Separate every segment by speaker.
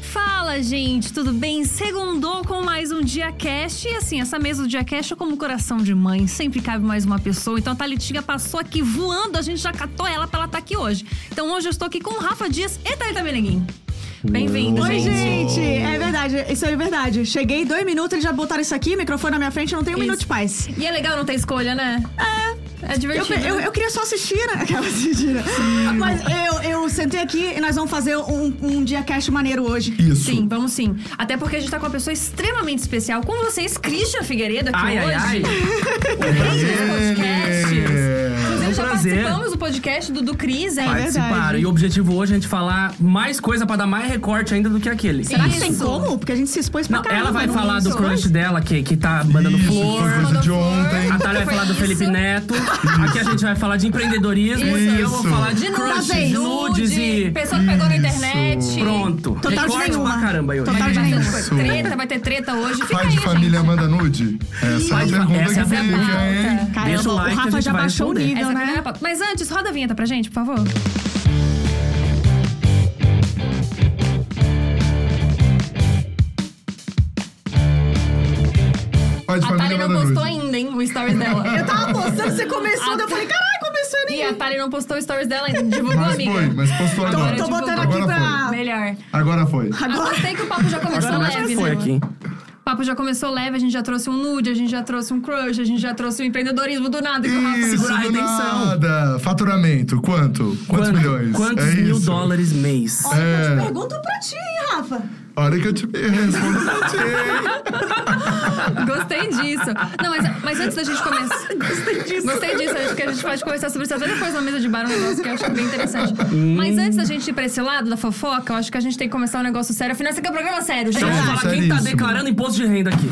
Speaker 1: Fala, gente, tudo bem? Segundou com mais um Dia Cast. E assim, essa mesa do Dia Cast é como coração de mãe, sempre cabe mais uma pessoa. Então a Thalitinha passou aqui voando, a gente já catou ela pra ela estar aqui hoje. Então hoje eu estou aqui com o Rafa Dias e Thalita Meneguin. Bem-vindo,
Speaker 2: Oi,
Speaker 1: gente.
Speaker 2: gente! É verdade, isso aí é verdade. Cheguei dois minutos, eles já botaram isso aqui, microfone na minha frente, eu não tenho um
Speaker 1: Isso.
Speaker 2: minuto de paz.
Speaker 1: E é legal não ter escolha, né? É. É
Speaker 2: Eu,
Speaker 1: divertido.
Speaker 2: eu, eu queria só assistir, né? Aquela assistida. Mas eu, eu sentei aqui e nós vamos fazer um, um dia cast maneiro hoje.
Speaker 3: Isso.
Speaker 1: Sim, vamos sim. Até porque a gente tá com uma pessoa extremamente especial com vocês, Christian Figueiredo, aqui
Speaker 4: Ai,
Speaker 1: hoje.
Speaker 4: ai, ai.
Speaker 1: Os podcasts. Inclusive,
Speaker 4: É um
Speaker 1: já
Speaker 4: prazer.
Speaker 1: participamos do podcast do, do Cris, é
Speaker 4: Participaram. E o objetivo hoje é a gente falar mais coisa pra dar mais recorte ainda do que aquele.
Speaker 2: Será que
Speaker 1: Isso.
Speaker 2: tá tem como? Porque a gente se expôs pra
Speaker 4: Não,
Speaker 2: caramba.
Speaker 4: ela vai
Speaker 2: no
Speaker 4: falar do
Speaker 2: início.
Speaker 4: crush dela, que, que tá mandando
Speaker 3: Isso,
Speaker 4: flor.
Speaker 3: foi coisa de ontem.
Speaker 4: A Thalia vai falar do
Speaker 1: Foi
Speaker 4: Felipe
Speaker 1: isso.
Speaker 4: Neto. Aqui a gente vai falar de empreendedorismo.
Speaker 1: Isso.
Speaker 4: E eu vou falar de,
Speaker 1: De
Speaker 4: crush,
Speaker 1: nudez.
Speaker 4: de nudes e...
Speaker 1: Pessoa que pegou na
Speaker 3: Isso.
Speaker 1: internet.
Speaker 4: Pronto.
Speaker 2: Total de
Speaker 4: recorte
Speaker 2: nenhuma.
Speaker 4: pra caramba aí hoje.
Speaker 2: Total
Speaker 1: Vai
Speaker 2: de
Speaker 1: ter
Speaker 2: nenhuma.
Speaker 3: Isso.
Speaker 1: treta, vai ter treta hoje. Fica
Speaker 3: Pai
Speaker 1: aí,
Speaker 3: de família
Speaker 1: gente.
Speaker 3: manda nude? Essa é
Speaker 4: Pai
Speaker 3: a
Speaker 4: de fa-
Speaker 3: pergunta que
Speaker 4: essa é a
Speaker 3: fica,
Speaker 1: pergunta.
Speaker 3: hein?
Speaker 2: Caramba,
Speaker 4: Deixa o like
Speaker 2: o
Speaker 4: que a
Speaker 2: Rafa
Speaker 4: gente
Speaker 2: já
Speaker 4: vai
Speaker 2: baixou o
Speaker 4: responder.
Speaker 2: nível,
Speaker 1: Essa é a
Speaker 2: né?
Speaker 1: primeira pauta. Mas antes, roda a vinheta pra gente, por favor.
Speaker 3: Pai de
Speaker 1: A Thalia
Speaker 3: família
Speaker 1: não
Speaker 3: manda
Speaker 1: postou
Speaker 3: nude.
Speaker 1: ainda, hein, o stories dela.
Speaker 4: é
Speaker 2: Eu tava postando, você começou, daí eu falei, caralho, começou
Speaker 1: E
Speaker 2: nem.
Speaker 1: a Thalia não postou o stories dela ainda. Divulgou,
Speaker 3: Mas
Speaker 1: amiga.
Speaker 3: foi, mas postou
Speaker 1: Tô-
Speaker 3: agora.
Speaker 2: Tô botando aqui
Speaker 3: agora
Speaker 2: pra.
Speaker 1: Melhor. Ah,
Speaker 3: foi. Agora foi.
Speaker 2: Agora.
Speaker 1: Gostei que o papo já começou
Speaker 4: Personagem
Speaker 1: leve,
Speaker 4: foi
Speaker 1: né?
Speaker 4: aqui.
Speaker 1: O papo já começou leve, a gente já trouxe um nude, a gente já trouxe um crush, a gente já trouxe um empreendedorismo do nada. Que o Rafa
Speaker 3: Isso,
Speaker 1: segurou.
Speaker 4: segurar a
Speaker 3: do
Speaker 4: retenção.
Speaker 3: nada. Faturamento, quanto? Quantos milhões?
Speaker 4: Quantos
Speaker 3: É
Speaker 4: mil
Speaker 3: isso.
Speaker 4: dólares mês?
Speaker 2: Olha, que eu
Speaker 3: É.
Speaker 2: te pergunto pra ti, hein, Rafa?
Speaker 3: Olha que eu te respondo pra ti.
Speaker 1: Gostei disso. Não, mas, mas antes da gente começar. Gostei disso. Gostei disso, acho que a gente pode conversar sobre isso até depois na mesa de bar, um negócio que eu acho bem interessante. Mas antes da gente ir pra esse lado da fofoca, eu acho que a gente tem que começar um negócio sério. Afinal, esse aqui é um programa sério, gente.
Speaker 4: Então vamos falar quem tá
Speaker 3: Seríssimo.
Speaker 4: declarando imposto de renda aqui.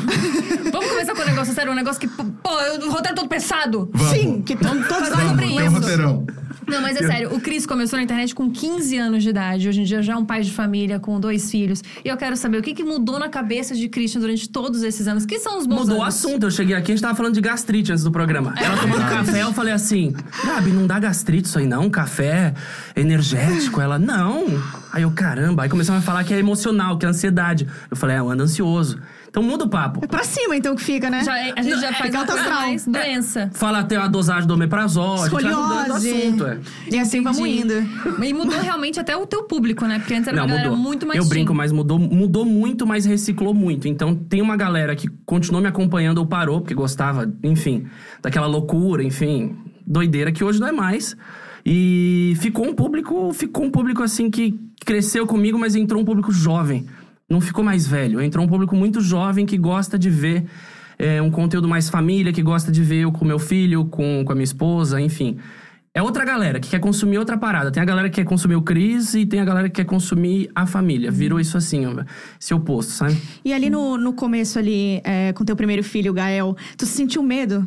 Speaker 1: Vamos começar com um negócio sério, um negócio que, pô, o roteiro é todo pensado.
Speaker 3: Vamos.
Speaker 2: Sim, que tão todos
Speaker 1: Vamos.
Speaker 2: nós-
Speaker 1: sobre
Speaker 3: Tem um
Speaker 1: isso.
Speaker 3: roteirão.
Speaker 1: Não, mas é sério, o Cris começou na internet com 15 anos de idade. Hoje em dia já é um pai de família com dois filhos. E eu quero saber o que, que mudou na cabeça de Christian durante todos esses anos. Que são os bons
Speaker 4: Mudou o
Speaker 1: anos?
Speaker 4: assunto. Eu cheguei aqui, a gente tava falando de gastrite antes do programa. Ela tomando café, eu falei assim: Gabi, não dá gastrite isso aí não? Café energético? Ela, não. Aí eu, caramba. Aí começaram a falar que é emocional, que é ansiedade. Eu falei: é, eu ando ansioso. Então muda o papo.
Speaker 2: É pra cima, então, que fica, né?
Speaker 1: Já, é- a gente já faz uma coisa
Speaker 2: é alto astral.
Speaker 1: mais doença.
Speaker 4: Fala até a dosagem do omeprazol. a gente vai mudando o
Speaker 2: Escoliose.
Speaker 4: assunto, é.
Speaker 2: E assim vamos
Speaker 1: Entendi.
Speaker 2: indo.
Speaker 1: E mudou realmente até o teu público, né? Porque antes era
Speaker 4: Não,
Speaker 1: uma galera
Speaker 4: mudou.
Speaker 1: muito mais
Speaker 4: Eu
Speaker 1: teen.
Speaker 4: brinco, mas mudou, mudou muito, mas reciclou muito. Então tem uma galera que continuou me acompanhando ou parou, porque gostava, enfim, daquela loucura, enfim, doideira que hoje não é mais. E ficou um público, ficou um público assim que cresceu comigo, mas entrou um público jovem. Não ficou mais velho, entrou um público muito jovem que gosta de ver é, um conteúdo mais família, que gosta de ver eu com meu filho, com, com a minha esposa, enfim. É outra galera que quer consumir outra parada. Tem a galera que quer consumir o Cris e tem a galera que quer consumir a família. Virou isso assim, ó, seu posto, sabe?
Speaker 2: E ali no, no começo, ali, é, com teu primeiro filho, Gael, tu sentiu medo?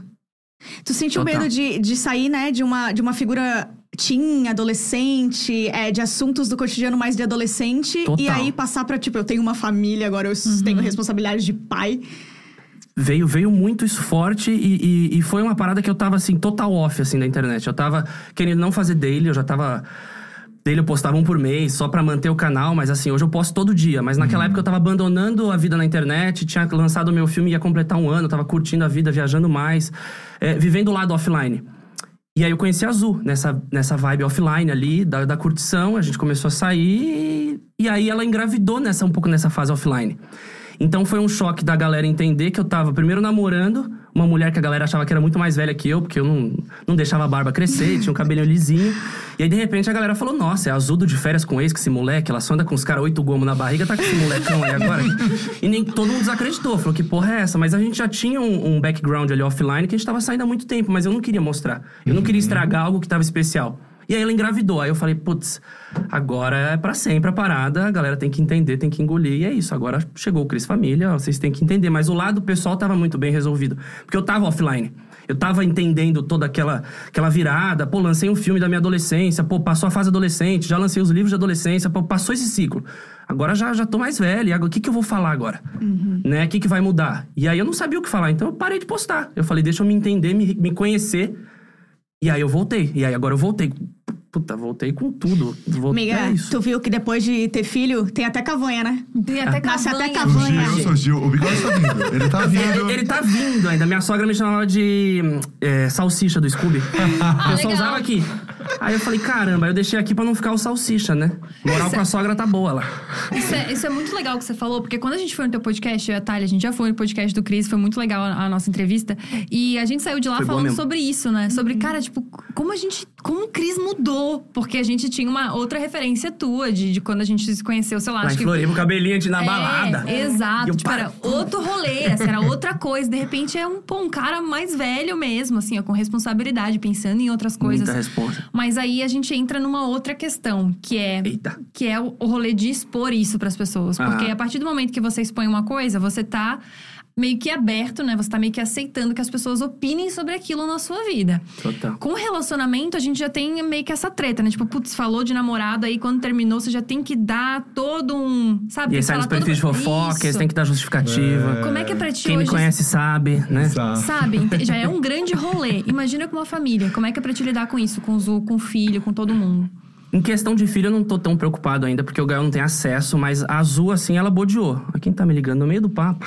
Speaker 2: Tu sentiu
Speaker 4: Total.
Speaker 2: medo de, de sair, né, de uma, de uma figura teen, adolescente, é, de assuntos do cotidiano mais de adolescente. E
Speaker 4: Total.
Speaker 2: aí passar pra, tipo, eu tenho uma família agora, eu
Speaker 1: Uhum.
Speaker 2: tenho responsabilidade de pai.
Speaker 4: Veio, veio muito isso forte e, e- e foi uma parada que eu tava assim, total off, assim, da internet. Eu tava querendo não fazer daily, eu já tava. Daily eu postava um por mês, só pra manter o canal, mas assim, hoje eu posto todo dia. Mas naquela época eu tava abandonando a vida na internet, tinha lançado o meu filme, ia completar um ano, eu tava curtindo a vida, viajando mais, é, vivendo o lado offline. E aí eu conheci a Azul, nessa, nessa vibe offline ali, da, da curtição, a gente começou a sair e aí ela engravidou nessa, um pouco nessa fase offline. Então foi um choque da galera entender que eu tava primeiro namorando uma mulher que a galera achava que era muito mais velha que eu, porque eu não, não deixava a barba crescer, tinha um cabelinho lisinho. E aí, de repente, a galera falou: Nossa, é a Azul do de férias com ex, que esse moleque, ela só anda com os caras oito gomos na barriga, tá com esse molecão aí agora. e nem todo mundo desacreditou, falou: Que porra é essa? Mas a gente já tinha um, um background ali offline que a gente tava saindo há muito tempo, mas eu não queria mostrar. Uhum. Eu não queria estragar algo que tava especial. E aí ela engravidou. Aí eu falei, putz, agora é pra sempre a parada, a galera tem que entender, tem que engolir. E é isso, agora chegou o Cris Família, ó, vocês têm que entender. Mas o lado pessoal tava muito bem resolvido, porque eu tava offline. Eu tava entendendo toda aquela, aquela virada, pô, lancei um filme da minha adolescência, pô, passou a fase adolescente, já lancei os livros de adolescência, pô, passou esse ciclo. Agora já, já tô mais velho, e agora, o que, que eu vou falar agora? Né? O que, que vai mudar? E aí eu não sabia o que falar, então eu parei de postar. Eu falei, deixa eu me entender, me, me conhecer, e aí eu voltei. E aí agora eu voltei puta, voltei com tudo. Voltei,
Speaker 2: Amiga,
Speaker 4: é isso.
Speaker 2: tu viu que depois de ter filho, tem até cavanha, né?
Speaker 1: Tem até
Speaker 2: Nossa, até
Speaker 1: cavanha.
Speaker 3: O
Speaker 2: cavanha.
Speaker 3: Gil, eu sou Gil. O bigode tá vindo. Ele tá vindo.
Speaker 4: Ele, ele tá vindo ainda. Minha sogra me chamava de hum, é, salsicha do Scooby. eu só
Speaker 1: legal.
Speaker 4: usava aqui. Aí eu falei, caramba, eu deixei aqui pra não ficar o salsicha, né? Moral com a sogra tá boa lá.
Speaker 1: Isso é, isso é muito legal que você falou, porque quando a gente foi no teu podcast, eu e a Thalia, a gente já foi no podcast do Cris, foi muito legal a, a nossa entrevista. E a gente saiu de lá
Speaker 4: Foi boa
Speaker 1: falando
Speaker 4: mesmo.
Speaker 1: sobre isso, né?
Speaker 2: Uhum.
Speaker 1: Sobre, cara, tipo, como a gente. Como o Cris mudou. Porque a gente tinha uma outra referência tua de, de quando a gente se conheceu, sei lá,
Speaker 4: Lá
Speaker 1: acho
Speaker 4: em
Speaker 1: que.
Speaker 4: Floripa, o cabelinho de na
Speaker 1: É,
Speaker 4: balada. E um
Speaker 1: Exato.
Speaker 4: eu
Speaker 1: Tipo,
Speaker 4: pá,
Speaker 1: era outro rolê, assim, era outra coisa. De repente é um, pô, um cara mais velho mesmo, assim, ó, com responsabilidade, pensando em outras coisas.
Speaker 4: Muita resposta.
Speaker 1: Mas aí a gente entra numa outra questão, que é
Speaker 4: Eita.
Speaker 1: que é o o rolê de expor isso pras pessoas,
Speaker 4: Aham.
Speaker 1: porque a partir do momento que você expõe uma coisa, você tá meio que aberto, né? Você tá meio que aceitando que as pessoas opinem sobre aquilo na sua vida.
Speaker 4: Total.
Speaker 1: Com relacionamento, a gente já tem meio que essa treta, né? Tipo, putz, falou de namorado aí, quando terminou, você já tem que dar todo um. Sabe? tem
Speaker 4: E aí
Speaker 1: que
Speaker 4: sai nos
Speaker 1: falar
Speaker 4: perfis de
Speaker 1: todo-
Speaker 4: fofoca, eles
Speaker 1: Isso.
Speaker 4: têm que dar justificativa.
Speaker 1: Como é que é pra ti
Speaker 4: Quem me
Speaker 1: hoje?
Speaker 4: conhece sabe, né?
Speaker 3: Exato.
Speaker 1: Sabe? Ent- Já é um grande rolê. Imagina com uma família. Como é que é pra te lidar com isso? Com o Zu, com o filho, com todo mundo.
Speaker 4: Em questão de filho, eu não tô tão preocupado ainda, porque o Gael não tem acesso, mas a Azul, assim, ela bodeou. Ah, Quem tá me ligando no meio do papo?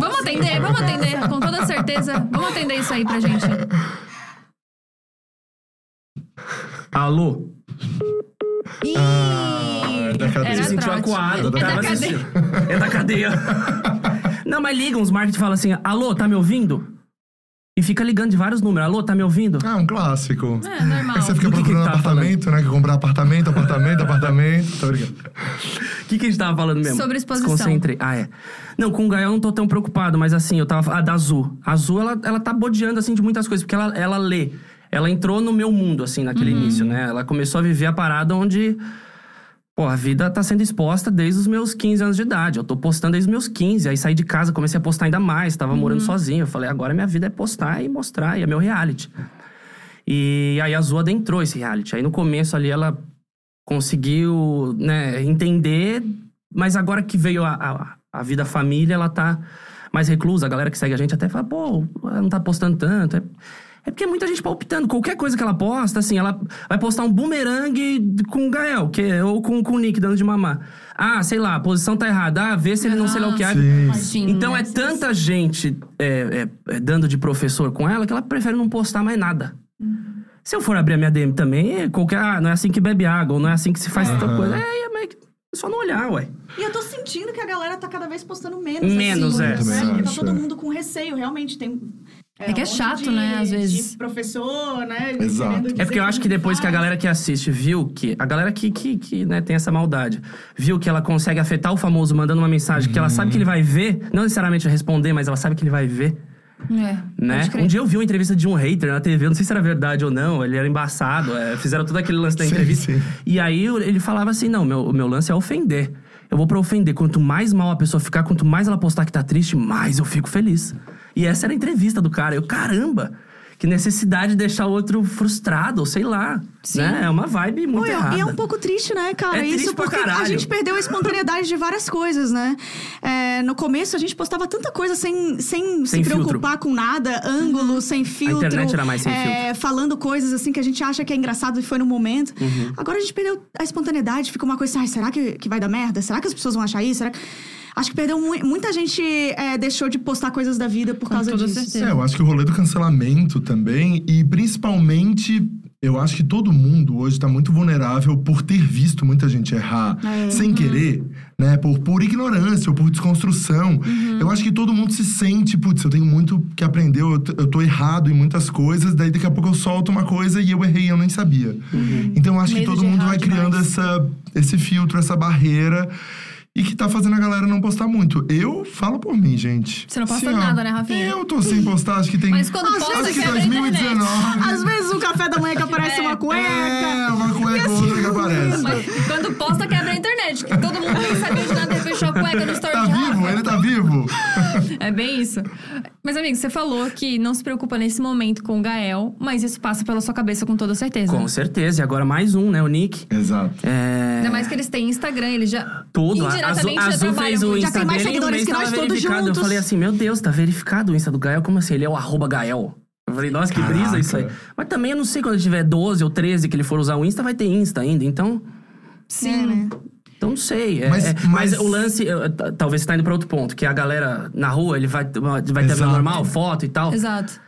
Speaker 1: Vamos atender, vamos atender. Com toda certeza, vamos atender isso aí pra gente.
Speaker 4: Alô?
Speaker 1: Ih!
Speaker 4: Ah.
Speaker 3: é da cadeia.
Speaker 1: Era
Speaker 4: Se sentiu
Speaker 1: trote.
Speaker 4: acuado,
Speaker 1: É
Speaker 4: tava
Speaker 1: da cadeia.
Speaker 4: assistindo. É da cadeia. Não, mas ligam os marketing falam assim: alô, tá me ouvindo? E fica ligando de vários números: alô, tá me ouvindo?
Speaker 3: Ah, um clássico.
Speaker 1: É normal.
Speaker 3: Aí você fica
Speaker 4: Do que que
Speaker 3: procurando
Speaker 4: tá
Speaker 3: apartamento, né? Que comprar apartamento, apartamento, apartamento. Tá brincando.
Speaker 4: O que, que a gente tava falando mesmo?
Speaker 1: Sobre exposição.
Speaker 4: Desconcentrei. Ah, é. Não, com o Gael eu não tô tão preocupado, mas assim, eu tava. Ah, da Azul. A Azul, ela, ela tá bodeando, assim, de muitas coisas, porque ela, ela lê. Ela entrou no meu mundo, assim, naquele
Speaker 1: Uhum.
Speaker 4: início, né? Ela começou a viver a parada onde. Pô, a vida tá sendo exposta desde os meus 15 anos de idade. Eu tô postando desde os meus 15. Aí saí de casa, comecei a postar ainda mais. Tava morando
Speaker 1: Uhum.
Speaker 4: sozinho. Eu falei, agora minha vida é postar e mostrar. E é meu reality. E aí a Azul adentrou esse reality. Aí no começo ali ela conseguiu, né, entender. Mas agora que veio a, a, a vida família, ela tá mais reclusa. A galera que segue a gente até fala, pô, ela não tá postando tanto. É, é porque muita gente palpitando. Qualquer coisa que ela posta, assim, ela vai postar um bumerangue com o Gael, que, é, ou com, com o Nick dando de mamar. Ah, sei lá, a posição tá errada. Ah, vê se ele não sei lá o que. acha.
Speaker 3: Sim.
Speaker 1: Imagina.
Speaker 4: Então é tanta gente é, é, é, dando de professor com ela que ela prefere não postar mais nada. Se eu for abrir a minha DM também, é qualquer. Ah, não é assim que bebe água, ou não é assim que se faz tal
Speaker 3: Aham.
Speaker 4: coisa. É, é, meio que- é só não olhar, ué.
Speaker 2: E eu tô sentindo que a galera tá cada vez postando menos.
Speaker 4: Menos,
Speaker 2: assim,
Speaker 4: é.
Speaker 2: coisas, né?
Speaker 3: Também
Speaker 2: Porque tá
Speaker 3: acho,
Speaker 2: todo
Speaker 3: é.
Speaker 2: mundo com receio, realmente. Tem,
Speaker 1: É que é
Speaker 2: um monte
Speaker 1: chato,
Speaker 2: de-
Speaker 1: né, às vezes.
Speaker 2: De professor, né?
Speaker 3: Exato.
Speaker 2: querendo
Speaker 4: É
Speaker 2: dizer
Speaker 4: porque eu acho que
Speaker 2: não
Speaker 4: depois que a
Speaker 2: faz.
Speaker 4: galera que assiste viu que. A galera que, que, que, né, tem essa maldade, viu que ela consegue afetar o famoso mandando uma mensagem que ela sabe que ele vai ver, não necessariamente responder, mas ela sabe que ele vai ver.
Speaker 1: É,
Speaker 4: Né?
Speaker 1: pode crer.
Speaker 4: Um dia eu vi uma entrevista de um hater na TV, eu não sei se era verdade ou não, ele era embaçado, é, fizeram todo aquele lance da
Speaker 3: Sim,
Speaker 4: entrevista.
Speaker 3: sim.
Speaker 4: E aí eu- ele falava assim: não, meu, o meu lance é ofender. Eu vou pra ofender. Quanto mais mal a pessoa ficar, quanto mais ela postar que tá triste, mais eu fico feliz. E essa era a entrevista do cara. Eu, caramba! Que necessidade de deixar o outro frustrado, ou sei lá.
Speaker 1: Sim.
Speaker 4: Né? É uma vibe muito
Speaker 2: Pô, eu-
Speaker 4: errada.
Speaker 2: E é um pouco triste, né, cara?
Speaker 4: É
Speaker 2: Isso
Speaker 4: triste pra
Speaker 2: porque a
Speaker 4: caralho.
Speaker 2: gente perdeu a espontaneidade de várias coisas, né? É, no começo a gente postava tanta coisa sem, sem, se
Speaker 4: Sem filtro. Uhum.
Speaker 2: preocupar com nada, ângulo, sem filtro.
Speaker 4: internet era mais sem
Speaker 2: é, Falando coisas assim que a gente acha que é engraçado e foi no momento.
Speaker 4: Uhum.
Speaker 2: Agora a gente perdeu a espontaneidade, ficou uma coisa assim, "Ai, será que, que vai dar merda? Será que as pessoas vão achar isso? Será que-" Acho que perdeu mu- muita gente é, deixou de postar coisas da vida por
Speaker 1: Com
Speaker 2: causa
Speaker 1: toda
Speaker 2: disso.
Speaker 1: certeza.
Speaker 3: É, eu acho que o rolê do cancelamento também, e principalmente. Eu acho que todo mundo hoje tá muito vulnerável por ter visto muita gente errar
Speaker 1: É, uhum.
Speaker 3: sem querer, né? Por, por ignorância ou por desconstrução.
Speaker 1: Uhum.
Speaker 3: Eu acho que todo mundo se sente, putz, eu tenho muito que aprender, eu, t- eu tô errado em muitas coisas, daí daqui a pouco eu solto uma coisa e eu errei, eu nem sabia. Então eu acho
Speaker 1: Uhum.
Speaker 3: que
Speaker 1: Medo
Speaker 3: todo
Speaker 1: de
Speaker 3: mundo
Speaker 1: errar
Speaker 3: vai criando
Speaker 1: demais.
Speaker 3: essa, esse filtro, essa barreira. E que tá fazendo a galera não postar muito. Eu falo por mim, gente.
Speaker 1: Você não posta
Speaker 3: ó,
Speaker 1: nada, né, Rafinha?
Speaker 3: Eu tô sem postar, acho que tem.
Speaker 1: Mas quando
Speaker 3: acho
Speaker 1: posta,
Speaker 3: Ah, que
Speaker 1: quebra a
Speaker 3: 2019.
Speaker 2: Às vezes o café da manhã que aparece uma cueca.
Speaker 3: É, uma cueca
Speaker 4: assim,
Speaker 3: ou outra que aparece.
Speaker 1: Mas quando posta, quebra a internet. Que todo mundo nem sabe onde nada fechou a cueca no story
Speaker 3: Tá
Speaker 1: de Rafa.
Speaker 3: vivo? Ele tá vivo?
Speaker 1: É bem isso. Mas, amigo, você falou que não se preocupa nesse momento com o Gael, mas isso passa pela sua cabeça com toda certeza.
Speaker 4: Com certeza. E agora mais um, né? O Nick.
Speaker 3: Exato.
Speaker 4: É...
Speaker 1: Ainda mais que eles têm Instagram, eles já.
Speaker 4: Todo. A Azul,
Speaker 1: indiretamente já
Speaker 4: Azul
Speaker 1: trabalham
Speaker 4: fez
Speaker 1: com
Speaker 4: o
Speaker 1: isso.
Speaker 2: Já tem
Speaker 4: Instagram
Speaker 2: mais
Speaker 4: dele e o
Speaker 2: seguidores
Speaker 4: mês
Speaker 2: que nós
Speaker 4: tava
Speaker 2: todos
Speaker 4: verificado. Eu
Speaker 2: juntos.
Speaker 4: falei assim, meu Deus, tá verificado o Insta do Gael? Como assim? Ele é o arroba Gael. Eu Eu falei, nossa, que brisa isso aí. Mas também eu não sei quando ele tiver 12 ou 13 que ele for usar o Insta, vai ter Insta ainda. Então,
Speaker 2: Sim, né?
Speaker 4: então não sei. É- é-
Speaker 3: Mas-
Speaker 4: mas,
Speaker 3: mas-
Speaker 4: o lance, eu, t- talvez você tá indo pra outro ponto, que a galera na rua, ele vai, vai ter a vida
Speaker 3: Exato.
Speaker 4: normal, foto e tal.
Speaker 1: Exato.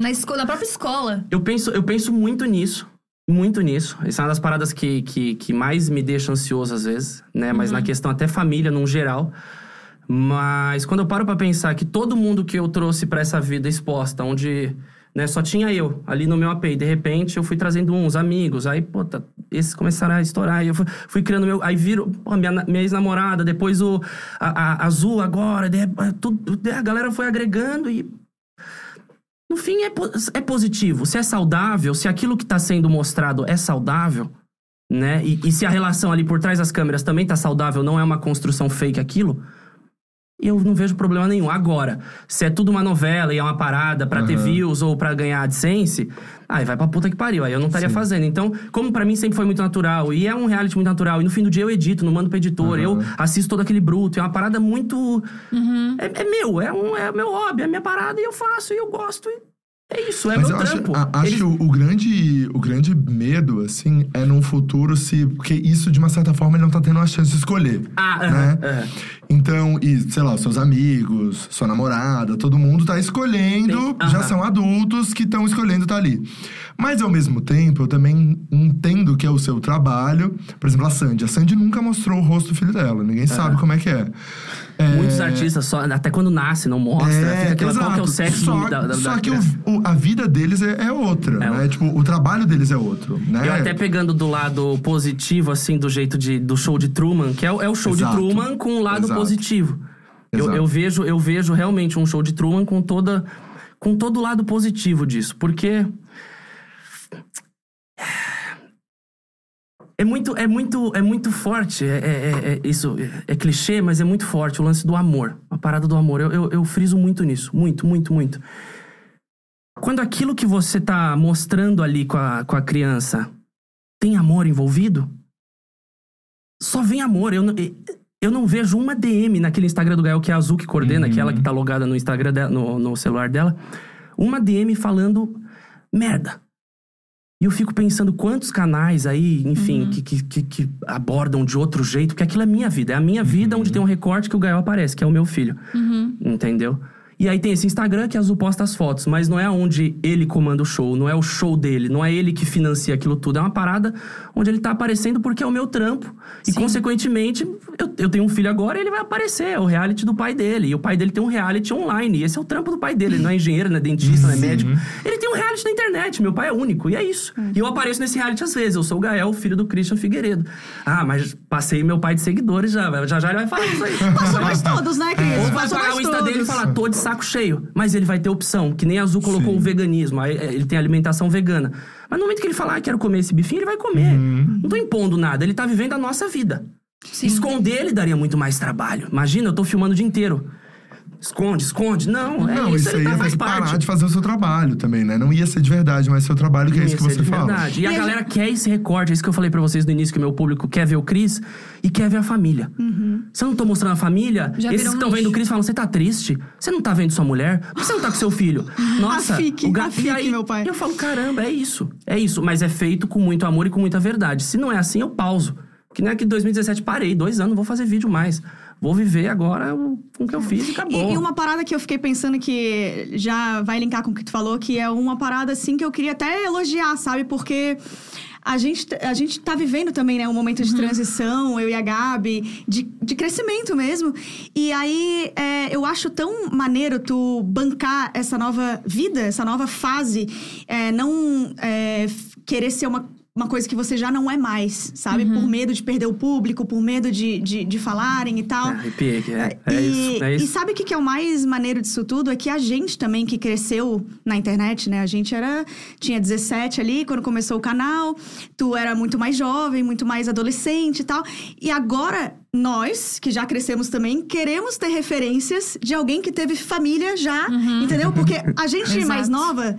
Speaker 1: Na, escola, na própria escola.
Speaker 4: Eu penso, eu penso muito nisso. Muito nisso. Isso é uma das paradas que, que, que mais me deixa ansioso às vezes, né? Mas na questão até família, num geral. Mas quando eu paro pra pensar que todo mundo que eu trouxe pra essa vida exposta, onde né, só tinha eu ali no meu AP, e de repente eu fui trazendo uns amigos, aí, pô, tá- esses começaram a estourar, e eu fui, fui criando meu. Aí viro, pô, minha, na- minha ex-namorada, depois o a, a- Azul agora, de- é, tudo, a galera foi agregando e no fim, é, po- é positivo. Se é saudável, se aquilo que está sendo mostrado é saudável, né? E, e se a relação ali por trás das câmeras também tá saudável, não é uma construção fake aquilo, eu não vejo problema nenhum. Agora, se é tudo uma novela e é uma parada pra ter
Speaker 3: Aham.
Speaker 4: views ou pra ganhar AdSense, aí vai pra puta que pariu, aí eu não estaria fazendo. Então, como pra mim sempre foi muito natural, e é um reality muito natural, e no fim do dia eu edito, não mando pra editor, eu
Speaker 3: Aham.
Speaker 4: assisto todo aquele bruto, é uma parada muito... É, é meu, é, um, é meu hobby, é minha parada e eu faço e eu gosto. E é isso, é
Speaker 3: Mas
Speaker 4: meu
Speaker 3: eu acho-
Speaker 4: trampo.
Speaker 3: a- acho,
Speaker 4: Eles-
Speaker 3: que o, o grande, o grande medo, assim, é num futuro se. Porque isso, de uma certa forma, ele não tá tendo a chance de escolher.
Speaker 4: Ah,
Speaker 3: né?
Speaker 4: aham, aham.
Speaker 3: Então, e, sei lá, seus amigos, sua namorada, todo mundo tá escolhendo,
Speaker 4: Tem-
Speaker 3: já
Speaker 4: aham.
Speaker 3: são adultos que estão escolhendo tá ali. Mas, ao mesmo tempo, eu também entendo que é o seu trabalho. Por exemplo, a Sandy. A Sandy nunca mostrou o rosto do filho dela, ninguém sabe como é que é. É,
Speaker 4: Muitos artistas, só, até quando nasce, não mostra. fica aquela, qual que é o
Speaker 3: exato.
Speaker 4: sexo
Speaker 3: só,
Speaker 4: da, da,
Speaker 3: só
Speaker 4: da
Speaker 3: que o-
Speaker 4: criança.
Speaker 3: o- a vida deles é, é outra,
Speaker 4: É
Speaker 3: né?
Speaker 4: outra.
Speaker 3: Tipo, o trabalho deles é outro, né?
Speaker 4: Eu até pegando do lado positivo, assim, do jeito de, do show de Truman, que é, o- é o show
Speaker 3: Exato.
Speaker 4: de Truman com um lado
Speaker 3: Exato.
Speaker 4: positivo. Eu,
Speaker 3: Exato.
Speaker 4: eu vejo eu vejo realmente um show de Truman com toda com todo o lado positivo disso, porque é muito é muito é muito forte é, é- é- é- isso é, é clichê, mas é muito forte o lance do amor, a parada do amor. Eu, eu, eu friso muito nisso, muito, muito, muito. Quando aquilo que você tá mostrando ali com a, com a criança tem amor envolvido, só vem amor. Eu, não- eu não vejo uma DM naquele Instagram do Gael, que é a Azul que coordena, que é ela que tá logada no Instagram dela, no, no celular dela, uma DM falando merda. E eu fico pensando quantos canais aí, enfim, que, que, que- que abordam de outro jeito, porque aquilo é minha vida. É a minha vida onde tem um recorte que o Gael aparece, que é o meu filho. Entendeu? E aí tem esse Instagram que a Azul posta as fotos, mas não é onde ele comanda o show, não é o show dele, não é ele que financia aquilo tudo. É uma parada onde ele tá aparecendo porque é o meu trampo. E, consequentemente, eu, eu tenho um filho agora e ele vai aparecer. É o reality do pai dele. E o pai dele tem um reality online. E esse é o trampo do pai dele. Ele não é engenheiro, não é dentista, não é médico. Ele tem um reality na internet. Meu pai é único. E é isso. E eu apareço nesse reality às vezes. Eu sou o Gael, filho do Christian Figueiredo. Ah, mas passei meu pai de seguidores já. Já já ele vai falar isso aí.
Speaker 2: Passou nós todos, né, Cris?
Speaker 4: Ou vai
Speaker 2: Passou
Speaker 4: pagar o
Speaker 2: nós
Speaker 4: Insta dele e
Speaker 2: todos.
Speaker 4: falar, tô de saco cheio. Mas ele vai ter opção, que nem a Azul colocou
Speaker 3: Sim.
Speaker 4: o veganismo. Aí é, ele tem alimentação vegana. Mas no momento que ele falar, ah, quero comer esse bifinho, ele vai comer.
Speaker 3: Uhum.
Speaker 4: Não tô impondo nada, ele tá vivendo a nossa vida. Esconder ele daria muito mais trabalho. Imagina, eu tô filmando o dia inteiro. Esconde, esconde. Não, é
Speaker 3: Não,
Speaker 4: isso,
Speaker 3: isso,
Speaker 4: ele
Speaker 3: aí
Speaker 4: tá,
Speaker 3: ia ter
Speaker 4: faz
Speaker 3: que parar
Speaker 4: parte.
Speaker 3: de fazer o seu trabalho também, né? Não ia ser de verdade, mas seu trabalho, que é isso que
Speaker 4: Isso é
Speaker 3: você
Speaker 4: de
Speaker 3: fala.
Speaker 4: verdade. E, a
Speaker 2: E a
Speaker 4: galera quer esse recorte, é isso que eu falei pra vocês no início, que o meu público quer ver o Cris e quer ver a família.
Speaker 2: Uhum.
Speaker 4: Se eu não tô mostrando a família,
Speaker 1: Já
Speaker 4: esses
Speaker 1: virou
Speaker 4: que
Speaker 1: um
Speaker 4: estão vendo
Speaker 1: nicho.
Speaker 4: o Cris falam, você tá triste? Você não tá vendo sua mulher? Por que você não tá com seu filho? Nossa,
Speaker 2: A fique,
Speaker 4: o
Speaker 2: a
Speaker 4: gato.
Speaker 2: fique,
Speaker 4: E aí,
Speaker 2: meu pai.
Speaker 4: eu falo, caramba, é isso. É isso, mas é feito com muito amor e com muita verdade. Se não é assim, eu pauso. Que nem aqui em 2017, parei, dois anos, não vou fazer vídeo mais. Vou viver agora o- com o que eu fiz e acabou.
Speaker 2: E, e uma parada que eu fiquei pensando que já vai linkar com o que tu falou, que é uma parada assim que eu queria até elogiar, sabe? Porque a gente, a gente tá vivendo também, né, um momento
Speaker 4: Uhum.
Speaker 2: de transição, eu e a Gabi, de, de crescimento mesmo. E aí é, eu acho tão maneiro tu bancar essa nova vida, essa nova fase, é, não é, f- querer ser uma uma coisa que você já não é mais, sabe?
Speaker 4: Uhum.
Speaker 2: Por medo de perder o público, por medo de, de, de falarem e tal.
Speaker 4: Arrepiei aqui, é, é,
Speaker 2: e,
Speaker 4: isso, é
Speaker 2: e
Speaker 4: isso.
Speaker 2: sabe o que, que é o mais maneiro disso tudo? É que a gente também que cresceu na internet, né? A gente era. Tinha 17 ali quando começou o canal, tu era muito mais jovem, muito mais adolescente e tal. E agora, nós, que já crescemos também, queremos ter referências de alguém que teve família já,
Speaker 4: Uhum.
Speaker 2: entendeu? Porque a gente mais
Speaker 1: Exato.
Speaker 2: nova.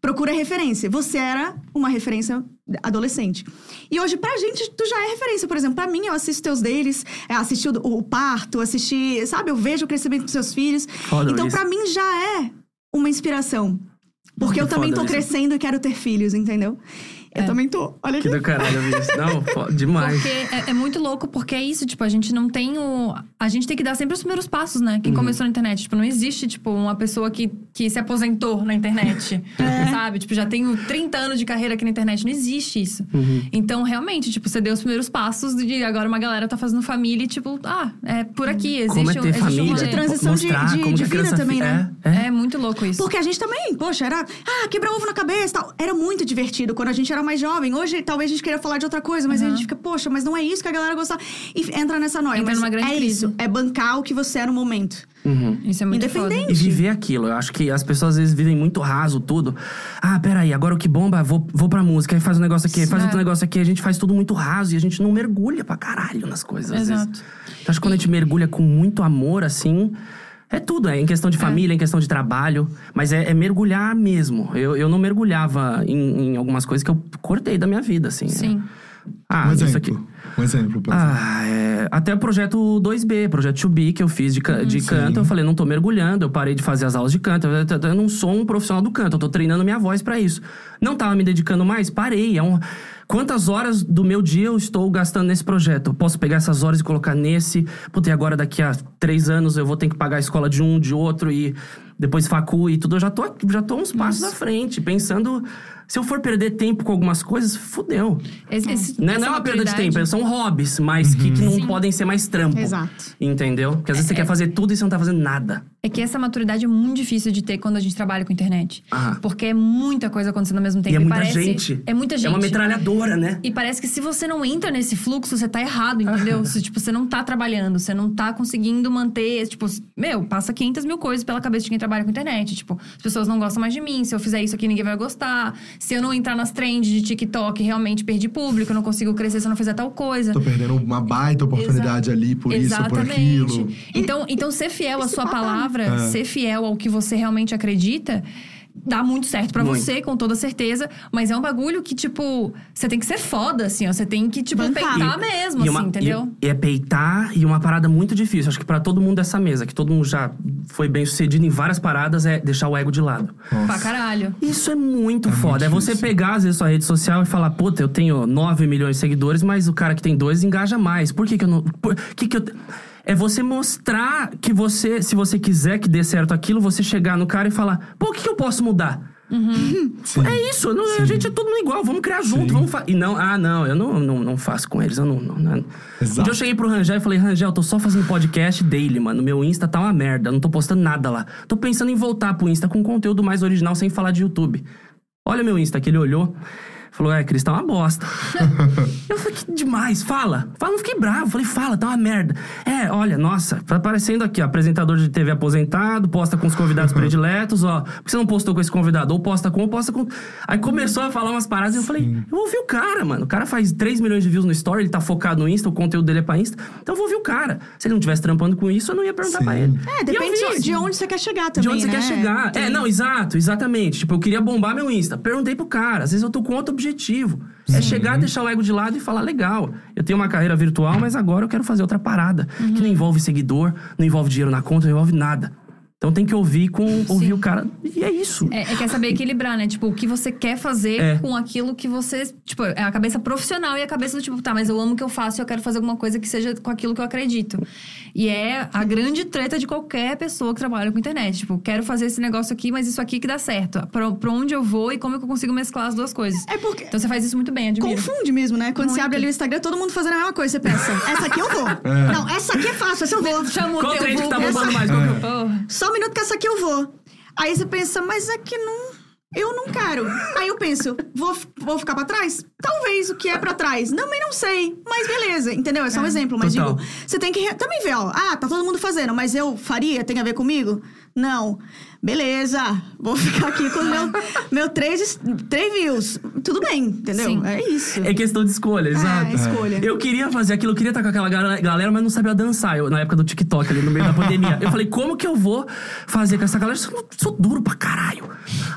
Speaker 2: Procura referência. Você era uma referência adolescente. E hoje, pra gente, tu já é referência. Por exemplo, pra mim, eu assisto teus deles, é, assisti o, o parto, assisti, sabe, eu vejo o crescimento dos seus filhos.
Speaker 4: Foda
Speaker 2: então,
Speaker 4: isso.
Speaker 2: pra mim, já é uma inspiração. Porque eu
Speaker 4: Que
Speaker 2: também
Speaker 4: foda
Speaker 2: tô
Speaker 4: isso.
Speaker 2: crescendo e quero ter filhos, entendeu? Eu também tô. Olha
Speaker 4: Que
Speaker 2: aqui.
Speaker 4: do caralho, isso. Não, pô, demais.
Speaker 1: Porque é, é muito louco, porque é isso, tipo, a gente não tem o. A gente tem que dar sempre os primeiros passos, né?
Speaker 4: Uhum.
Speaker 1: Quem começou na internet. Tipo, não existe, tipo, uma pessoa que, que se aposentou na internet.
Speaker 4: É.
Speaker 1: Sabe? Tipo, já tenho 30 anos de carreira aqui na internet. Não existe isso.
Speaker 4: Uhum.
Speaker 1: Então, realmente, tipo, você deu os primeiros passos e agora uma galera tá fazendo família e, tipo, ah, é por aqui. Existe
Speaker 4: como é
Speaker 1: um-
Speaker 4: ter
Speaker 1: existe um
Speaker 4: família.
Speaker 1: rolê.
Speaker 2: de transição de-
Speaker 4: mostrar
Speaker 2: de-
Speaker 4: como
Speaker 2: de
Speaker 4: que a
Speaker 2: vida
Speaker 4: criança
Speaker 2: também,
Speaker 4: fi-
Speaker 2: né?
Speaker 4: É, é.
Speaker 1: É muito louco isso.
Speaker 2: Porque a gente também, poxa, era. Ah, quebra ovo na cabeça e tal. Era muito divertido quando a gente era mais jovem. Hoje, talvez a gente queira falar de outra coisa, mas a gente fica, poxa, mas não é isso que a galera gostava. E entra nessa noia.
Speaker 1: Entra
Speaker 2: mas
Speaker 1: numa grande
Speaker 2: é
Speaker 1: crise.
Speaker 2: isso. É bancar o que você é no momento.
Speaker 1: Isso é muito foda.
Speaker 2: Independente.
Speaker 4: E viver aquilo. Eu acho que as pessoas às vezes vivem muito raso tudo. Ah, peraí, agora o que bomba, vou, vou pra música, aí faz um negócio aqui, aí faz
Speaker 1: É.
Speaker 4: outro negócio aqui. A gente faz tudo muito raso e a gente não mergulha pra caralho nas coisas. às vezes.
Speaker 1: Exato.
Speaker 4: Eu acho que quando a gente mergulha com muito amor, assim. É tudo, é em questão de família, em questão de trabalho, mas é, é mergulhar mesmo. Eu, eu não mergulhava em, em algumas coisas que eu cortei da minha vida, assim.
Speaker 1: Sim.
Speaker 4: Ah,
Speaker 3: um
Speaker 4: isso aqui.
Speaker 3: exemplo. Um exemplo, por exemplo.
Speaker 4: Ah, é, até o projeto 2B, projeto 2B que eu fiz de, ca- de canto, eu falei, não tô mergulhando, eu parei de fazer as aulas de canto, eu, eu- eu não sou um profissional do canto, eu tô treinando minha voz pra isso. Não tava me dedicando mais, parei. É um, quantas horas do meu dia eu estou gastando nesse projeto? Eu posso pegar essas horas e colocar nesse, puta, e agora daqui a três anos eu vou ter que pagar a escola de um, de outro e depois facu e tudo. Eu já tô, já tô uns passos à frente, pensando, se eu for perder tempo com algumas coisas, fudeu.
Speaker 1: Esse- esse-
Speaker 4: Né?
Speaker 1: essa
Speaker 4: Não é uma perda de tempo,
Speaker 1: maturidade-
Speaker 4: são hobbies, mas que, que não
Speaker 1: Uhum.
Speaker 4: podem ser mais trampo.
Speaker 2: Exato.
Speaker 4: Entendeu? Porque às vezes você quer fazer tudo e você não tá fazendo nada.
Speaker 1: É que essa maturidade é muito difícil de ter quando a gente trabalha com internet.
Speaker 4: Ah.
Speaker 1: Porque é muita coisa acontecendo ao mesmo tempo.
Speaker 4: e é muita
Speaker 1: parece-
Speaker 4: gente.
Speaker 1: É muita gente.
Speaker 4: É uma metralhadora, né?
Speaker 1: E parece que se você não entra nesse fluxo, você tá errado, entendeu? se, tipo, você não tá trabalhando, você não tá conseguindo manter. Tipo, meu, passa 500 mil coisas pela cabeça de quem trabalha com internet. Tipo, as pessoas não gostam mais de mim. Se eu fizer isso aqui, ninguém vai gostar. Se eu não entrar nas trends de TikTok, realmente perdi público. Eu não consigo crescer se eu não fizer tal coisa.
Speaker 3: Tô perdendo uma baita oportunidade ali por isso, por aquilo.
Speaker 1: Então, então ser fiel à
Speaker 2: Esse
Speaker 1: sua
Speaker 2: papo-
Speaker 1: palavra,
Speaker 3: É.
Speaker 1: ser fiel ao que você realmente acredita, dá muito certo pra
Speaker 4: Muito.
Speaker 1: você, com toda certeza. Mas é um bagulho que, tipo, você tem que ser foda, assim, ó. Você tem que, tipo,
Speaker 2: Bancar.
Speaker 1: peitar mesmo, assim,
Speaker 4: E uma-
Speaker 1: entendeu?
Speaker 4: E, e é peitar e uma parada muito difícil. Acho que pra todo mundo dessa mesa, que todo mundo já foi bem sucedido em várias paradas, é deixar o ego de lado.
Speaker 1: Pra caralho.
Speaker 4: Isso é muito foda.
Speaker 3: muito
Speaker 4: é você
Speaker 3: difícil.
Speaker 4: pegar, às vezes, sua rede social e falar, puta, eu tenho 9 milhões de seguidores, mas o cara que tem dois engaja mais. Por que, que eu não. Por que, que eu. É você mostrar que você, se você quiser que dê certo aquilo, você chegar no cara e falar, pô, o que, que eu posso mudar?
Speaker 3: Sim.
Speaker 4: É isso, não- a gente é todo mundo igual, vamos criar junto, vamos fa- E não, ah, não, eu não, não, não faço com eles, eu não. não, não.
Speaker 3: Exato.
Speaker 4: Um dia eu cheguei pro Rangel e falei, Rangel, eu tô só fazendo podcast daily, mano. Meu Insta tá uma merda, eu não tô postando nada lá. Tô pensando em voltar pro Insta com conteúdo mais original sem falar de YouTube. Olha meu Insta, que ele olhou. Falou, é, Cris, tá uma bosta. eu falei, que demais, fala. Fala, eu fiquei bravo. Falei, fala, tá uma merda. É, olha, nossa, tá aparecendo aqui, ó, apresentador de TV aposentado, posta com os convidados prediletos, ó. Por que você não postou com esse convidado? Ou posta com, ou posta com. Aí começou a falar umas paradas e eu falei, eu vou ouvir o cara, mano. O cara faz 3 milhões de views no story, ele tá focado no Insta, o conteúdo dele é pra Insta. Então eu vou ouvir o cara. Se ele não tivesse trampando com isso, eu não ia perguntar
Speaker 3: Sim.
Speaker 4: pra ele.
Speaker 2: É,
Speaker 4: E eu
Speaker 2: depende
Speaker 4: vi.
Speaker 2: de, de onde você quer chegar também.
Speaker 4: De onde você
Speaker 2: né?
Speaker 4: quer chegar. É, não, exato, exatamente. Tipo, eu queria bombar meu Insta. Perguntei pro cara. Às vezes eu tô com outro objetivo. É chegar, deixar o ego de lado e falar, legal, eu tenho uma carreira virtual, mas agora eu quero fazer outra parada.
Speaker 2: Uhum.
Speaker 4: Que não envolve seguidor, não envolve dinheiro na conta, não envolve nada. Então tem que ouvir com ouvir o cara. E é isso.
Speaker 1: É, é que é saber equilibrar, né? Tipo, o que você quer fazer
Speaker 4: É.
Speaker 1: com aquilo que você. Tipo, é a cabeça profissional e a cabeça do tipo, tá, mas eu amo o que eu faço e eu quero fazer alguma coisa que seja com aquilo que eu acredito. E é a grande treta de qualquer pessoa que trabalha com internet. Tipo, quero fazer esse negócio aqui, mas isso aqui que dá certo. Pra, pra onde eu vou e como que eu consigo mesclar as duas coisas.
Speaker 2: É porque.
Speaker 1: Então você faz isso muito bem, admiro.
Speaker 2: Confunde mesmo, né? Quando você
Speaker 1: Muito.
Speaker 2: abre ali o Instagram, todo mundo fazendo a mesma coisa. Você pensa, essa aqui eu vou. Não, essa aqui é fácil, essa eu vou.
Speaker 1: Chama o
Speaker 4: Qual
Speaker 1: teu
Speaker 4: trend que tá
Speaker 1: vulgo.
Speaker 4: bombando mais? Qual que é o-
Speaker 1: Porra.
Speaker 2: Só um minuto que essa aqui eu vou. Aí você pensa, mas é que não. Eu não quero. Aí eu penso, vou, vou ficar pra trás? Talvez o que é pra trás. Não, mas não sei. Mas beleza, entendeu? É só um exemplo. Mas
Speaker 4: Total.
Speaker 2: digo, você tem que re- também ver, ó. Ah, tá todo mundo fazendo, mas eu faria? Tem a ver comigo? Não. Beleza, vou ficar aqui com o meu, meu três, três views. Tudo bem, entendeu?
Speaker 1: Sim.
Speaker 2: É isso.
Speaker 4: É questão de escolha, exato.
Speaker 2: escolha.
Speaker 4: Eu queria fazer aquilo, eu queria estar com aquela gal- galera, mas não sabia dançar. Eu, na época do TikTok, ali no meio da pandemia. Eu falei, como que eu vou fazer com essa galera? Eu sou, sou duro pra caralho.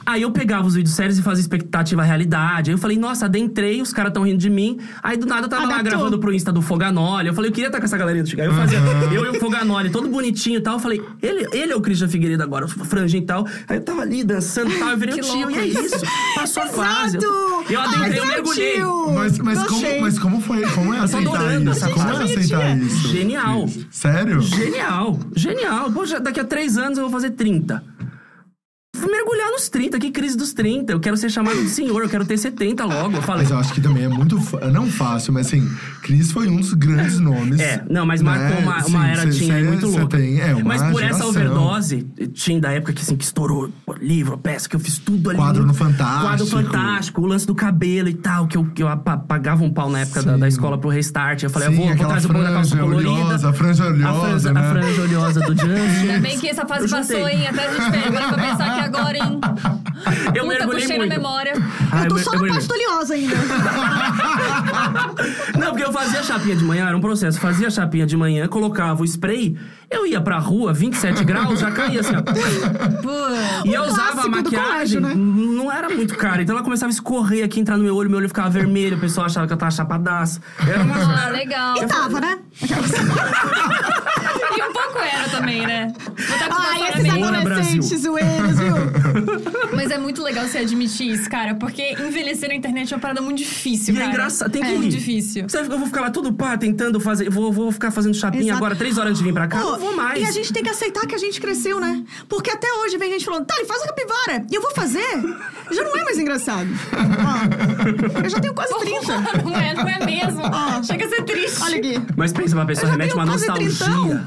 Speaker 4: Aí eu pegava os vídeos sérios e fazia expectativa à realidade. Aí eu falei, nossa, adentrei, os caras tão rindo de mim. Aí do nada eu tava lá
Speaker 2: Adaptou.
Speaker 4: gravando pro Insta do Foganoli. Eu falei, eu queria estar com essa galerinha do Chicago. Aí eu fazia, eu e o Foganoli, todo bonitinho e tal. Eu falei, ele, ele é o Christian Figueiredo agora, franja e tal. Aí eu tava ali dançando e tal, eu virei
Speaker 1: Que
Speaker 4: o tio.
Speaker 1: louco
Speaker 4: E é isso, passou a fase.
Speaker 2: Exato!
Speaker 4: Eu adentrei, eu
Speaker 2: Ai, meu
Speaker 4: mergulhei.
Speaker 2: tio!
Speaker 3: Mas, mas, como,
Speaker 2: Gostei.
Speaker 3: mas como foi? Como é
Speaker 4: tô
Speaker 3: aceitar
Speaker 4: adorando
Speaker 3: isso?
Speaker 4: essa
Speaker 3: Como é
Speaker 2: parte.
Speaker 3: aceitar
Speaker 2: Bonitinha.
Speaker 3: isso?
Speaker 4: Genial.
Speaker 3: Sério?
Speaker 4: Genial, genial. Poxa, daqui a três anos eu vou fazer 30. Vou mergulhar nos 30, que crise dos 30. Eu quero ser chamado de senhor, eu quero ter 70 logo. Eu falei.
Speaker 3: Mas eu acho que também é muito. fa- Não fácil, mas assim, Cris foi um dos grandes nomes.
Speaker 4: É, não, mas marcou uma,
Speaker 3: né, Sim,
Speaker 4: uma era
Speaker 3: cê-
Speaker 4: teen aí
Speaker 3: cê-
Speaker 4: muito
Speaker 3: cê
Speaker 4: louca.
Speaker 3: Tem, é, uma
Speaker 4: mas por essa
Speaker 3: geração.
Speaker 4: overdose, tinha da época que assim, que estourou pô, livro, peça, que eu fiz tudo ali.
Speaker 3: Quadro no Fantástico.
Speaker 4: Quadro fantástico, o lance do cabelo e tal, que eu, que eu apa- pagava um pau na época da,
Speaker 3: Sim.
Speaker 4: da escola pro restart. Eu falei,
Speaker 3: Sim,
Speaker 4: eu vou, vou
Speaker 3: aquela
Speaker 4: trazer o pão da calça
Speaker 3: franja
Speaker 4: colorida.
Speaker 3: oleosa, a franja
Speaker 4: a
Speaker 3: oleosa,
Speaker 4: franja,
Speaker 3: né?
Speaker 4: a franja oleosa do Justin.
Speaker 1: Ainda bem que essa fase
Speaker 4: Eu
Speaker 1: passou,
Speaker 4: juntei.
Speaker 1: hein? Até a gente pega pra pensar que agora, hein?
Speaker 4: Eu
Speaker 1: Puta,
Speaker 4: mergulhei
Speaker 1: puxei
Speaker 4: muito.
Speaker 1: na memória.
Speaker 4: Ah,
Speaker 2: eu tô
Speaker 4: mer-
Speaker 2: só na
Speaker 4: mergulhei.
Speaker 2: parte oleosa ainda.
Speaker 4: Não, porque eu fazia chapinha de manhã, era um processo. Fazia chapinha de manhã, colocava o spray, eu ia pra rua, 27 graus, já caía assim, ó.
Speaker 1: Pô.
Speaker 4: E eu usava a
Speaker 2: clássico do colégio,
Speaker 4: maquiagem,
Speaker 2: né?
Speaker 4: não era muito cara. Então ela começava a escorrer aqui, entrar no meu olho, meu olho ficava vermelho, o pessoal achava que eu tava chapadaço. Era uma
Speaker 1: Ah, legal.
Speaker 2: E tava, né?
Speaker 1: E um pouco era também, né? Vou tá com
Speaker 2: Ai,
Speaker 1: uma
Speaker 2: Ah, esses
Speaker 1: parabéns.
Speaker 4: agora-
Speaker 2: adolescentes zoeiros, viu?
Speaker 1: Mas é muito legal você admitir isso, cara. Porque envelhecer na internet é uma parada muito difícil,
Speaker 4: E
Speaker 1: cara.
Speaker 4: é engraçado, tem que
Speaker 1: É
Speaker 4: rir.
Speaker 1: muito difícil.
Speaker 4: Você acha que eu vou ficar lá todo pá, tentando fazer. Vou, vou ficar fazendo chapinha
Speaker 2: Exato.
Speaker 4: agora, três horas antes de vir pra cá.
Speaker 2: Pô,
Speaker 4: não vou mais.
Speaker 2: E a gente tem que aceitar que a gente cresceu, né? Porque até hoje vem gente falando, Tali, faz a capivara. E eu vou fazer. Já não é mais engraçado. Ó, eu já tenho quase 30.
Speaker 1: não é, não é mesmo.
Speaker 4: Ah.
Speaker 1: Chega a ser triste.
Speaker 2: Olha aqui.
Speaker 4: Mas pensa, uma pessoa
Speaker 2: Eu já
Speaker 4: remete
Speaker 2: tenho
Speaker 4: uma
Speaker 2: quase
Speaker 4: nostalgia.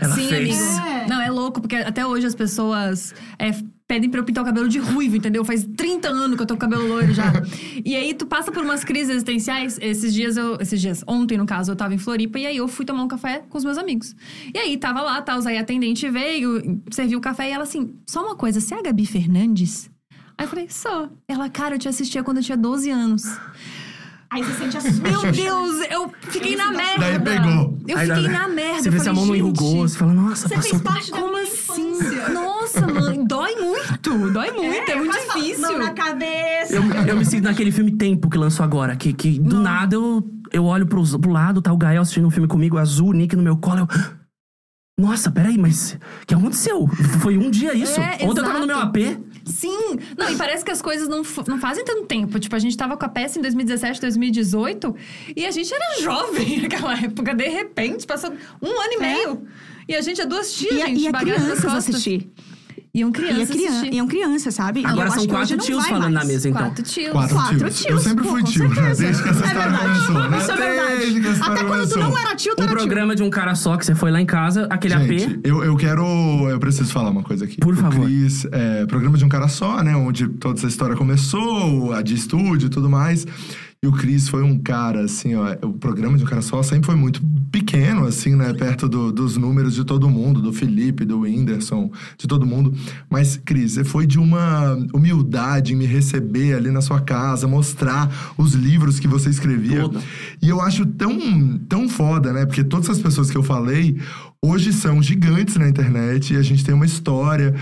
Speaker 4: Ela
Speaker 1: Sim,
Speaker 4: fez.
Speaker 1: amigo.
Speaker 2: É.
Speaker 1: Não, é louco, porque até hoje as pessoas é, pedem pra eu pintar o cabelo de ruivo, entendeu? Faz 30 anos que eu tô com o cabelo loiro já. e aí tu passa por umas crises existenciais. Esses dias, eu, esses dias, ontem no caso, eu tava em Floripa e aí eu fui tomar um café com os meus amigos. E aí tava lá, tal, aí a atendente veio, serviu o café e ela assim: só uma coisa, você é a Gabi Fernandes? Aí eu falei, só. Ela, cara, eu te assistia quando eu tinha 12 anos.
Speaker 5: Aí você sente a sua.
Speaker 1: Meu Deus, eu fiquei na merda.
Speaker 3: Daí pegou.
Speaker 1: Eu
Speaker 4: Aí
Speaker 1: fiquei
Speaker 4: dá-
Speaker 1: na merda.
Speaker 4: Você
Speaker 1: eu
Speaker 4: vê se a
Speaker 1: falei,
Speaker 4: mão não
Speaker 1: "Gente,
Speaker 4: enrugou, você fala, nossa,
Speaker 5: Você
Speaker 4: passou
Speaker 5: fez parte
Speaker 2: É
Speaker 5: da
Speaker 1: como
Speaker 5: minha
Speaker 1: assim?
Speaker 5: infância.
Speaker 1: Nossa, mano, dói muito, dói muito, é, muito
Speaker 5: Mas fala,
Speaker 1: difícil.
Speaker 5: Mão
Speaker 2: né?
Speaker 5: na cabeça.
Speaker 4: Eu, eu me sinto naquele filme Tempo que lançou agora, que, que do nada eu, eu olho pros, pro lado, tá o Gael assistindo um filme comigo, azul, Nick no meu colo, eu. "Ah, Nossa, peraí, mas o que aconteceu? Foi um dia isso.
Speaker 1: É,
Speaker 4: Ontem eu tava no meu um
Speaker 1: exato.
Speaker 4: AP.
Speaker 1: Sim, não, e parece que as coisas não, f- não fazem tanto tempo. Tipo, a gente tava com a peça em 2017, 2018 e a gente era jovem naquela época. De repente, passou um ano e meio. E a gente é duas tias,
Speaker 2: E, a-
Speaker 1: gente.
Speaker 2: e a
Speaker 1: bagagem nas
Speaker 2: crianças
Speaker 1: costas.
Speaker 2: assistir.
Speaker 1: Iam
Speaker 2: E um a
Speaker 1: crianças
Speaker 2: criança,
Speaker 1: assistir.
Speaker 2: iam criança, sabe? E eu
Speaker 4: Agora são
Speaker 2: acho que hoje
Speaker 4: quatro
Speaker 2: não
Speaker 4: tios
Speaker 2: vai
Speaker 4: falando
Speaker 2: mais.
Speaker 4: na mesa, então.
Speaker 1: Quatro tios.
Speaker 3: Quatro,
Speaker 2: Quatro
Speaker 3: tios. Eu
Speaker 2: tios,
Speaker 3: sempre
Speaker 2: pô,
Speaker 3: fui
Speaker 2: com
Speaker 3: tio, né?
Speaker 2: certeza.
Speaker 3: Desde que essa
Speaker 2: É
Speaker 3: história
Speaker 2: verdade.
Speaker 3: começou. né?
Speaker 2: Isso é verdade.
Speaker 3: Desde que essa história
Speaker 2: Até quando tu não
Speaker 3: começou.
Speaker 2: era tio, tu
Speaker 1: tipo
Speaker 4: Um
Speaker 2: era tio.
Speaker 4: programa de um cara só que você foi lá em casa, aquele
Speaker 3: Gente,
Speaker 4: AP.
Speaker 3: eu, eu quero. Eu preciso falar uma coisa aqui.
Speaker 4: Por
Speaker 3: O
Speaker 4: favor.
Speaker 3: Cris, é, programa de um cara só, né? Onde toda essa história começou, a de estúdio e tudo mais. E o Cris foi um cara, assim, ó. O programa de um cara só sempre foi muito pequeno, assim, né? Perto do- dos números de todo mundo, do Felipe, do Whindersson, de todo mundo. Mas, Cris, você foi de uma humildade em me receber ali na sua casa, mostrar os livros que você escrevia.
Speaker 4: Tudo.
Speaker 3: E eu acho tão, tão foda, né? Porque todas as pessoas que eu falei hoje são gigantes na internet e a gente tem uma história.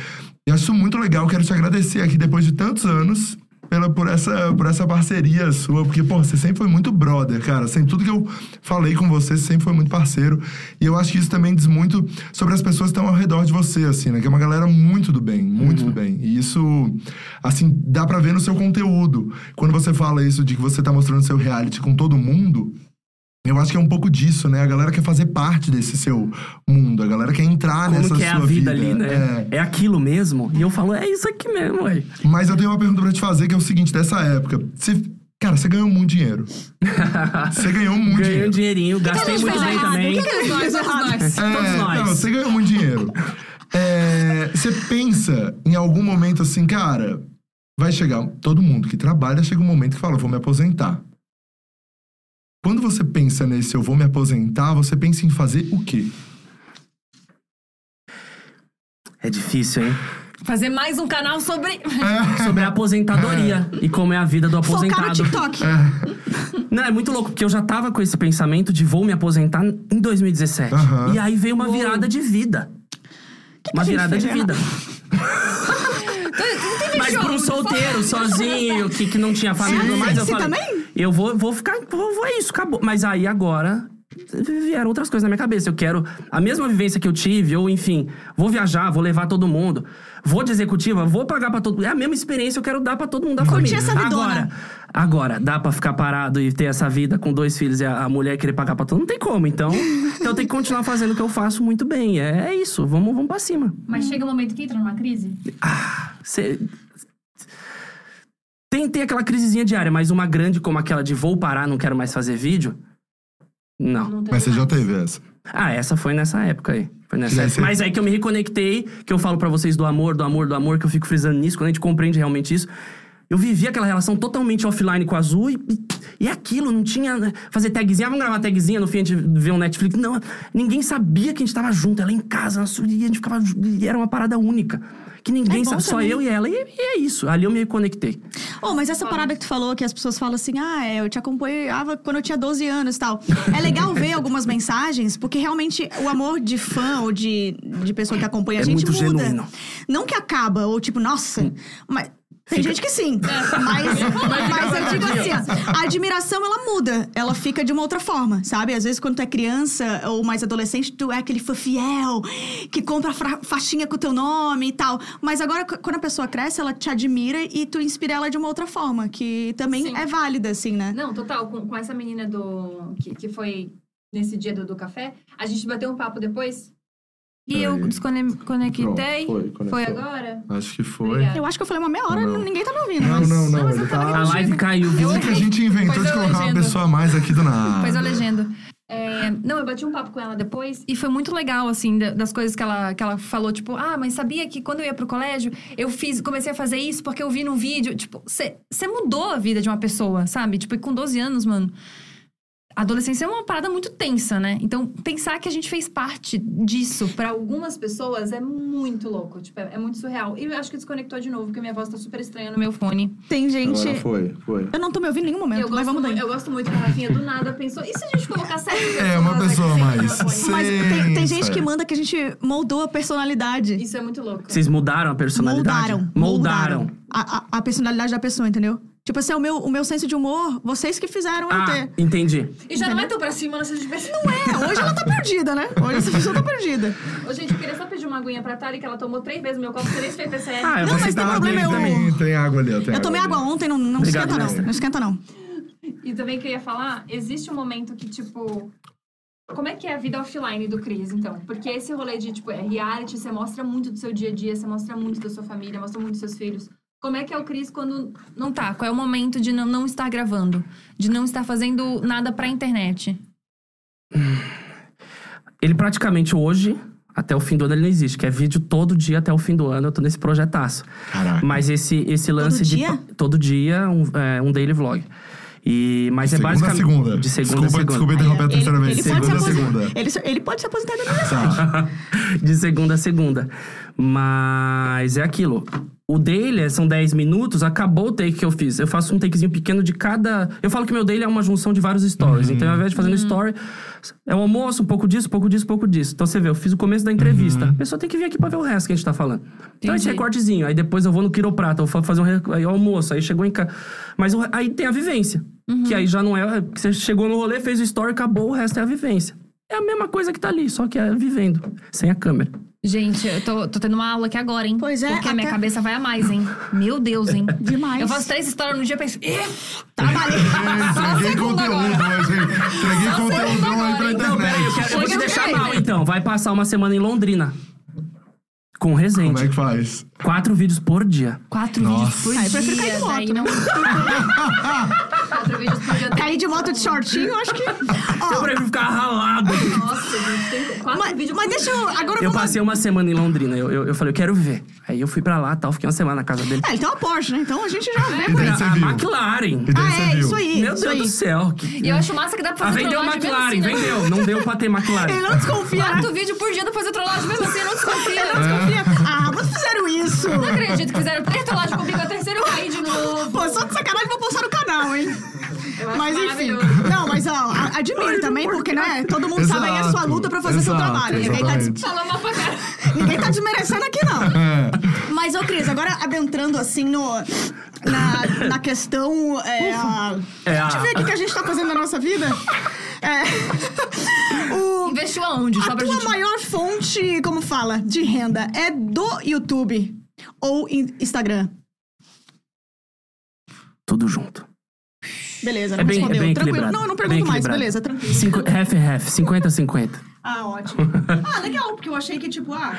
Speaker 3: E acho muito legal, quero te agradecer aqui depois de tantos anos. Pela, por, essa, por essa parceria sua, porque, pô, você sempre foi muito brother, cara. Sempre, tudo que eu falei com você, você sempre foi muito parceiro. E eu acho que isso também diz muito sobre as pessoas que estão ao redor de você, assim, né? Que é uma galera muito do bem, muito do bem. E isso, assim, dá pra ver no seu conteúdo. Quando você fala isso de que você tá mostrando seu reality com todo mundo, eu acho que é um pouco disso, né? A galera quer fazer parte desse seu mundo, a galera quer entrar nessa
Speaker 4: Como que é a
Speaker 3: sua
Speaker 4: vida, ali, né?
Speaker 3: É.
Speaker 4: É. aquilo mesmo. E eu falo, é isso aqui mesmo, ué.
Speaker 3: Mas eu tenho uma pergunta pra te fazer, que é o seguinte, dessa época. Você, cara, você ganhou muito dinheiro. Você ganhou muito
Speaker 4: Ganhei
Speaker 3: dinheiro.
Speaker 4: um dinheirinho,
Speaker 1: a
Speaker 4: gastei
Speaker 1: gente
Speaker 4: muito
Speaker 1: fez
Speaker 4: bem
Speaker 1: errado?
Speaker 4: também.
Speaker 1: O que que nós, nós?
Speaker 3: É,
Speaker 4: Todos nós.
Speaker 3: Não, você ganhou muito dinheiro. É, você pensa em algum momento assim, cara, vai chegar. Todo mundo que trabalha chega um momento que fala, vou me aposentar. Quando você pensa nesse eu vou me aposentar, você pensa em fazer o quê?
Speaker 4: É difícil, hein?
Speaker 1: Fazer mais um canal sobre...
Speaker 4: Sobre a aposentadoria e como é a vida do
Speaker 2: Focar no
Speaker 4: aposentado.
Speaker 2: TikTok.
Speaker 4: Não, é muito louco, porque eu já tava com esse pensamento de vou me aposentar em 2017.
Speaker 3: Aham.
Speaker 4: E aí veio uma virada de vida. uma
Speaker 2: a gente
Speaker 4: virada de
Speaker 2: fez
Speaker 4: vida.
Speaker 1: Não tem
Speaker 4: Mas Mas pro solteiro, sozinho, que, que não tinha família e tudo mais, eu
Speaker 2: Você
Speaker 4: falei...
Speaker 2: também?
Speaker 4: Eu vou, vou ficar... Vou, vou, é isso, acabou. Mas aí, agora... Vieram outras coisas na minha cabeça. Eu quero a mesma vivência que eu tive, ou enfim, vou viajar, vou levar todo mundo, vou de executiva, vou pagar pra todo mundo. É a mesma experiência, eu quero dar pra todo mundo da
Speaker 2: Curtir
Speaker 4: família.
Speaker 2: essa vidona.
Speaker 4: Agora, agora, dá pra ficar parado e ter essa vida com dois filhos e a, a mulher querer pagar pra todo mundo? Não tem como, então. então tem que continuar fazendo o que eu faço muito bem. É, é isso, vamos, vamos pra cima.
Speaker 6: Mas chega um momento que entra numa crise?
Speaker 4: Cê... Tem, tem aquela crisezinha diária, mas uma grande como aquela de vou parar, não quero mais fazer vídeo? Não.
Speaker 6: Não tem
Speaker 3: Mas você já
Speaker 6: mais.
Speaker 3: teve essa.
Speaker 4: Ah, essa foi nessa época aí. Foi nessa
Speaker 3: Já
Speaker 4: época.
Speaker 3: sei.
Speaker 4: Mas é que eu me reconectei, que eu falo pra vocês do amor, do amor, do amor, que eu fico frisando nisso, quando a gente compreende realmente isso. Eu vivi aquela relação totalmente offline com a Azul e, e, e aquilo, não tinha. Fazer tagzinha, ah, vamos gravar tagzinha no fim a gente vê um Netflix. Não, ninguém sabia que a gente tava junto, ela em casa, na sua, e a gente ficava. ju- E era uma parada única. Que ninguém
Speaker 2: É bom
Speaker 4: sabe, só
Speaker 2: também.
Speaker 4: eu e ela. E, e é isso, ali eu me reconectei.
Speaker 2: Oh, mas essa parada que tu falou, que as pessoas falam assim, ah, é, eu te acompanhava quando eu tinha 12 anos e tal. É legal ver algumas mensagens, porque realmente o amor de fã ou de, de pessoa que acompanha
Speaker 4: É
Speaker 2: a gente
Speaker 4: muito
Speaker 2: muda.
Speaker 4: genuíno.
Speaker 2: Não que acaba, ou tipo, nossa, mas... Tem gente que sim, mas, mas eu digo assim, ó, a admiração ela muda, ela fica de uma outra forma, sabe? Às vezes quando tu é criança ou mais adolescente, tu é aquele fã fiel, que compra a fra- faixinha com o teu nome e tal. Mas agora, qu- quando a pessoa cresce, ela te admira e tu inspira ela de uma outra forma, que também
Speaker 6: Sim.
Speaker 2: é válida, assim, né?
Speaker 6: Não, total, com, com essa menina do. Que, que foi nesse dia do, do café, a gente bateu um papo depois.
Speaker 1: E eu
Speaker 3: Peraí.
Speaker 1: desconectei.
Speaker 3: Pronto,
Speaker 6: Foi
Speaker 3: conectou.
Speaker 6: agora?
Speaker 3: Acho que foi.
Speaker 6: Obrigada.
Speaker 2: Eu acho que eu falei uma meia hora,
Speaker 3: Não.
Speaker 2: ninguém tá me ouvindo.
Speaker 3: Não,
Speaker 2: mas-
Speaker 3: não, não.
Speaker 1: mas eu
Speaker 3: Ele
Speaker 1: tava
Speaker 3: tá...
Speaker 1: aqui.
Speaker 4: A live caiu, viu?
Speaker 3: Tudo que a gente inventou
Speaker 1: Pois
Speaker 3: de
Speaker 2: é,
Speaker 1: eu
Speaker 3: colocar uma
Speaker 1: legendo.
Speaker 3: pessoa a mais aqui do nada.
Speaker 1: Pois a legenda.
Speaker 6: É, não, eu bati um papo com ela depois.
Speaker 1: E foi muito legal, assim, da- das coisas que ela, que ela falou, tipo, ah, mas sabia que quando eu ia pro colégio, eu fiz, comecei a fazer isso porque eu vi num vídeo. Tipo, você mudou a vida de uma pessoa, sabe? Tipo, e com 12 anos, mano. A adolescência é uma parada muito tensa, né? Então, pensar que a gente fez parte disso pra
Speaker 6: Pra algumas pessoas é muito louco, tipo, é, é muito surreal. E eu acho que desconectou de novo, porque minha voz tá super estranha no
Speaker 1: no
Speaker 6: meu.
Speaker 1: meu fone.
Speaker 2: Tem gente...
Speaker 3: Agora foi, foi.
Speaker 2: Eu não tô me ouvindo em nenhum momento,
Speaker 6: Eu
Speaker 2: mas
Speaker 6: gosto,
Speaker 2: vamos daí.
Speaker 6: muito, eu gosto muito que a Rafinha do nada pensou. E se a gente colocar sete
Speaker 3: É, uma
Speaker 6: pessoas
Speaker 3: pessoa a
Speaker 6: aqui sem
Speaker 3: mais.
Speaker 6: microfone?"
Speaker 3: Sim.
Speaker 2: Mas tem, tem
Speaker 3: Sim,
Speaker 2: gente
Speaker 3: sério.
Speaker 2: que manda que a gente moldou a personalidade.
Speaker 6: Isso é muito louco.
Speaker 4: Vocês mudaram a personalidade?
Speaker 2: Moldaram. A, a- a personalidade da pessoa, entendeu? Tipo assim, é o meu, o meu senso de humor, vocês que fizeram eu
Speaker 4: Ah,
Speaker 2: ter.
Speaker 4: entendi.
Speaker 6: E já não é tão pra cima nessa diferença.
Speaker 2: É, hoje ela tá perdida, né? Hoje essa pessoa tá perdida.
Speaker 6: é. Ô, gente, eu queria só pedir uma aguinha pra Tari, que ela tomou três vezes meu copo, três fez PCL.
Speaker 4: Ah, eu vou
Speaker 2: É. mas tem
Speaker 4: citar uma
Speaker 2: problema,
Speaker 4: dele
Speaker 2: eu-
Speaker 4: também.
Speaker 3: Tá, Tem, tem água ali, ó, tem
Speaker 2: Eu tomei água
Speaker 3: ali.
Speaker 2: ontem, não, não
Speaker 4: Obrigado,
Speaker 2: esquenta não.
Speaker 4: mestre.
Speaker 2: Não esquenta não.
Speaker 6: E também queria falar, existe um momento que, tipo... Como é que é a vida offline do Cris, então? Porque esse rolê de, tipo, é reality, você mostra muito do seu dia a dia, você mostra muito da sua família, mostra muito dos seus filhos. Como é que é o Cris quando...
Speaker 1: Não tá, qual é o momento de não, não estar gravando? De não estar fazendo nada pra internet?
Speaker 4: Ele praticamente hoje, até o fim do ano, ele não existe, que é vídeo todo dia até o fim do ano, eu tô nesse projetaço.
Speaker 3: Caraca.
Speaker 4: Mas esse, esse lance de.
Speaker 2: dia?
Speaker 4: Todo dia, um, é, um daily vlog. E, mas é
Speaker 3: segunda a
Speaker 4: basicamente.
Speaker 3: segunda.
Speaker 4: De segunda
Speaker 3: desculpa,
Speaker 4: a segunda.
Speaker 3: desculpa interromper a terceira vez.
Speaker 2: Ele pode, se
Speaker 3: segunda a segunda.
Speaker 2: aposentar, ele, ele pode se aposentar da minha
Speaker 3: Tá.
Speaker 4: de segunda a segunda. Mas é aquilo. O daily é- são 10 minutos, acabou o take que eu fiz. Eu faço um takezinho pequeno de cada. Eu falo que meu daily é uma junção de vários stories. Então, ao invés de fazer um story, é o almoço, um pouco disso, um pouco disso, um pouco disso. Então, você vê, eu fiz o começo da entrevista. A pessoa tem que vir aqui pra ver o resto que a gente tá falando. Então, esse
Speaker 1: Entendi.
Speaker 4: recortezinho. Aí depois eu vou no quiroprata, eu vou fazer um re- aí, o almoço, aí chegou em casa. Mas o re- aí tem a vivência. Que aí já não é. que Você chegou no rolê, fez o story, acabou, o resto é a vivência. É a mesma coisa que tá ali, só que é vivendo, sem a câmera.
Speaker 1: Gente, eu tô, tô tendo uma aula aqui agora, hein?
Speaker 2: Pois é,
Speaker 1: Porque a minha
Speaker 2: até-
Speaker 1: cabeça vai a mais, hein? Meu Deus, hein?
Speaker 2: Demais.
Speaker 1: Eu faço três histórias no dia e penso... "Ih,
Speaker 2: Tá valendo.
Speaker 3: Entreguei conteúdo hoje. hein? Entreguei conteúdo aí pra
Speaker 2: então.
Speaker 4: Não, peraí, eu,
Speaker 3: internet.
Speaker 4: quero, eu vou te
Speaker 1: Chega
Speaker 4: deixar
Speaker 1: direito.
Speaker 4: mal então. Vai passar uma semana em Londrina. Com
Speaker 3: Como
Speaker 4: Resende.
Speaker 3: é que faz?
Speaker 4: Quatro vídeos por dia.
Speaker 1: Quatro
Speaker 3: Nossa.
Speaker 1: vídeos por
Speaker 2: Ah, eu prefiro cair
Speaker 1: dia,
Speaker 2: de moto,
Speaker 1: daí não...
Speaker 6: Quatro vídeos por dia.
Speaker 2: Cair de moto de shortinho, eu acho que.
Speaker 4: Eu
Speaker 2: Ó,
Speaker 4: prefiro ficar ralado.
Speaker 6: Nossa, gente, tem quatro
Speaker 2: mas,
Speaker 6: vídeos
Speaker 2: mas deixa eu. Agora eu
Speaker 4: Eu
Speaker 2: vou lá.
Speaker 4: passei uma semana em Londrina. Eu, eu, eu falei, eu quero ver. Aí eu fui pra lá tal, fiquei uma semana na casa dele.
Speaker 2: É, ele tem uma Porsche, né? Então a gente já vê.
Speaker 3: E daí
Speaker 4: A
Speaker 3: você viu.
Speaker 4: McLaren.
Speaker 3: E daí
Speaker 2: Ah,
Speaker 3: você
Speaker 2: é,
Speaker 3: viu.
Speaker 2: isso aí.
Speaker 4: Meu
Speaker 2: isso
Speaker 4: Deus
Speaker 2: aí.
Speaker 4: do céu. que-
Speaker 1: E eu acho massa que dá pra
Speaker 4: Ah,
Speaker 1: fazer
Speaker 4: vendeu
Speaker 1: trollagem mesmo
Speaker 4: McLaren,
Speaker 1: assim, né?
Speaker 4: vendeu. Não deu pra ter
Speaker 2: Ele
Speaker 4: McLaren.
Speaker 2: não desconfia, né?
Speaker 1: Quatro vídeos por dia dá pra fazer trollagem mesmo assim, eu não desconfio.
Speaker 4: É.
Speaker 1: Eu não
Speaker 2: Desconfia. Ah, mas fizeram isso.
Speaker 1: acredito que fizeram
Speaker 6: Ter trollagem comigo,
Speaker 1: é
Speaker 6: a terceira eu caí de novo.
Speaker 2: Pô, só de sacanagem vou postar no canal, hein?
Speaker 6: acho
Speaker 2: Mas enfim.
Speaker 6: maravilhoso.
Speaker 2: Não, mas ó, a- admiro também, porque, né? Todo mundo sabe aí a sua
Speaker 3: Exato,
Speaker 2: luta pra fazer seu
Speaker 3: exato,
Speaker 2: trabalho. Ninguém tá, des-
Speaker 3: exatamente.
Speaker 6: Falou mal pra cara.
Speaker 2: ninguém tá desmerecendo aqui, não.
Speaker 3: É.
Speaker 2: Mas, ô Cris, agora adentrando assim no, na, na questão. É, a...
Speaker 4: É
Speaker 2: Deixa eu
Speaker 4: a-
Speaker 2: ver o que que a gente tá fazendo na nossa vida. É. o,
Speaker 1: Investiu aonde? Só
Speaker 2: a
Speaker 1: pra
Speaker 2: tua
Speaker 1: gente.
Speaker 2: maior fonte, como fala, de renda é do YouTube ou in- Instagram?
Speaker 4: Tudo junto.
Speaker 2: Beleza,
Speaker 4: É
Speaker 2: não
Speaker 4: bem- é
Speaker 2: respondeu.
Speaker 4: bem
Speaker 2: tranquilo.
Speaker 4: equilibrado,
Speaker 2: Não, eu não
Speaker 4: bem
Speaker 2: pergunto mais,
Speaker 4: equilibrado.
Speaker 2: beleza, tranquilo.
Speaker 4: Cinco, half and half, 50-50.
Speaker 2: Ah, ótimo. Ah, legal, porque eu achei que, tipo, ah.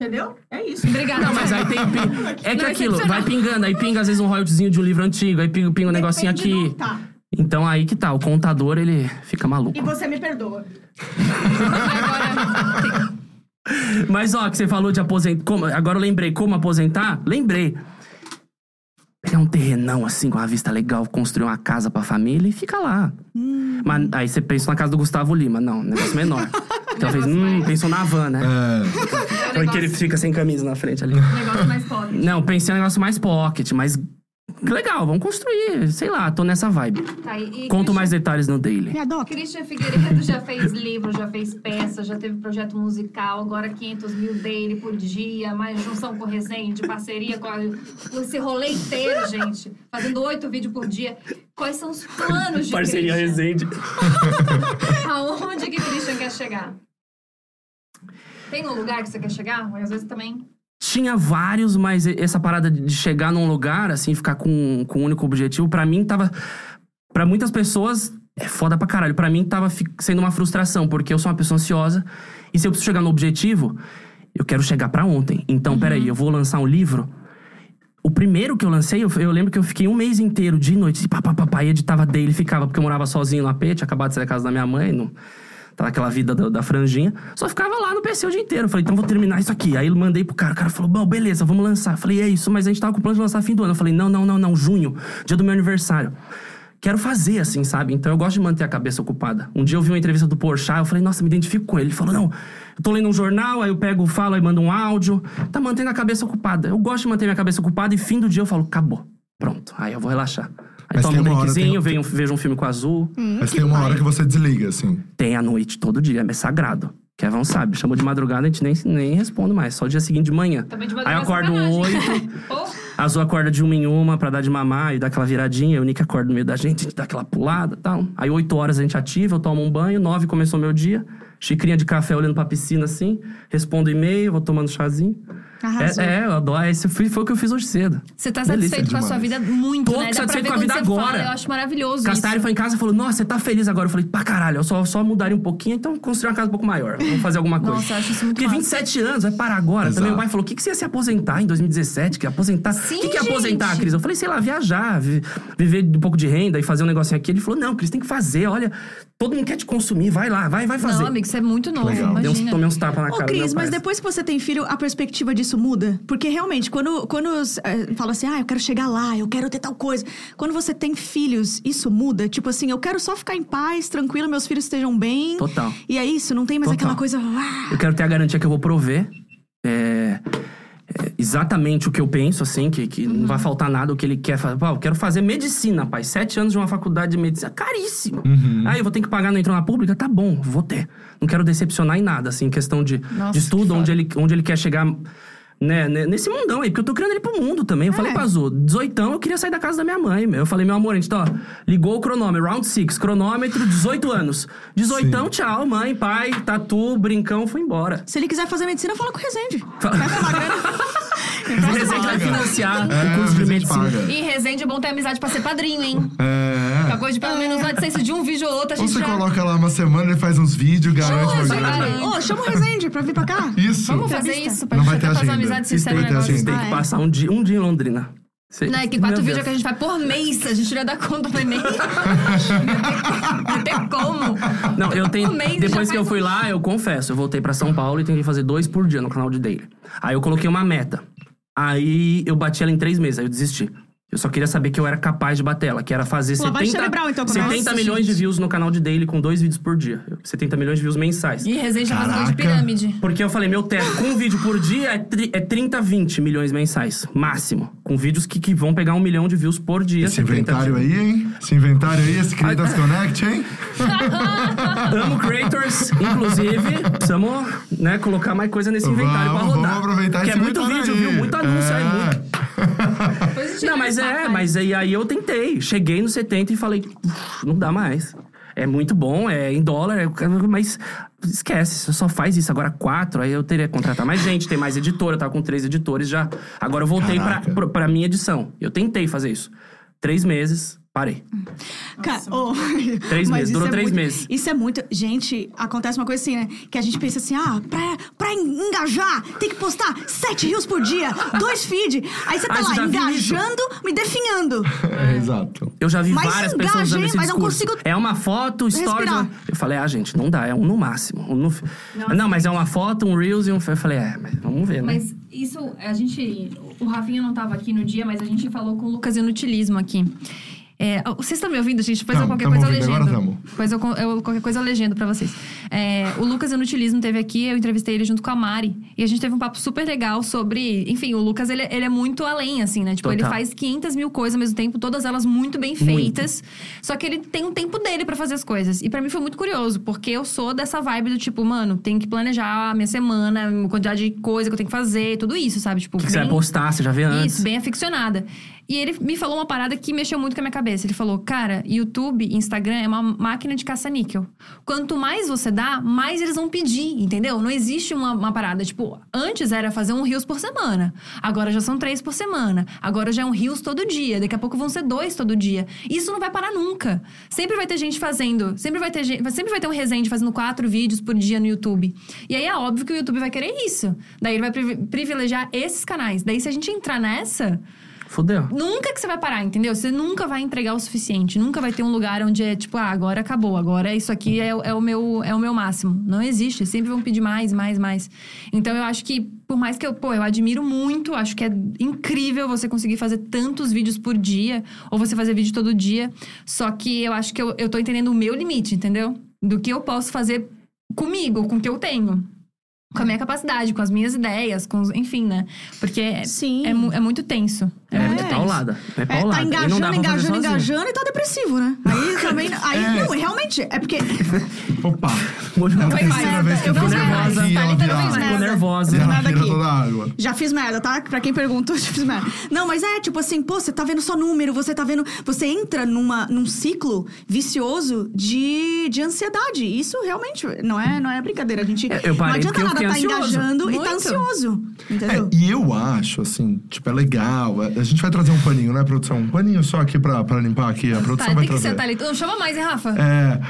Speaker 2: Entendeu? É isso.
Speaker 1: Obrigada.
Speaker 4: Não, mas aí tem. pin- É que
Speaker 1: Não,
Speaker 4: aquilo,
Speaker 1: excepcional.
Speaker 4: vai pingando, aí pinga às vezes um royaltyzinho de um livro antigo, aí pinga, pinga um negocinho
Speaker 2: Depende
Speaker 4: aqui.
Speaker 2: do- Tá.
Speaker 4: Então aí que tá, o contador ele fica maluco.
Speaker 2: E você me perdoa.
Speaker 1: né?
Speaker 4: Mas ó, que você falou de aposentar. agora eu lembrei como aposentar? Lembrei. Pegar um terrenão assim, com uma vista legal, construir uma casa pra família e fica lá. Mas aí você pensa na casa do Gustavo Lima. Não, negócio menor. Então fez, hum, pensou na van, né?
Speaker 3: É,
Speaker 4: Então é que ele fica sem camisa na frente ali.
Speaker 6: Negócio mais pobre.
Speaker 4: Não, pensei em um negócio mais pocket, mais. Legal, vamos construir. Sei lá, tô nessa vibe.
Speaker 6: Tá, e, e
Speaker 4: Conto
Speaker 6: Christian-
Speaker 4: mais detalhes no Daily.
Speaker 2: Me adota.
Speaker 6: Christian Figueiredo já fez livro, já fez peça, já teve projeto musical, agora 500 mil dele por dia, mais junção com o Resende, parceria com a, com esse rolê inteiro, gente. Fazendo oito vídeos por dia. Quais são os planos de Christian?
Speaker 4: resende.
Speaker 6: Aonde que Christian quer chegar? Tem um lugar que você quer chegar? Mas às vezes também.
Speaker 4: Tinha vários, mas e- essa parada de chegar num lugar, assim, ficar com, com um único objetivo, pra mim tava. Pra muitas pessoas é foda pra caralho. Pra mim tava fi- sendo uma frustração, porque eu sou uma pessoa ansiosa. E se eu preciso chegar no objetivo, eu quero chegar pra ontem. Então, peraí, eu vou lançar um livro. O primeiro que eu lancei, eu, eu lembro que eu fiquei um mês inteiro, de noite, e pá, pá, pá, pá, e editava dele, ficava, porque eu morava sozinho no AP, tinha acabado de sair da casa da minha mãe, não, tava aquela vida da, da franjinha. Só ficava lá no PC o dia inteiro. Eu falei, então vou terminar isso aqui. Aí eu mandei pro cara, o cara falou, bom, beleza, vamos lançar. Eu falei, é isso, mas a gente tava com o plano de lançar fim do ano. Eu falei, não, não, não, não, junho, dia do meu aniversário. Quero fazer assim, sabe? Então eu gosto de manter a cabeça ocupada. Um dia eu vi uma entrevista do Porchat, eu falei, nossa, me identifico com ele. Ele falou, não, eu tô lendo um jornal, aí eu pego, falo, aí mando um áudio. Tá mantendo a cabeça ocupada. Eu gosto de manter minha cabeça ocupada e fim do dia eu falo, acabou. Pronto, aí eu vou relaxar. Aí
Speaker 3: Mas
Speaker 4: tomo
Speaker 3: tem
Speaker 4: um
Speaker 3: uma hora,
Speaker 4: drinkzinho,
Speaker 3: tem-
Speaker 4: venho- vejo um filme com azul.
Speaker 3: mas tem uma hora que você desliga, assim.
Speaker 4: Tem à noite, todo dia, é sagrado. Kevin sabe, chamou de madrugada, a gente nem, nem responde mais, só o dia seguinte de manhã.
Speaker 6: Também de
Speaker 4: Aí eu
Speaker 6: madrugada é
Speaker 4: acordo
Speaker 6: sacanagem.
Speaker 4: oito,
Speaker 6: Pô,
Speaker 4: Azul acorda de uma em uma pra dar de mamar e dá aquela viradinha, eu Nick acorda no meio da gente, a gente dá aquela pulada e tal. Aí oito horas a gente ativa, eu tomo um banho, nove começou meu dia, xicrinha de café olhando pra piscina assim, respondo e-mail, vou tomando chazinho.
Speaker 2: Arrasou.
Speaker 4: É, é, eu adoro, esse foi, foi o que eu fiz hoje cedo.
Speaker 1: Você tá
Speaker 4: Delícia
Speaker 1: satisfeito com a sua vida
Speaker 3: demais.
Speaker 1: muito,
Speaker 4: Tô
Speaker 1: né? Dá pra
Speaker 4: satisfeito
Speaker 1: ver
Speaker 4: com a
Speaker 1: quando
Speaker 4: vida
Speaker 1: você
Speaker 4: agora.
Speaker 1: fala, eu acho maravilhoso
Speaker 4: Castalho
Speaker 1: isso.
Speaker 4: foi em casa e falou, nossa, você tá feliz agora? Eu falei, pra caralho, eu só, só mudaria um pouquinho, então construir uma casa um pouco maior, vamos fazer alguma coisa.
Speaker 1: Nossa, eu acho isso muito
Speaker 4: Porque
Speaker 1: massa.
Speaker 4: 27 anos, vai parar agora.
Speaker 3: Exato.
Speaker 4: Também o pai falou: o que, que você ia se aposentar em 2017? Que aposentar.
Speaker 1: Sim,
Speaker 4: o que, que é
Speaker 1: gente.
Speaker 4: aposentar, Cris? Eu falei, sei lá, viajar, vi- viver um pouco de renda e fazer um negocinho aqui. Ele falou: não, Cris, tem que fazer, olha, todo mundo quer te consumir, vai lá, vai, vai fazer.
Speaker 1: Não, amigo, você é muito novo,
Speaker 3: Legal.
Speaker 4: Dei uns,
Speaker 1: imagina.
Speaker 4: tomei uns tapas na
Speaker 2: Ô,
Speaker 4: cara. do
Speaker 2: Cris, mas
Speaker 4: meu pai.
Speaker 2: depois que você tem filho, a perspectiva disso muda? Porque realmente, quando, quando os, eh, fala assim, ah, eu quero chegar lá, eu quero ter tal coisa. Quando você tem filhos, isso muda? Tipo assim, eu quero só ficar em paz, tranquilo, meus filhos estejam bem.
Speaker 4: Total.
Speaker 2: E é isso, não tem mais
Speaker 4: Total.
Speaker 2: aquela coisa. "Ah".
Speaker 4: Eu quero ter a garantia que eu vou prover. é, é, exatamente o que eu penso, assim, que, que não
Speaker 1: Uhum.
Speaker 4: vai faltar nada, o que ele quer fazer. Pô, eu quero fazer medicina, pai. Sete anos de uma faculdade de medicina, caríssimo.
Speaker 3: Uhum.
Speaker 4: Aí eu vou ter que pagar, não entrou na pública? Tá bom, vou ter. Não quero decepcionar em nada, assim, em questão de,
Speaker 1: Nossa,
Speaker 4: de
Speaker 1: que
Speaker 4: estudo,
Speaker 1: foda.
Speaker 4: onde ele, onde ele quer chegar. Né, né, nesse mundão aí, porque eu tô criando ele pro mundo também. Eu
Speaker 1: É.
Speaker 4: falei pra Azul, 18 eu queria sair da casa da minha mãe. meu. Eu falei, meu amor, a gente tá, ó, ligou o cronômetro, round 6, cronômetro, 18 anos. 18 tchau, mãe, pai, tatu, brincão, foi embora.
Speaker 2: Se ele quiser fazer medicina, fala com o Resende.
Speaker 4: Fala-
Speaker 2: Vai tomar grana.
Speaker 4: O Resende vai financiar
Speaker 3: É,
Speaker 4: o curso de
Speaker 3: a gente
Speaker 4: medicina.
Speaker 3: paga.
Speaker 1: E Resende é bom ter amizade pra ser padrinho, hein?
Speaker 3: É.
Speaker 1: Uma coisa de pelo menos uma distância de um vídeo ou outro, a
Speaker 3: Ou
Speaker 1: gente
Speaker 3: você
Speaker 1: já...
Speaker 3: coloca lá uma semana, ele faz uns vídeos, garante uma
Speaker 1: Resende.
Speaker 3: grana.
Speaker 1: Caralho.
Speaker 2: Ô, chama o Resende pra vir pra cá.
Speaker 3: Isso.
Speaker 1: Vamos fazer
Speaker 2: Entrevista.
Speaker 1: isso pra
Speaker 3: Não
Speaker 1: gente
Speaker 3: vai
Speaker 1: até fazer uma
Speaker 3: ter agenda.
Speaker 1: amizade
Speaker 3: Vocês
Speaker 1: sincera no
Speaker 3: têm que ter
Speaker 1: negócio.
Speaker 3: agenda.
Speaker 4: Tem
Speaker 2: Ah,
Speaker 4: que
Speaker 2: é?
Speaker 4: passar um dia, um dia em Londrina. Cê-
Speaker 1: Não, é que quatro
Speaker 4: Meu
Speaker 1: vídeos
Speaker 4: Deus.
Speaker 1: que a gente vai por mês, a gente não ia dar conta por mês. Não tem como.
Speaker 4: Não, eu tenho.
Speaker 1: Um mês já
Speaker 4: depois
Speaker 1: faz
Speaker 4: que eu fui
Speaker 1: um-
Speaker 4: lá, eu confesso, eu voltei pra São Paulo e tentei fazer dois por dia no canal de Daily. Aí eu coloquei uma meta. Aí eu bati ela em três meses, aí eu desisti. Eu só queria saber que eu era capaz de bater ela, que era fazer
Speaker 2: Pô, lavagem
Speaker 4: 70,
Speaker 2: cerebral, então, quando eu
Speaker 4: 70
Speaker 2: assisti.
Speaker 4: milhões de views no canal de Daily com dois vídeos por dia. 70 milhões de views mensais.
Speaker 1: E resenha um- já faz gol de
Speaker 3: Caraca.
Speaker 1: pirâmide.
Speaker 4: Porque eu falei, meu teto com um vídeo por dia é, tri, é 30, 20 milhões mensais, máximo. Com vídeos que, que vão pegar um milhão de views por dia.
Speaker 3: Esse inventário aí, hein? Esse inventário aí, esse Creators Connect, hein?
Speaker 4: Amo creators, inclusive, precisamos né, colocar mais coisa nesse inventário pra
Speaker 3: Vamos-
Speaker 4: rodar.
Speaker 3: vamos aproveitar
Speaker 4: Porque
Speaker 3: esse
Speaker 4: é muito
Speaker 3: inventário
Speaker 4: vídeo,
Speaker 3: aí.
Speaker 4: viu? Muito anúncio aí,
Speaker 3: É.
Speaker 4: muito.
Speaker 6: Positivo,
Speaker 4: Não, mas é,
Speaker 6: rapaz.
Speaker 4: mas aí, aí eu tentei. Cheguei no 70 e falei, "Uf, não dá mais. É muito bom, é em dólar, é- mas esquece, você só faz isso. Agora quatro, aí eu teria que contratar mais gente, ter mais editora, eu tava com três editores já. Agora eu voltei pra,
Speaker 3: Caraca.
Speaker 4: pro- pra minha edição. Eu tentei fazer isso. Três meses, parei.
Speaker 2: Cara, ô,
Speaker 4: Três
Speaker 2: mas
Speaker 4: meses,
Speaker 2: isso
Speaker 4: durou
Speaker 2: é
Speaker 4: três
Speaker 2: muito-
Speaker 4: meses.
Speaker 2: Isso é muito. Gente, acontece uma coisa assim, né? Que a gente pensa assim, ah, pra, pra en- engajar, tem que postar sete rios por dia, dois feed. Aí você tá
Speaker 4: Ah, você
Speaker 2: lá,
Speaker 4: já viu isso?
Speaker 2: engajando, me definhando.
Speaker 3: É, exato.
Speaker 4: Eu já vi
Speaker 2: Mas
Speaker 4: várias
Speaker 2: engaja,
Speaker 4: pessoas usando
Speaker 2: hein?
Speaker 4: esse
Speaker 2: Mas não
Speaker 4: discurso.
Speaker 2: consigo
Speaker 4: É uma foto, stories.
Speaker 2: respirar.
Speaker 4: Eu falei, ah, gente, não dá, é um no máximo. um no- Não, mas é uma foto, um Reels e um. Eu falei, é, mas vamos ver, né?
Speaker 6: Mas isso, a gente. O Rafinha não tava aqui no dia, mas a gente falou com o Lucas.
Speaker 1: Lucas Inutilismo aqui. É, ó, vocês estão me ouvindo, gente? Depois eu
Speaker 3: Tamo,
Speaker 1: qualquer
Speaker 3: tamo
Speaker 1: coisa eu
Speaker 3: ouvindo,
Speaker 1: legendo.
Speaker 3: agora tamo.
Speaker 1: Depois eu, con- eu- qualquer coisa eu legendo pra vocês. É, o Lucas Inutilismo teve aqui, eu entrevistei ele junto com a Mari. E a gente teve um papo super legal sobre... Enfim, o Lucas, ele, ele é muito além, assim, né? Tipo, ele
Speaker 4: Total.
Speaker 1: faz 500 mil coisas ao mesmo tempo, todas elas muito bem feitas. Só que ele tem um tempo dele pra fazer as coisas. E pra mim foi muito curioso, porque eu sou dessa vibe do tipo... Mano, tenho que planejar a minha semana, a quantidade de coisa que eu tenho que fazer, tudo isso, sabe? Tipo,
Speaker 4: O que, que você vai
Speaker 1: bem-
Speaker 4: postar? Você já vê antes?
Speaker 1: isso, bem aficionada. E ele me falou uma parada que mexeu muito com a minha cabeça. Ele falou: Cara, YouTube, Instagram é uma máquina de caça-níquel. Quanto mais você dá, mais eles vão pedir, entendeu? Não existe uma, uma parada. Tipo, antes era fazer um Rios por semana. Agora já são três por semana. Agora já é um Rios todo dia. Daqui a pouco vão ser dois todo dia. Isso não vai parar nunca. Sempre vai ter gente fazendo. Sempre vai ter gente, sempre vai ter um resende fazendo quatro vídeos por dia no YouTube. E aí é óbvio que o YouTube vai querer isso. Daí ele vai privi- privilegiar esses canais. Daí se a gente entrar nessa,
Speaker 4: Fudeu.
Speaker 1: nunca que você vai parar, entendeu? Você nunca vai entregar o suficiente. Nunca vai ter um lugar onde é tipo, ah, agora acabou. Agora isso aqui é, o- é o, meu, é o meu máximo. Não existe. Sempre vão pedir mais, mais, mais. Então eu acho que, por mais que eu, pô, eu admiro muito, acho que é incrível você conseguir fazer tantos vídeos por dia, ou você fazer vídeo todo dia. Só que eu acho que eu, eu tô entendendo o meu limite, entendeu? Do que eu posso fazer comigo, com o que eu tenho. Com a minha capacidade, com as minhas ideias, com os, enfim, né? Porque é-
Speaker 2: Sim.
Speaker 1: é mu- é muito tenso.
Speaker 4: É,
Speaker 2: É,
Speaker 4: é paulada. É
Speaker 2: É,
Speaker 4: paulada.
Speaker 2: tá
Speaker 4: E
Speaker 2: engajando,
Speaker 4: não dá pra fazer
Speaker 2: engajando,
Speaker 4: sozinho.
Speaker 2: engajando e tá depressivo, né? Aí também. Aí,
Speaker 3: É.
Speaker 2: não, realmente, é porque.
Speaker 3: Opa!
Speaker 4: Olho-
Speaker 3: É a
Speaker 2: mais
Speaker 3: terceira
Speaker 2: nada.
Speaker 3: vez que eu
Speaker 2: Eu
Speaker 3: fico
Speaker 2: fiz mais
Speaker 3: nervosa
Speaker 2: nada.
Speaker 3: e ela
Speaker 2: Thalita não fez
Speaker 3: vira,
Speaker 2: nada.
Speaker 4: Fico nervosa. né?
Speaker 3: ela
Speaker 2: Nada
Speaker 3: vira
Speaker 2: aqui.
Speaker 3: toda a água.
Speaker 2: Já fiz merda, tá? Pra quem perguntou, já fiz merda. Não, mas é tipo assim, pô, você tá vendo só número, você tá vendo. Você entra numa, num ciclo vicioso de, de ansiedade. Isso realmente não é, não é brincadeira. A gente.
Speaker 4: Eu- eu parei
Speaker 2: não adianta
Speaker 4: porque eu
Speaker 2: nada
Speaker 4: fiquei
Speaker 2: tá
Speaker 4: ansioso.
Speaker 2: engajando e
Speaker 1: Muito.
Speaker 2: tá ansioso. Entendeu?
Speaker 3: É, e eu acho, assim, tipo, é legal. A a gente vai trazer um paninho, né, produção? Um paninho só aqui pra, pra limpar aqui. A produção
Speaker 1: Tá,
Speaker 3: vai
Speaker 1: tem que
Speaker 3: trazer.
Speaker 1: sentar ali. Não chama mais, hein, Rafa?
Speaker 3: É,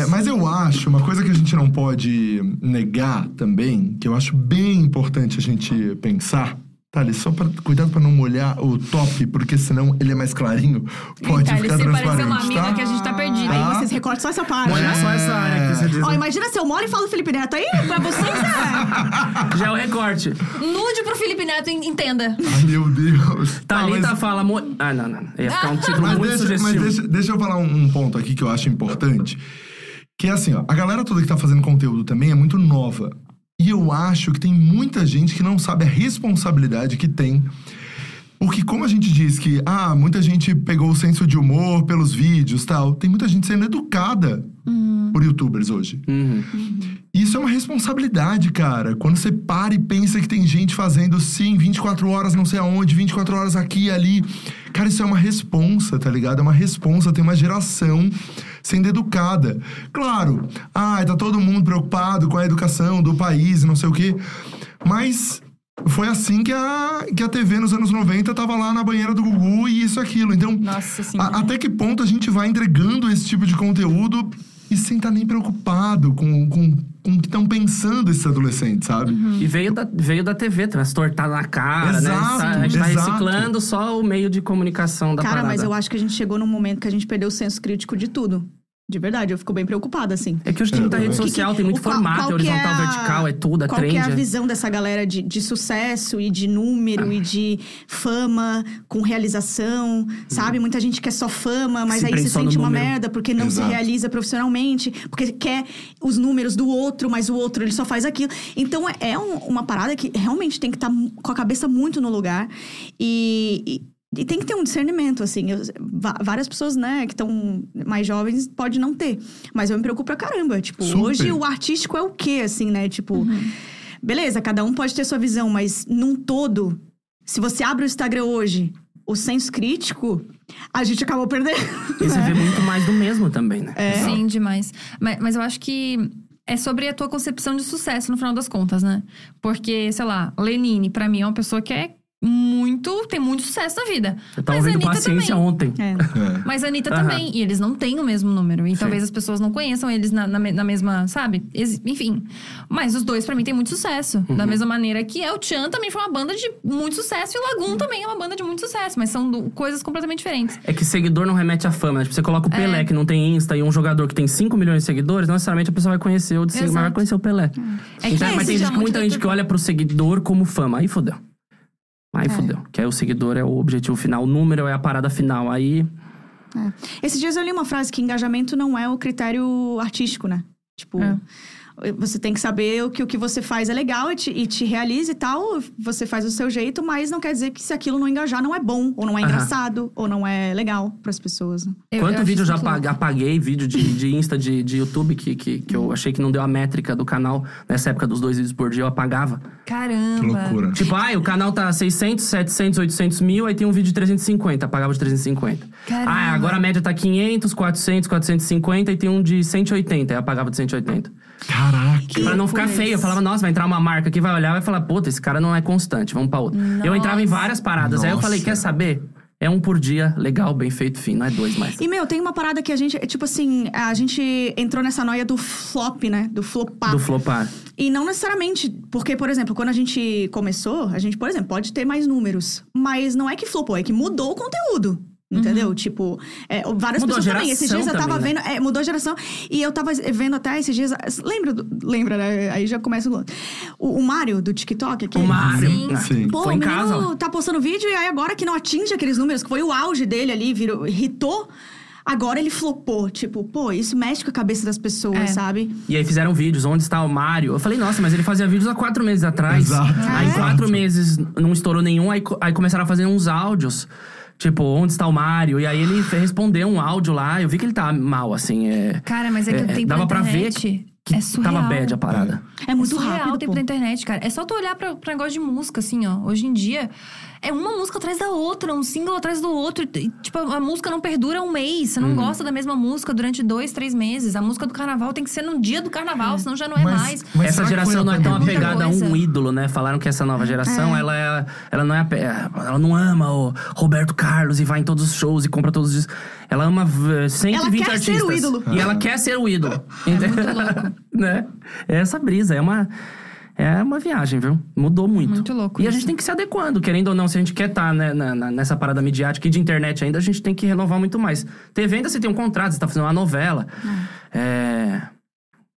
Speaker 3: é, mas eu acho, uma coisa que a gente não pode negar também, que eu acho bem importante a gente pensar, tá, Thales, só pra, cuidado pra não molhar o top, porque senão ele é mais clarinho, pode
Speaker 1: Thales,
Speaker 3: ficar
Speaker 1: se parecer uma
Speaker 3: transparente,
Speaker 1: mina
Speaker 3: tá?
Speaker 1: que a gente tá perdida.
Speaker 4: É,
Speaker 3: Tá.
Speaker 1: hein?
Speaker 2: Aí vocês recortam só essa parte,
Speaker 4: Olha
Speaker 2: né?
Speaker 4: É só essa área que você diz. né?
Speaker 2: Ó, imagina se eu moro e falo Felipe Neto aí, pra vocês é.
Speaker 4: Já é o recorte.
Speaker 1: Nude pro Felipe Neto, en- entenda.
Speaker 3: Ai, meu Deus.
Speaker 4: Thalita
Speaker 3: mas-
Speaker 4: fala... Mo... Ah, não, não. não. Ia ficar um título
Speaker 3: Mas
Speaker 4: muito
Speaker 3: deixa, mas
Speaker 4: sugestivo.
Speaker 3: deixa- deixa eu falar um, um ponto aqui que eu acho importante. Que é assim, ó, a galera toda que tá fazendo conteúdo também é muito nova. E eu acho que tem muita gente que não sabe a responsabilidade que tem. Porque como a gente diz que, ah, muita gente pegou o senso de humor pelos vídeos tal, tem muita gente sendo educada por youtubers hoje.
Speaker 4: Uhum.
Speaker 3: Isso é uma responsabilidade, cara. Quando você para e pensa que tem gente fazendo sim, 24 horas não sei aonde, 24 horas aqui e ali. Cara, isso é uma responsa, tá ligado? É uma responsa, tem uma geração sendo educada. Claro, ai, tá todo mundo preocupado com a educação do país, e não sei o quê. Mas foi assim que a, que a TV nos anos 90 tava lá na banheira do Gugu e isso e aquilo. Então,
Speaker 1: Nossa
Speaker 3: a- até que ponto a gente vai entregando esse tipo de conteúdo e sem estar nem preocupado com, com, com o que estão pensando esses adolescentes, sabe?
Speaker 1: Uhum.
Speaker 4: E veio da, veio da TV, tá? Mas tortada na cara,
Speaker 3: Exato,
Speaker 4: né? Tá- A gente tá
Speaker 3: exato.
Speaker 4: reciclando só o meio de comunicação da
Speaker 2: Cara,
Speaker 4: parada.
Speaker 2: mas eu acho que a gente chegou num momento que a gente perdeu o senso crítico de tudo. De verdade, eu fico bem preocupada, assim.
Speaker 4: É que hoje tem muita
Speaker 3: É,
Speaker 4: rede
Speaker 3: que- que-
Speaker 4: social, tem muito
Speaker 2: o qual-
Speaker 4: formato,
Speaker 2: qual
Speaker 4: é
Speaker 2: que
Speaker 4: horizontal,
Speaker 2: é a-
Speaker 4: vertical, é tudo, é
Speaker 2: Qual que
Speaker 4: trend.
Speaker 2: é a visão dessa galera de, de sucesso e de número
Speaker 4: Ah.
Speaker 2: e de fama com realização, sabe? Muita gente quer só fama, mas
Speaker 4: Uhum. se
Speaker 2: aí
Speaker 4: prende
Speaker 2: se
Speaker 4: só no
Speaker 2: sente uma
Speaker 4: número.
Speaker 2: merda porque não
Speaker 3: Exato.
Speaker 2: se realiza profissionalmente, porque quer os números do outro, mas o outro ele só faz aquilo. Então é- é um- uma parada que realmente tem que estar com a cabeça muito no lugar e. e- e tem que ter um discernimento, assim. Eu- va- várias pessoas, né, que estão mais jovens, pode não ter. Mas eu me preocupo pra caramba. Tipo,
Speaker 3: Super.
Speaker 2: hoje o artístico é o quê, assim, né? Tipo, beleza, cada um pode ter sua visão, mas num todo, se você abre o Instagram hoje, o senso crítico, a gente acabou perdendo.
Speaker 4: E você vê muito mais do mesmo também, né?
Speaker 3: É.
Speaker 1: Sim, demais. Mas, mas eu acho que é sobre a tua concepção de sucesso, no final das contas, né? Porque, sei lá, Lenine, pra mim, é uma pessoa que é muito. tem muito sucesso na vida.
Speaker 4: Eu
Speaker 3: tá
Speaker 1: mas
Speaker 4: tava
Speaker 1: a
Speaker 4: ouvindo
Speaker 1: Anitta
Speaker 4: paciência
Speaker 1: também.
Speaker 4: ontem.
Speaker 2: É.
Speaker 3: É.
Speaker 1: Mas a Anitta
Speaker 4: Aham.
Speaker 1: também. E eles não têm o mesmo número. E
Speaker 4: Sim.
Speaker 1: talvez as pessoas não conheçam eles na, na me- na mesma, sabe? Ex- enfim. Mas os dois, pra mim, têm muito sucesso.
Speaker 4: Uhum.
Speaker 1: Da mesma maneira que é o Tchan também foi uma banda de muito sucesso. E o
Speaker 4: Uhum.
Speaker 1: Lagoon também é uma banda de muito sucesso. Mas são do- coisas completamente diferentes.
Speaker 4: É que seguidor não remete à fama, né? Tipo, você coloca o Pelé, que não tem Insta, e um jogador que tem 5 milhões de seguidores, não necessariamente a pessoa vai conhecer o de 5, mas vai
Speaker 1: Exato.
Speaker 4: conhecer o Pelé.
Speaker 1: É que
Speaker 4: Então,
Speaker 1: esse
Speaker 4: mas tem
Speaker 1: já é
Speaker 4: gente, que-
Speaker 1: muito
Speaker 4: muita gente
Speaker 1: deturpado.
Speaker 4: que olha pro seguidor como fama. Aí fodeu. Aí fodeu. Que aí o seguidor é o objetivo final, o número é a parada final. Aí.
Speaker 2: Esses dias eu li uma frase que engajamento não é o critério artístico, né? Tipo, você tem que saber o que o que você faz é legal e te, e te realiza e tal. Você faz do seu jeito, mas não quer dizer que se aquilo não engajar não é bom, ou não é
Speaker 4: Aham.
Speaker 2: engraçado, ou não é legal pras pessoas. né?
Speaker 1: Eu- eu
Speaker 4: quanto
Speaker 1: acho
Speaker 4: vídeo eu já
Speaker 1: isso muito
Speaker 4: apa- apaguei, vídeo de, de Insta, de, de YouTube, que, que, que eu achei que não deu a métrica do canal. Nessa época dos dois vídeos por dia, eu apagava.
Speaker 1: louco. Caramba.
Speaker 3: Que loucura.
Speaker 4: Tipo, ai, o canal tá 600, 700, 800 mil, aí tem um vídeo de 350, apagava de 350.
Speaker 1: Caramba.
Speaker 4: Ah, agora a média tá 500, 400, 450 e tem um de 180, aí apagava de 180.
Speaker 3: Caraca.
Speaker 4: pra não ficar feio, eu falava, nossa, vai entrar uma marca que vai olhar e vai falar, puta, esse cara não é constante, vamos pra outra. Eu entrava em várias paradas, aí eu
Speaker 3: Nossa.
Speaker 4: falei, quer saber? É um por dia, legal, bem feito, fim, não é dois mais.
Speaker 2: E, meu, tem uma parada que a gente, é tipo assim, a gente entrou nessa noia do flop, né? Do flopar.
Speaker 4: Do flopar.
Speaker 2: E não necessariamente, porque, por exemplo, quando a gente começou, a gente, por exemplo, pode ter mais números. Mas não é que flopou, é que mudou o conteúdo. Entendeu? Tipo, é, várias
Speaker 4: Uhum. Mudou a
Speaker 2: pessoas também.
Speaker 4: geração
Speaker 2: Esses dias eu tava
Speaker 4: também, né?
Speaker 2: vendo. é, mudou a geração. E eu tava vendo até esses dias. Lembra, do- lembra, né? Aí já começa o. O, o Mário do TikTok é aqui.
Speaker 4: O Mário.
Speaker 1: Sim.
Speaker 4: Ah,
Speaker 3: Sim.
Speaker 2: Pô,
Speaker 4: Foi
Speaker 2: o
Speaker 4: em
Speaker 2: menino
Speaker 4: casa. ó.
Speaker 2: tá postando vídeo e aí agora que não atinge aqueles números, que foi o auge dele ali, virou, irritou. Agora ele flopou. Tipo, pô, isso mexe com a cabeça das pessoas,
Speaker 1: É.
Speaker 2: sabe?
Speaker 4: E aí fizeram vídeos, onde está o Mário? Eu falei, nossa, mas ele fazia vídeos há quatro meses atrás.
Speaker 3: Exato.
Speaker 4: Aí
Speaker 3: É.
Speaker 4: quatro
Speaker 3: Exato.
Speaker 4: meses não estourou nenhum, aí, co- aí começaram a fazer uns áudios. Tipo, onde está o Mário? E aí ele fe- respondeu um áudio lá, eu vi que ele tá mal, assim, é...
Speaker 1: Cara, mas é que
Speaker 4: É,
Speaker 1: o tempo
Speaker 4: dava
Speaker 1: da
Speaker 4: pra ver
Speaker 1: internet
Speaker 4: que
Speaker 1: é surreal.
Speaker 4: tava bad a parada.
Speaker 2: É muito
Speaker 1: é surreal o
Speaker 2: rápido.
Speaker 1: tempo
Speaker 2: Pô.
Speaker 1: da internet, cara. É só tu olhar pra, pra negócio de música, assim, ó. Hoje em dia, é uma música atrás da outra, um single atrás do outro. E, tipo, a música não perdura um mês. Você não
Speaker 2: Uhum.
Speaker 1: gosta da mesma música durante dois, três meses. A música do carnaval tem que ser no dia do carnaval, senão já não é
Speaker 3: Mas-
Speaker 1: mais.
Speaker 3: mas
Speaker 4: essa
Speaker 3: será que foi
Speaker 4: geração
Speaker 3: a
Speaker 4: não é tão
Speaker 3: pandemia?
Speaker 4: apegada a
Speaker 1: Muita
Speaker 4: um
Speaker 1: coisa.
Speaker 4: ídolo, né? Falaram que essa nova geração, ela, é- ela não é ape- ela não ama o Roberto Carlos e vai em todos os shows e compra todos os ela ama eh, 120
Speaker 2: quer ser
Speaker 4: artistas.
Speaker 2: o ídolo.
Speaker 4: E ela quer ser o ídolo.
Speaker 1: muito louco.
Speaker 4: né? É essa brisa, é uma é uma viagem, viu? Mudou muito.
Speaker 1: Muito louco
Speaker 4: E a
Speaker 1: isso.
Speaker 4: gente tem que se adequando, querendo ou não, se a gente quer tá, estar nessa parada midiática e de internet ainda, a gente tem que renovar muito mais. TV ainda você tem um contrato, você tá fazendo uma novela. É.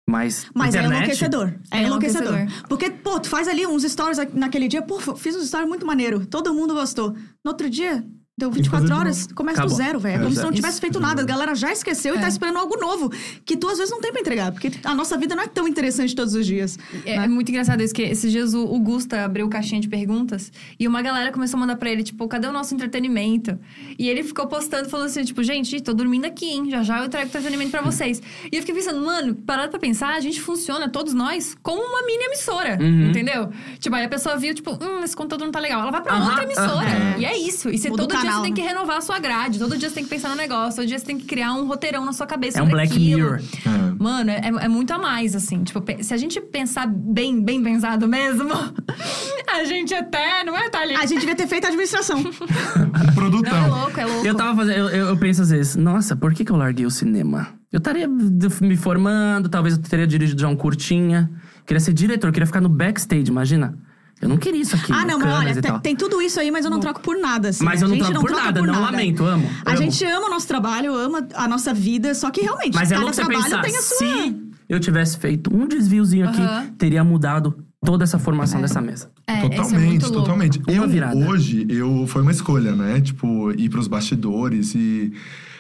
Speaker 4: Mas.
Speaker 2: Mas
Speaker 4: internet,
Speaker 2: é enlouquecedor. É,
Speaker 1: É
Speaker 2: enlouquecedor.
Speaker 1: enlouquecedor.
Speaker 2: Porque, pô, tu faz ali uns stories naquele dia, pô, fiz um story muito maneiro, todo mundo gostou. No outro dia, deu
Speaker 3: fazer
Speaker 2: 24
Speaker 3: de
Speaker 2: horas, começa
Speaker 4: Acabou.
Speaker 2: do zero, velho. É
Speaker 4: É,
Speaker 2: como se
Speaker 4: zero.
Speaker 2: não tivesse feito nada. A galera já esqueceu
Speaker 1: É.
Speaker 2: e tá esperando algo novo. Que tu às vezes não tem pra entregar, porque a nossa vida não é tão interessante todos os dias.
Speaker 1: É, é muito engraçado isso, que esses dias o, o Gusta abriu caixinha de perguntas e uma galera começou a mandar pra ele, tipo, cadê o nosso entretenimento? E ele ficou postando, falando assim, tipo, gente, tô dormindo aqui, hein? Já já eu trago entretenimento pra vocês. E eu fiquei pensando, mano, parado pra pensar, a gente funciona, todos nós, como uma mini emissora,
Speaker 4: Uhum.
Speaker 1: entendeu? Tipo, aí a pessoa viu, tipo, hum, esse conteúdo não tá legal. Ela vai pra
Speaker 4: Aham,
Speaker 1: outra emissora.
Speaker 4: aham.
Speaker 1: E é isso. E você,
Speaker 2: Muda o
Speaker 1: todo dia
Speaker 2: canal,
Speaker 1: você tem
Speaker 2: né?
Speaker 1: que renovar a sua grade, todo dia você tem que pensar no negócio, todo dia você tem que criar um roteirão na sua cabeça.
Speaker 4: É um
Speaker 1: sobre
Speaker 4: Black
Speaker 1: aquilo.
Speaker 4: Mirror.
Speaker 3: É.
Speaker 1: Mano, é, é muito a mais, assim. Tipo, pe- se a gente pensar bem, bem pensado mesmo, a gente até, não é, Thalita?
Speaker 2: A gente devia ter feito a administração.
Speaker 3: Um
Speaker 1: Não, é
Speaker 3: produtão.
Speaker 1: louco, é louco.
Speaker 4: Eu tava fazendo. Eu, eu- eu penso às vezes, nossa, por que, que eu larguei o cinema? Eu estaria d- me formando, talvez eu teria dirigido já um curtinha. Queria ser diretor, queria ficar no backstage, imagina. Eu não queria isso aqui.
Speaker 2: Ah, não, mas
Speaker 4: canas
Speaker 2: olha,
Speaker 4: e
Speaker 2: tem,
Speaker 4: tal.
Speaker 2: tem tudo isso aí, mas eu não troco por nada. assim.
Speaker 4: Mas
Speaker 2: A
Speaker 4: eu não
Speaker 2: gente
Speaker 4: troco por
Speaker 2: troca
Speaker 4: nada, não lamento, amo.
Speaker 2: A
Speaker 4: amo.
Speaker 2: gente ama o nosso trabalho, ama a nossa vida, só que realmente,
Speaker 4: Mas é
Speaker 2: cada
Speaker 4: louco você
Speaker 2: trabalho
Speaker 4: pensar,
Speaker 2: tem a sua.
Speaker 4: se eu tivesse feito um desviozinho aqui,
Speaker 1: Aham.
Speaker 4: teria mudado toda essa formação dessa mesa.
Speaker 1: É, isso é
Speaker 3: Totalmente,
Speaker 1: muito louco.
Speaker 3: totalmente.
Speaker 4: Uma
Speaker 3: eu,
Speaker 4: virada.
Speaker 3: hoje, eu foi uma escolha, né? Tipo, ir pros bastidores e...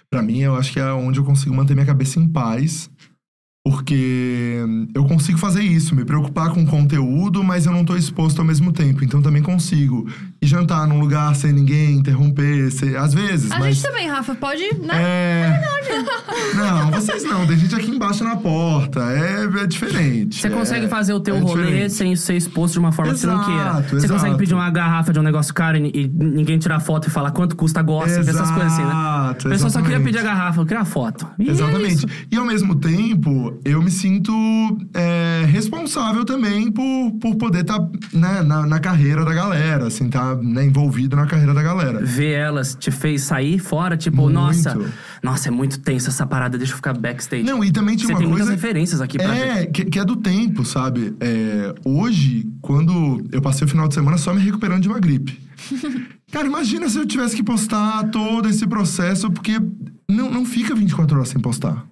Speaker 3: Pra mim, eu acho que é onde eu consigo manter minha cabeça em paz. Porque eu consigo fazer isso, me preocupar com o conteúdo, mas eu não tô exposto ao mesmo tempo. Então também consigo ir jantar num lugar sem ninguém, interromper, ser- às vezes,
Speaker 1: A
Speaker 3: mas...
Speaker 1: gente tá também, Rafa, pode. Né?
Speaker 3: É... Não, vocês não. Tem gente aqui embaixo na porta. É, é diferente.
Speaker 4: Você
Speaker 3: É-
Speaker 4: consegue fazer o teu
Speaker 3: é
Speaker 4: rolê
Speaker 3: diferente.
Speaker 4: sem ser exposto de uma forma que você não queira.
Speaker 3: Exato,
Speaker 4: Você consegue
Speaker 3: exato.
Speaker 4: pedir uma garrafa de um negócio caro e, e ninguém tirar foto e falar quanto custa gossip, essas coisas assim, né? A
Speaker 3: Exato,
Speaker 4: pessoa só queria
Speaker 3: exatamente.
Speaker 4: pedir a garrafa, eu queria a foto. E é
Speaker 3: Exatamente.
Speaker 4: isso.
Speaker 3: E ao mesmo tempo, eu me sinto é, responsável também por, por poder estar na, na carreira da galera, assim, tá né, envolvido na carreira da galera.
Speaker 4: Ver elas te fez sair fora, tipo,
Speaker 3: Muito.
Speaker 4: nossa, nossa, é muito tenso essa parada, deixa eu ficar backstage.
Speaker 3: Não, e também tinha
Speaker 4: você
Speaker 3: uma
Speaker 4: tem muitas
Speaker 3: coisa.
Speaker 4: referências aqui pra ver.
Speaker 3: É, que, que é do tempo, sabe? É, hoje, quando eu passei o final de semana só me recuperando de uma gripe. Cara, imagina se eu tivesse que postar todo esse processo, porque não, não fica 24 horas sem postar.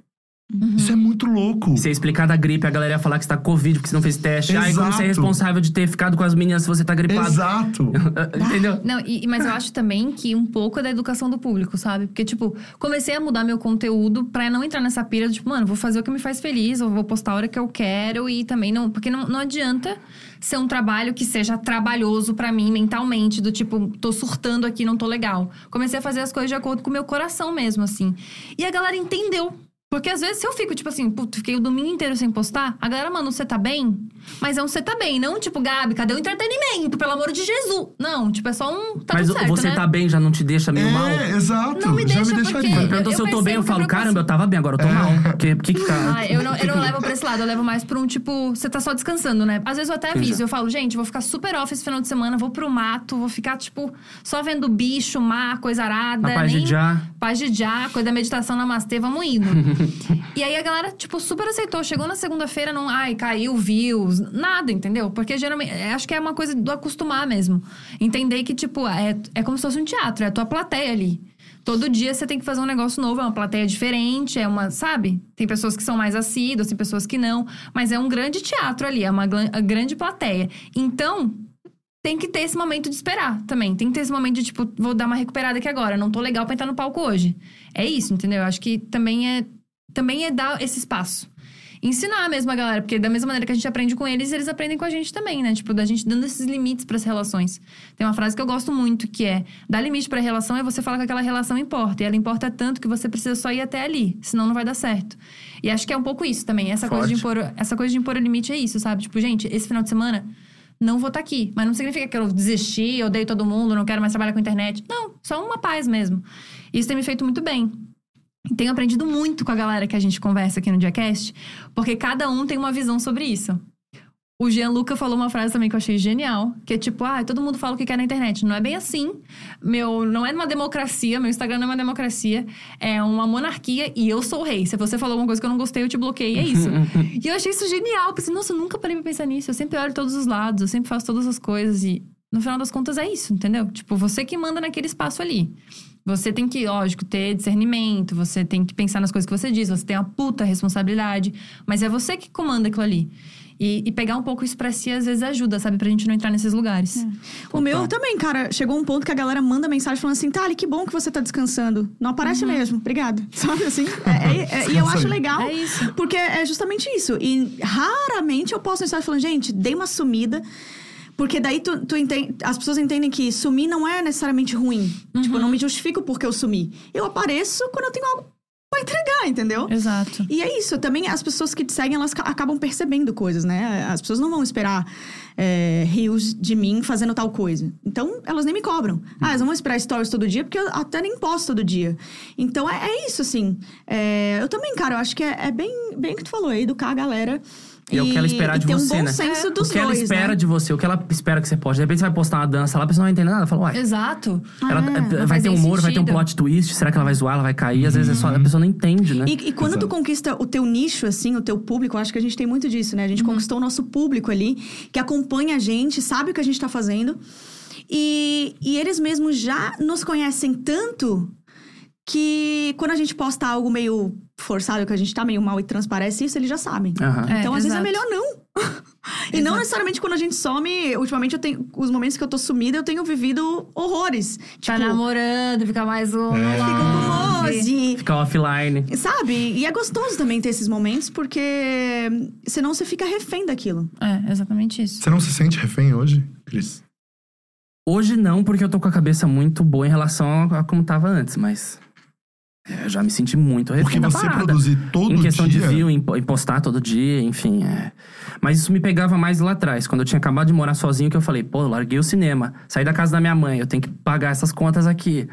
Speaker 3: Isso é muito louco.
Speaker 4: Uhum. Você explicar da gripe, a galera ia falar que você tá com Covid, porque você não fez teste. Ai, como você
Speaker 3: Exato.
Speaker 4: é responsável de ter ficado com as meninas se você tá gripado.
Speaker 3: Exato.
Speaker 4: Entendeu?
Speaker 1: Não, e- mas eu acho também que um pouco é da educação do público, sabe? Porque, tipo, comecei a mudar meu conteúdo pra não entrar nessa pira de, tipo, mano, vou fazer o que me faz feliz, ou vou postar a hora que eu quero e também não. Porque não, não adianta ser um trabalho que seja trabalhoso pra mim mentalmente, do tipo, tô surtando aqui, não tô legal. Comecei a fazer as coisas de acordo com o meu coração mesmo, assim. E a galera entendeu. Porque às vezes se eu fico, tipo assim, puto, fiquei o domingo inteiro sem postar, a galera, mano, você tá bem? Mas é um você tá bem, não tipo, Gabi, cadê o entretenimento? Pelo amor de Jesus! Não, tipo, é só um. Tá
Speaker 4: Mas
Speaker 1: tudo certo,
Speaker 4: você
Speaker 1: né?
Speaker 4: tá bem já não te deixa meio mal?
Speaker 3: É, exato.
Speaker 1: Não me
Speaker 3: Já
Speaker 1: deixa
Speaker 3: me
Speaker 1: porque-
Speaker 3: deixaria.
Speaker 4: Perguntou
Speaker 1: Eu
Speaker 4: se eu tô bem,
Speaker 1: percebo que
Speaker 4: eu
Speaker 1: eu
Speaker 4: falo,
Speaker 1: não
Speaker 4: caramba, eu tava bem, agora eu
Speaker 3: É.
Speaker 4: tô mal. Que, que que tá...
Speaker 1: Ah, eu não, eu não levo pra esse lado, eu levo mais pra um tipo, você tá só descansando, né? Às vezes eu até aviso,
Speaker 4: Entendi.
Speaker 1: eu falo, gente, vou ficar super off esse final de semana, vou pro mato, vou ficar, tipo, só vendo bicho, mar, coisa arada.
Speaker 4: Na paz de
Speaker 1: nem-
Speaker 4: já.
Speaker 1: Paz de já, coisa da meditação namastê, vamos indo. e aí a galera, tipo, super aceitou. Chegou na segunda-feira, não, ai, caiu views, nada, entendeu? Porque geralmente, é, acho que é uma coisa do acostumar mesmo. Entender que, tipo, é, é como se fosse um teatro, é a tua plateia ali. Todo dia você tem que fazer um negócio novo, é uma plateia diferente, é uma, sabe? Tem pessoas que são mais assíduas, tem pessoas que não, mas é um grande teatro ali, é uma glan- grande plateia. Então, tem que ter esse momento de esperar também. Tem que ter esse momento de, tipo, vou dar uma recuperada aqui agora. Não tô legal pra entrar no palco hoje. É isso, entendeu? Eu acho que também é, também é dar esse espaço. Ensinar mesmo a galera, porque da mesma maneira que a gente aprende com eles, eles aprendem com a gente também, né? Tipo, da gente dando esses limites pras relações. Tem uma frase que eu gosto muito, que é: dar limite pra relação é você falar que aquela relação importa. E ela importa tanto que você precisa só ir até ali, senão não vai dar certo. E acho que é um pouco isso também. Essa, coisa de, impor, essa coisa de impor o limite é isso, sabe? Tipo, gente, esse final de semana não vou estar aqui. Mas não significa que eu desisti, eu odeio todo mundo, não quero mais trabalhar com internet. Não, só uma paz mesmo. Isso tem me feito muito bem. E tenho aprendido muito com a galera que a gente conversa aqui no Diacast, porque cada um tem uma visão sobre isso. O Jean Luca falou uma frase também que eu achei genial, que é tipo, ah, todo mundo fala o que quer na internet. Não é bem assim. Meu, não é uma democracia, meu Instagram não é uma democracia, é uma monarquia e eu sou o rei. Se você falou alguma coisa que eu não gostei, eu te bloqueei, é
Speaker 4: Hum,
Speaker 1: isso. e eu achei isso genial, pensei, nossa, eu nunca parei pra pensar nisso. Eu sempre olho todos os lados, eu sempre faço todas as coisas e no final das contas é isso, entendeu? Tipo, você que manda naquele espaço ali. Você tem que, lógico, ter discernimento, você tem que pensar nas coisas que você diz, você tem uma puta responsabilidade, mas é você que comanda aquilo ali. E, e pegar um pouco isso pra si às vezes ajuda, sabe? Pra gente não entrar nesses lugares.
Speaker 2: O meu também, cara, chegou um ponto que a galera manda mensagem falando assim: Thali, que bom que você tá descansando. Não aparece mesmo, obrigada. Sabe assim? É- é- é- e eu
Speaker 3: Descansa
Speaker 2: acho
Speaker 3: aí.
Speaker 2: legal,
Speaker 1: Uhum. É isso.
Speaker 2: porque é justamente isso. E raramente eu posto mensagem falando: gente, dei uma sumida. Porque daí tu, tu enten- as pessoas entendem que sumir não é necessariamente ruim. Tipo, eu
Speaker 1: Uhum.
Speaker 2: não me justifico porque eu sumi. Eu apareço quando eu tenho algo pra entregar, entendeu?
Speaker 1: Exato.
Speaker 2: E é isso, também as pessoas que te seguem, elas ca- acabam percebendo coisas, né? As pessoas não vão esperar é, rios de mim fazendo tal coisa. Então, elas nem me cobram. Ah, elas não vão esperar stories todo dia, porque eu até nem posto todo dia. Então, é, é isso, assim. É, eu também, cara, eu acho que é, é bem, bem o que tu falou, é educar a galera
Speaker 4: E é o que ela esperar
Speaker 2: e
Speaker 4: de
Speaker 2: ter
Speaker 4: você,
Speaker 2: um bom
Speaker 4: né?
Speaker 2: senso dos
Speaker 4: o que ela
Speaker 2: dois,
Speaker 4: espera
Speaker 2: né?
Speaker 4: de você, o que ela espera que você poste. De repente você vai postar uma dança lá, a pessoa não vai entender nada. Ela fala, uai,
Speaker 1: Exato.
Speaker 4: ela eh,
Speaker 2: Ah,
Speaker 1: não
Speaker 4: vai
Speaker 1: faz
Speaker 4: ter
Speaker 1: nem
Speaker 4: humor, vai ter um
Speaker 1: sentido.
Speaker 4: plot twist, será que ela vai zoar, ela vai cair? Às vezes é só, a pessoa não entende, né?
Speaker 2: Uhum. E, e quando
Speaker 3: Exato.
Speaker 2: tu conquista o teu nicho, assim, o teu público, eu acho que a gente tem muito disso, né? A gente
Speaker 1: Uhum.
Speaker 2: conquistou o nosso público ali, que acompanha a gente, sabe o que a gente tá fazendo. E, e eles mesmos já nos conhecem tanto que quando a gente posta algo meio forçado, que a gente tá meio mal e transparece isso, eles já sabem.
Speaker 4: Aham.
Speaker 1: É,
Speaker 2: Então, às vezes é
Speaker 1: exato.
Speaker 2: melhor não. e não necessariamente quando a gente some. Ultimamente, eu tenho, os momentos que eu tô sumida, eu tenho vivido horrores.
Speaker 1: Tá
Speaker 2: tipo,
Speaker 1: namorando, fica mais um.
Speaker 4: É.
Speaker 2: ficam com hoje.
Speaker 4: Ficar offline.
Speaker 2: Sabe? E é gostoso também ter esses momentos, porque senão você fica refém daquilo.
Speaker 1: É, exatamente isso.
Speaker 3: Você não se sente refém hoje, Cris?
Speaker 4: Hoje não, porque eu tô com a cabeça muito boa em relação a, a como tava antes, mas. é, Eu já me senti muito
Speaker 3: Porque
Speaker 4: refém da
Speaker 3: você
Speaker 4: parada.
Speaker 3: produzir todo
Speaker 4: em questão
Speaker 3: dia.
Speaker 4: de view, em, po- em postar todo dia, enfim. é. Mas isso me pegava mais lá atrás, quando eu tinha acabado de morar sozinho, que eu falei, pô, eu larguei o cinema, saí da casa da minha mãe, eu tenho que pagar essas contas aqui.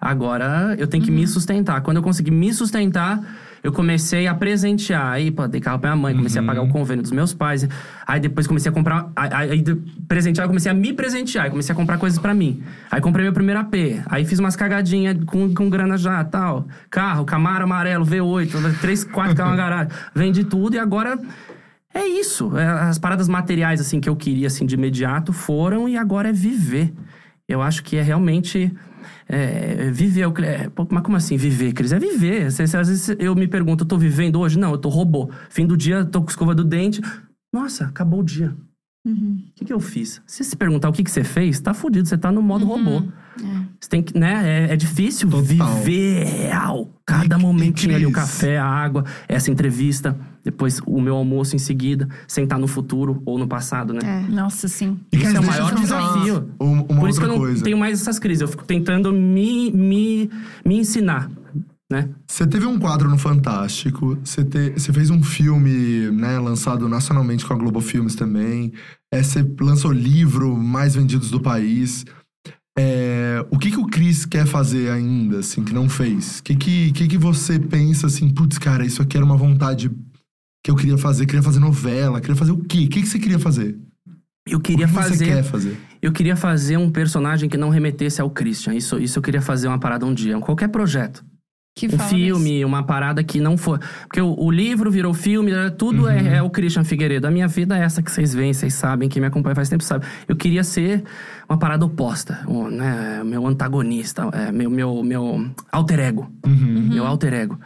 Speaker 4: Agora eu tenho que
Speaker 3: Uhum.
Speaker 4: me sustentar. Quando eu consegui me sustentar, eu comecei a presentear. Aí, pô, dei carro pra minha mãe, comecei a pagar o convênio dos meus pais. Aí depois comecei a comprar. Aí, aí- aí de- presentear, eu comecei a me presentear, aí comecei a comprar coisas pra mim. Aí comprei meu primeiro AP, aí fiz umas cagadinhas com, com grana já tal. Carro, Camaro amarelo, V8, 3, 4 carros na garagem. Vendi tudo e agora é isso. É, As paradas materiais, assim, que eu queria, assim, de imediato foram e agora é viver. Eu acho que é realmente... é, é viver, é o que- é, pô, mas como assim viver, Cris? É viver. Você- você- às vezes eu me pergunto, eu tô vivendo hoje? Não, eu tô robô. Fim do dia, tô com escova do dente. Nossa, acabou o dia. O que, que eu fiz? Se você se perguntar o que, que você fez, tá fudido, você tá no modo robô. Você tem que, né? É, é difícil
Speaker 3: Total.
Speaker 4: viver real. Cada
Speaker 3: E- e
Speaker 4: momentinho ali, o
Speaker 3: Cris?
Speaker 4: café, é a água, essa entrevista, depois o meu almoço em seguida, sentar no futuro ou no passado,
Speaker 2: É.
Speaker 4: né?
Speaker 1: Nossa, sim.
Speaker 3: E,
Speaker 4: Isso
Speaker 3: Cris, deixa
Speaker 4: é o
Speaker 3: eu
Speaker 4: maior
Speaker 3: te falar
Speaker 4: desafio.
Speaker 3: um- Uma
Speaker 4: Por isso
Speaker 3: outra
Speaker 4: que eu não
Speaker 3: coisa.
Speaker 4: tenho mais essas crises, eu fico tentando me, me, me ensinar, né?
Speaker 3: Você teve um quadro no Fantástico, você, te- você fez um filme, né, lançado nacionalmente com a Globo Filmes também. É, você lançou livro mais vendidos do país. É, o que, que o Cris quer fazer ainda, assim, que não fez? O que, que, que, que você pensa assim, putz, cara, isso aqui era uma vontade que eu queria fazer, queria fazer novela, queria fazer o quê? O que, que você queria fazer?
Speaker 4: Eu queria
Speaker 3: o que
Speaker 4: fazer.
Speaker 3: você quer fazer?
Speaker 4: Eu queria fazer um personagem que não remetesse ao Christian. Isso, isso eu queria fazer uma parada um dia, qualquer projeto.
Speaker 1: Que
Speaker 4: um
Speaker 1: fala
Speaker 4: filme, uma parada que não for. Porque o, o livro virou filme, né? tudo é, é o Christian Figueiredo. A minha vida é essa que vocês veem, vocês sabem, quem me acompanha faz tempo sabe. Eu queria ser uma parada oposta, um, né? meu antagonista, é, meu, meu, meu alter ego. Meu alter ego.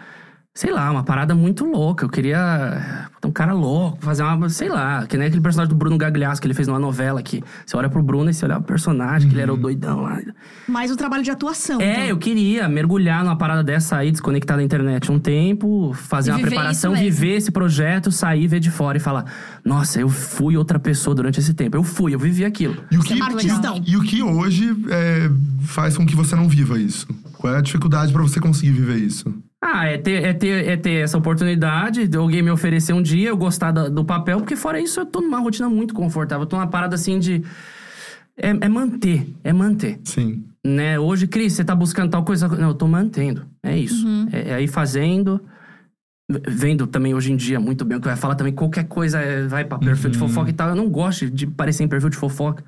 Speaker 4: Sei lá, uma parada muito louca. Eu queria. puta, Um cara louco, fazer uma. Sei lá, que nem aquele personagem do Bruno Gagliasso que ele fez numa novela que você olha pro Bruno e você olha o personagem, que ele era o doidão lá.
Speaker 2: Mas o trabalho de atuação.
Speaker 1: Uhum.
Speaker 4: É, eu queria mergulhar numa parada dessa aí, desconectar da internet um tempo, fazer
Speaker 1: E
Speaker 4: uma
Speaker 1: viver
Speaker 4: preparação,
Speaker 1: isso mesmo.
Speaker 4: viver esse projeto, sair, ver de fora e falar: Nossa, eu fui outra pessoa durante esse tempo. Eu fui, eu vivi aquilo.
Speaker 3: E o
Speaker 2: Você
Speaker 3: que,
Speaker 2: é um artistão.
Speaker 3: e o que hoje é, faz com que você não viva isso? Qual é a dificuldade pra você conseguir viver isso?
Speaker 4: Ah, é ter, é, ter, é ter essa oportunidade de alguém me oferecer um dia, eu gostar da- do, papel, porque fora isso eu tô numa rotina muito confortável. Eu tô numa parada assim de. É, é manter, é manter.
Speaker 3: Sim.
Speaker 4: Né? Hoje, Cris, você tá buscando tal coisa. Não, eu tô mantendo. É isso. É, é aí fazendo. v- Vendo também hoje em dia muito bem o que vai falar também, qualquer coisa é, vai pra perfil
Speaker 3: Uhum.
Speaker 4: de fofoca e tal. Eu não gosto de parecer em perfil de fofoca.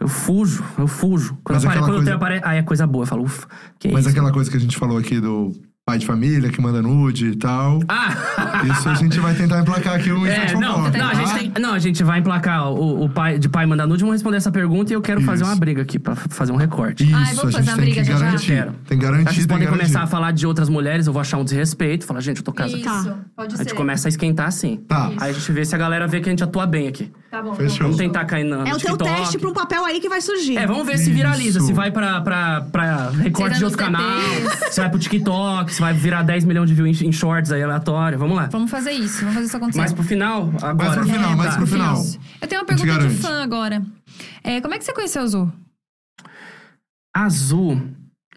Speaker 4: Eu fujo, eu fujo. Quando,
Speaker 3: Mas
Speaker 4: apare-
Speaker 3: aquela
Speaker 4: quando eu
Speaker 3: coisa-
Speaker 4: tenho apare... Aí é coisa boa, eu falo, ufa, que é
Speaker 3: Mas
Speaker 4: isso.
Speaker 3: aquela coisa que a gente falou aqui do pai de família que manda nude e tal.
Speaker 4: Ah!
Speaker 3: Isso a gente vai tentar emplacar aqui um instante
Speaker 4: É, não,
Speaker 3: conforme,
Speaker 4: não, a gente
Speaker 3: tá?
Speaker 4: tem- não, a gente vai emplacar o, o pai de pai mandar nude, vamos responder essa pergunta e eu quero fazer
Speaker 3: Isso.
Speaker 4: uma briga aqui pra f- fazer um recorte.
Speaker 3: Isso,
Speaker 1: Ai, vamos
Speaker 3: a
Speaker 1: fazer
Speaker 3: gente
Speaker 1: uma
Speaker 3: tem que
Speaker 1: briga já já?
Speaker 3: garantir.
Speaker 4: Quero.
Speaker 3: Tem que
Speaker 4: Acho
Speaker 3: garantir,
Speaker 4: que vocês
Speaker 3: tem
Speaker 4: podem
Speaker 3: que garantir.
Speaker 4: começar a falar de outras mulheres, eu vou achar um desrespeito, falar, gente, eu tô casado.
Speaker 6: Isso,
Speaker 2: Tá.
Speaker 6: pode
Speaker 4: A
Speaker 6: ser.
Speaker 4: gente começa a esquentar assim.
Speaker 3: Tá.
Speaker 4: Aí a gente vê se a galera vê que a gente atua bem aqui.
Speaker 6: Tá bom.
Speaker 3: Fechou.
Speaker 4: Vamos tentar cair na, no
Speaker 2: É o teu
Speaker 4: TikTok.
Speaker 2: teste pra um papel aí que vai surgir.
Speaker 4: É, vamos ver se viraliza,
Speaker 3: Isso.
Speaker 4: se vai pra, pra, pra recorte de
Speaker 1: Tira
Speaker 4: outro
Speaker 1: nos
Speaker 4: canal,
Speaker 1: TPs.
Speaker 4: se vai pro TikTok, se vai virar 10 milhões de views em em shorts aí aleatório. Vamos lá.
Speaker 1: Vamos fazer isso, vamos fazer isso acontecer.
Speaker 4: Mas pro final, agora.
Speaker 3: pro final, mais
Speaker 4: tá.
Speaker 3: pro final.
Speaker 1: Eu tenho uma
Speaker 3: A gente
Speaker 1: pergunta de
Speaker 3: garante.
Speaker 1: fã agora. É, como é que você conheceu a Azul?
Speaker 4: Azul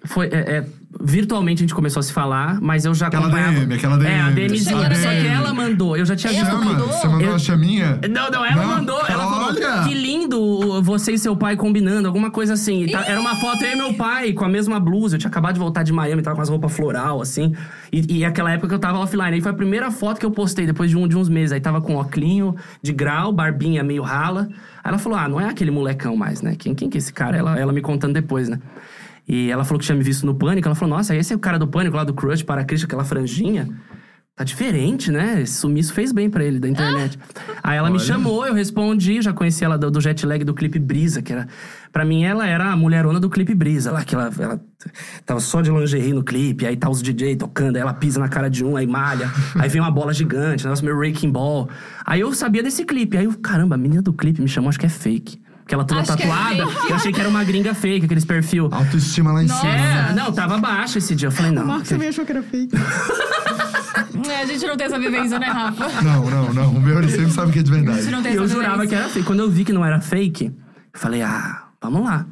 Speaker 4: Foi, é, é, virtualmente a gente começou a se falar, mas eu já
Speaker 3: Aquela
Speaker 4: acompanhava...
Speaker 3: DM, aquela DM.
Speaker 4: É, a DM. Só
Speaker 1: Chegou na sua
Speaker 4: que
Speaker 1: DM.
Speaker 4: ela mandou, eu já tinha visto.
Speaker 3: Chama,
Speaker 1: mandou?
Speaker 3: você mandou
Speaker 4: Eu-
Speaker 3: uma chaminha?
Speaker 4: Não, não, ela
Speaker 3: É. Não?
Speaker 4: mandou. Ela
Speaker 3: Olha!
Speaker 4: falou que lindo o- você e seu pai combinando, alguma coisa assim. E tá- era uma foto eu e meu pai com a mesma blusa. Eu tinha acabado de voltar de Miami, tava com as roupas floral, assim. E, e aquela época que eu tava offline. Aí foi a primeira foto que eu postei depois de, um, de uns meses. Aí tava com oclinho de grau, barbinha meio rala. Aí ela falou: Ah, não é aquele molecão mais, né? Quem, quem que é esse cara? Ela, ela me contando depois, né? E ela falou que tinha me visto no pânico. Ela falou: Nossa, esse é o cara do pânico lá do Crush, para Cristo, aquela franjinha. Tá diferente, né? Esse sumiço fez bem pra ele da internet. Aí ela me chamou, eu respondi, já conheci ela do, do jet lag do clipe Brisa, que era. Pra mim, ela era a mulherona do clipe Brisa, lá que ela, ela tava só de lingerie no clipe, aí tá os DJ tocando, aí ela pisa na cara de um, aí malha, aí vem uma bola gigante, negócio meio Raking Ball. Aí eu sabia desse clipe, aí eu, caramba, a menina do clipe me chamou, acho que é fake. Porque ela toda
Speaker 1: Acho que é
Speaker 4: tatuada, eu achei que era uma gringa fake, aqueles perfil.
Speaker 3: Autoestima lá em cima. né?
Speaker 4: É, não, tava baixo esse dia. Eu falei, não.
Speaker 2: Marcos
Speaker 4: que-
Speaker 2: também achou que era fake.
Speaker 1: É, a gente não tem essa vivência, né, Rafa?
Speaker 3: Não, não, não. O meu ele sempre sabe que é de
Speaker 1: A gente
Speaker 3: verdade.
Speaker 1: não tem
Speaker 4: E eu
Speaker 1: essa
Speaker 4: jurava que
Speaker 1: vivência.
Speaker 4: era fake. Quando eu vi que não era fake, eu falei, ah, vamos lá.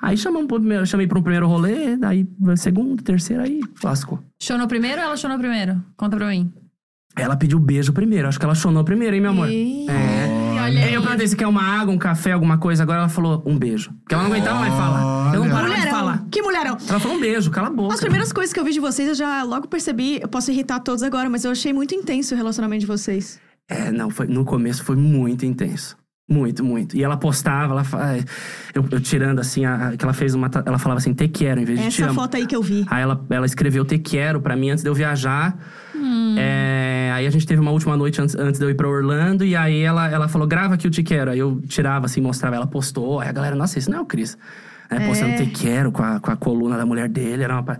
Speaker 4: Aí chamamos pro primeiro, chamei pro primeiro rolê, daí segundo, terceiro, aí lascou.
Speaker 1: Chonou primeiro ou ela chonou primeiro? Conta pra mim.
Speaker 4: Ela pediu beijo primeiro, acho que ela chonou primeiro, hein, meu amor?
Speaker 1: Ih,
Speaker 4: É.
Speaker 1: olha
Speaker 4: Aí eu perguntei se quer uma água, um café, alguma coisa. Agora ela falou um beijo. Porque ela não aguentava mais falar. Eu não
Speaker 3: Olha.
Speaker 4: parava de falar.
Speaker 2: Mulherão, que mulherão.
Speaker 4: Ela falou um beijo, cala a boca.
Speaker 2: As primeiras coisas que eu vi de vocês, eu já logo percebi. Eu posso irritar todos agora, mas eu achei muito intenso o relacionamento de vocês.
Speaker 4: É, não, foi, no começo foi muito intenso. Muito, muito. E ela postava, ela fa- é, eu, eu tirando assim, a- a- que ela fez uma. ta- Ela falava assim, te quero, em vez de te
Speaker 2: Essa
Speaker 4: amo.
Speaker 2: foto aí que eu vi.
Speaker 4: Aí ela, ela escreveu Te Quero pra mim antes de eu viajar.
Speaker 2: Hum.
Speaker 4: É, aí a gente teve uma última noite antes, antes de eu ir pra Orlando. E aí ela, ela falou, grava aqui o Te Quero. Aí eu tirava assim, mostrava. Ela postou. Aí a galera, nossa, esse não é o Cris. Né, Postando Te Quero com a, com a coluna da mulher dele. Era uma... pa-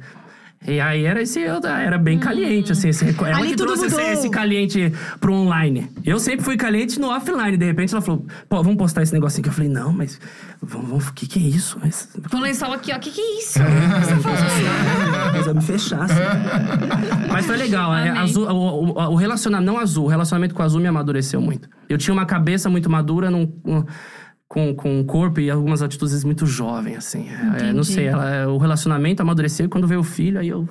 Speaker 4: E aí era esse... Era bem caliente, assim. Esse, reco- ela
Speaker 2: Ali
Speaker 4: que
Speaker 2: Hum. tudo
Speaker 4: trouxe esse,
Speaker 2: mudou.
Speaker 4: esse caliente pro online. Eu sempre fui caliente no offline. De repente ela falou, pô, vamos postar esse negocinho aqui. Eu falei, não, mas... Vamos, vamos, que que é isso? Mas-
Speaker 1: Vou lençol aqui, ó. Que que é isso? O que você falou?
Speaker 4: Precisa me fechar, assim. Mas foi legal. é,
Speaker 1: Amei.
Speaker 4: Azul, o, o- o relacionamento, não azul, o relacionamento com azul me amadureceu muito. Eu tinha uma cabeça muito madura num- um- com, com um corpo e algumas atitudes muito jovem, assim. É, não
Speaker 1: Entendi.
Speaker 4: sei, ela- o relacionamento amadureceu e quando veio o filho, aí eu.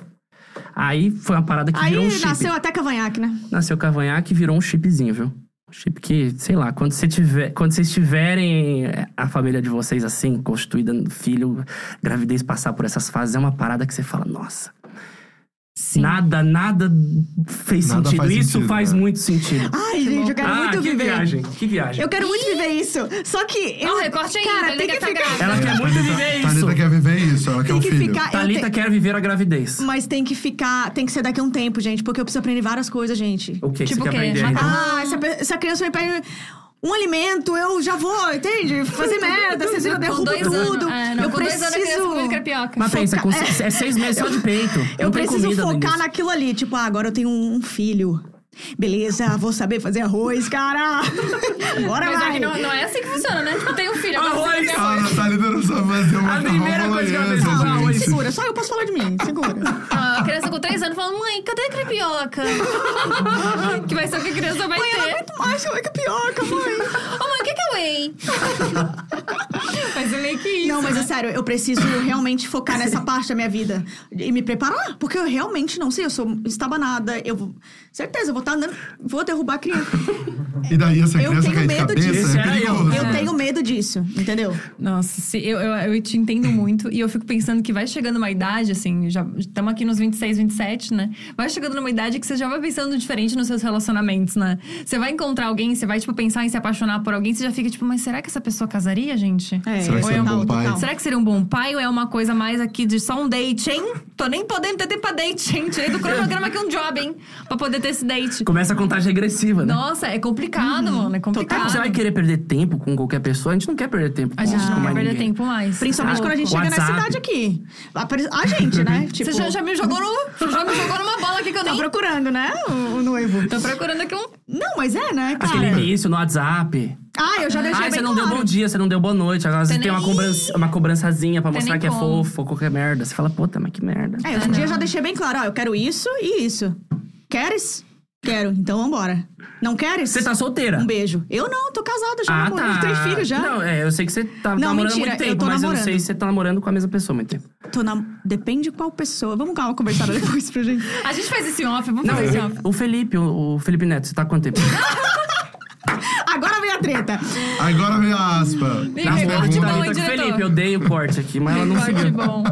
Speaker 4: Aí foi uma parada que
Speaker 2: Aí
Speaker 4: virou um chip.
Speaker 2: nasceu até cavanhaque, né?
Speaker 4: Nasceu o cavanhaque e virou um chipzinho, viu? Um chip que, sei lá, quando, você tiver, quando vocês tiverem é, a família de vocês assim, constituída, filho, gravidez, passar por essas fases, é uma parada que você fala, nossa.
Speaker 1: Sim.
Speaker 4: Nada, nada fez
Speaker 3: Nada
Speaker 4: sentido.
Speaker 3: faz
Speaker 4: Isso
Speaker 3: sentido,
Speaker 4: faz
Speaker 3: né?
Speaker 4: muito sentido.
Speaker 2: Ai, gente, eu quero
Speaker 4: ah,
Speaker 2: muito
Speaker 4: que
Speaker 2: viver.
Speaker 4: viagem, que viagem.
Speaker 2: Eu quero muito viver isso. Só que.
Speaker 1: Ó,
Speaker 2: Eu,
Speaker 1: o recorte aí,
Speaker 2: cara,
Speaker 1: Thalita
Speaker 2: tem que
Speaker 1: tá
Speaker 2: ficar.
Speaker 1: grávida.
Speaker 4: Ela
Speaker 3: É,
Speaker 4: quer muito
Speaker 3: Thalita-
Speaker 4: viver isso.
Speaker 3: Thalita quer viver isso,
Speaker 4: é
Speaker 3: ela quer
Speaker 4: um
Speaker 2: Tem
Speaker 3: o
Speaker 2: que
Speaker 3: filho.
Speaker 2: ficar. eu
Speaker 4: Thalita
Speaker 2: te-
Speaker 4: quer viver a gravidez.
Speaker 2: Mas tem que ficar. Tem que ser daqui a um tempo, gente, porque eu preciso aprender várias coisas, gente.
Speaker 4: O que,
Speaker 1: Tipo
Speaker 4: que
Speaker 1: o
Speaker 4: você
Speaker 1: quê?
Speaker 4: quer aprender?
Speaker 1: Matar-
Speaker 4: então?
Speaker 2: Ah, se a, pe- se a criança me pega um alimento, eu já vou, entende? Fazer merda, vocês viram, eu
Speaker 1: Com
Speaker 2: derrubo
Speaker 1: dois
Speaker 2: tudo.
Speaker 1: anos. É, não,
Speaker 2: eu
Speaker 1: com
Speaker 2: preciso.
Speaker 1: dois anos a criança comendo crepioca.
Speaker 4: Mas pensa, com se- é seis meses só de peito.
Speaker 2: Eu
Speaker 4: não tem
Speaker 2: preciso
Speaker 4: comida no
Speaker 2: focar
Speaker 4: início.
Speaker 2: naquilo ali. Tipo, ah, agora eu tenho um filho. Beleza, vou saber fazer arroz, cara. Bora
Speaker 1: Mas é
Speaker 2: vai.
Speaker 1: que não, não é assim que funciona, né? Tipo, tem um filho, agora você não
Speaker 4: Arroz.
Speaker 1: tem
Speaker 3: Ah, a Thalita não sabe fazer uma
Speaker 4: A primeira
Speaker 3: macarrão
Speaker 4: coisa que ela
Speaker 3: bolonhesa,
Speaker 4: fez foi "Ah, arroz.
Speaker 3: gente.
Speaker 2: Segura, só eu posso falar de mim. Segura.
Speaker 1: Ah, A criança com três anos falando, mãe, cadê a crepioca? que vai ser o que a criança vai
Speaker 2: Mãe, eu não
Speaker 1: ter.
Speaker 2: aguento mais, eu é que pioca, mãe.
Speaker 1: Ô, mãe, o que que é whey? Mas é meio que isso.
Speaker 2: Não, mas é sério, eu preciso realmente focar nessa parte da minha vida e me preparar, porque eu realmente não sei, eu sou estabanada, eu vou, certeza, eu vou estar andando, vou derrubar a criança.
Speaker 3: E daí essa
Speaker 2: Eu
Speaker 3: criança
Speaker 2: tenho
Speaker 3: cai de
Speaker 2: medo disso.
Speaker 3: cabeça, é
Speaker 4: Esse era eu.
Speaker 3: perigoso.
Speaker 2: Eu tenho medo disso, entendeu?
Speaker 1: Nossa, se- eu, eu, eu te entendo muito. E eu fico pensando que vai chegando uma idade, assim, já estamos aqui nos 26, 27, né? Vai chegando numa idade que você já vai pensando diferente nos seus relacionamentos, né? Você vai encontrar alguém, você vai, tipo, pensar em se apaixonar por alguém, você já fica, tipo, mas será que essa pessoa casaria, gente?
Speaker 2: É,
Speaker 3: Será que
Speaker 2: ou
Speaker 3: você é um
Speaker 2: tal,
Speaker 3: bom pai?
Speaker 2: tal.
Speaker 1: Será que seria um bom pai ou é uma coisa mais aqui de só um date, hein? Tô nem podendo ter tempo pra date, hein? Tirei do cronograma que é um job, hein? Pra poder ter esse date.
Speaker 4: Começa a contagem regressiva, né?
Speaker 1: Nossa, é complicado,
Speaker 2: Uhum.
Speaker 1: mano. É
Speaker 4: Até
Speaker 1: complicado.
Speaker 4: porque você vai querer perder tempo com qualquer pessoa. A gente não quer perder tempo com
Speaker 1: A gente
Speaker 4: com
Speaker 1: não vai
Speaker 4: mais
Speaker 1: perder
Speaker 4: ninguém.
Speaker 1: tempo mais.
Speaker 2: Principalmente
Speaker 4: Ah,
Speaker 2: quando a gente chega nessa
Speaker 4: WhatsApp.
Speaker 2: idade aqui. Apare- A gente, né? Tipo,
Speaker 1: Você já, já me jogou no, já me jogou numa bola aqui que eu
Speaker 2: tá
Speaker 1: nem
Speaker 2: procurando, né? O, o noivo.
Speaker 1: Tô procurando aqui um.
Speaker 2: Não, mas é, né,
Speaker 4: Aquele
Speaker 2: cara?
Speaker 4: início no WhatsApp.
Speaker 2: Ah, eu já deixei
Speaker 4: Ah,
Speaker 2: bem
Speaker 4: você não
Speaker 2: claro.
Speaker 4: deu bom dia, você não deu boa noite. Agora você
Speaker 1: Tem
Speaker 4: tem uma,
Speaker 1: nem-
Speaker 4: cobrança, uma cobrançazinha pra
Speaker 1: Tem
Speaker 4: mostrar
Speaker 1: nem
Speaker 4: que é
Speaker 1: como.
Speaker 4: fofo, qualquer merda. Você fala, puta, mas que merda.
Speaker 2: É, hoje em
Speaker 1: Ah,
Speaker 2: dia eu
Speaker 1: não.
Speaker 2: já deixei bem claro, ó, eu quero isso e isso. Queres? Quero, então vambora. Não queres?
Speaker 4: Você tá solteira.
Speaker 2: Um beijo. Eu não, tô casada já,
Speaker 4: Ah,
Speaker 2: amor.
Speaker 4: tá.
Speaker 2: Três filhos já.
Speaker 4: Não, é, eu sei que você tá
Speaker 2: Não,
Speaker 4: namorando há
Speaker 2: mentira,
Speaker 4: muito
Speaker 2: eu
Speaker 4: tempo,
Speaker 2: tô
Speaker 4: mas eu não
Speaker 2: namorando.
Speaker 4: sei se você tá namorando com a mesma pessoa há muito tempo.
Speaker 2: tô na... Depende qual pessoa. Vamos dar uma conversada depois pra gente.
Speaker 1: A gente faz esse off, vamos
Speaker 4: Não,
Speaker 1: fazer esse off.
Speaker 4: o, o Felipe, o, o Felipe Neto, você tá há quanto tempo?
Speaker 2: Agora vem a treta.
Speaker 3: Agora vem a aspa.
Speaker 1: Vem, vem,
Speaker 4: pergunta
Speaker 3: tá
Speaker 1: corte
Speaker 4: da
Speaker 1: bom, hein,
Speaker 4: Rita com o
Speaker 1: diretor?
Speaker 4: Felipe, eu dei o corte aqui, mas ela não
Speaker 1: Recorde
Speaker 4: seguiu.
Speaker 1: bom.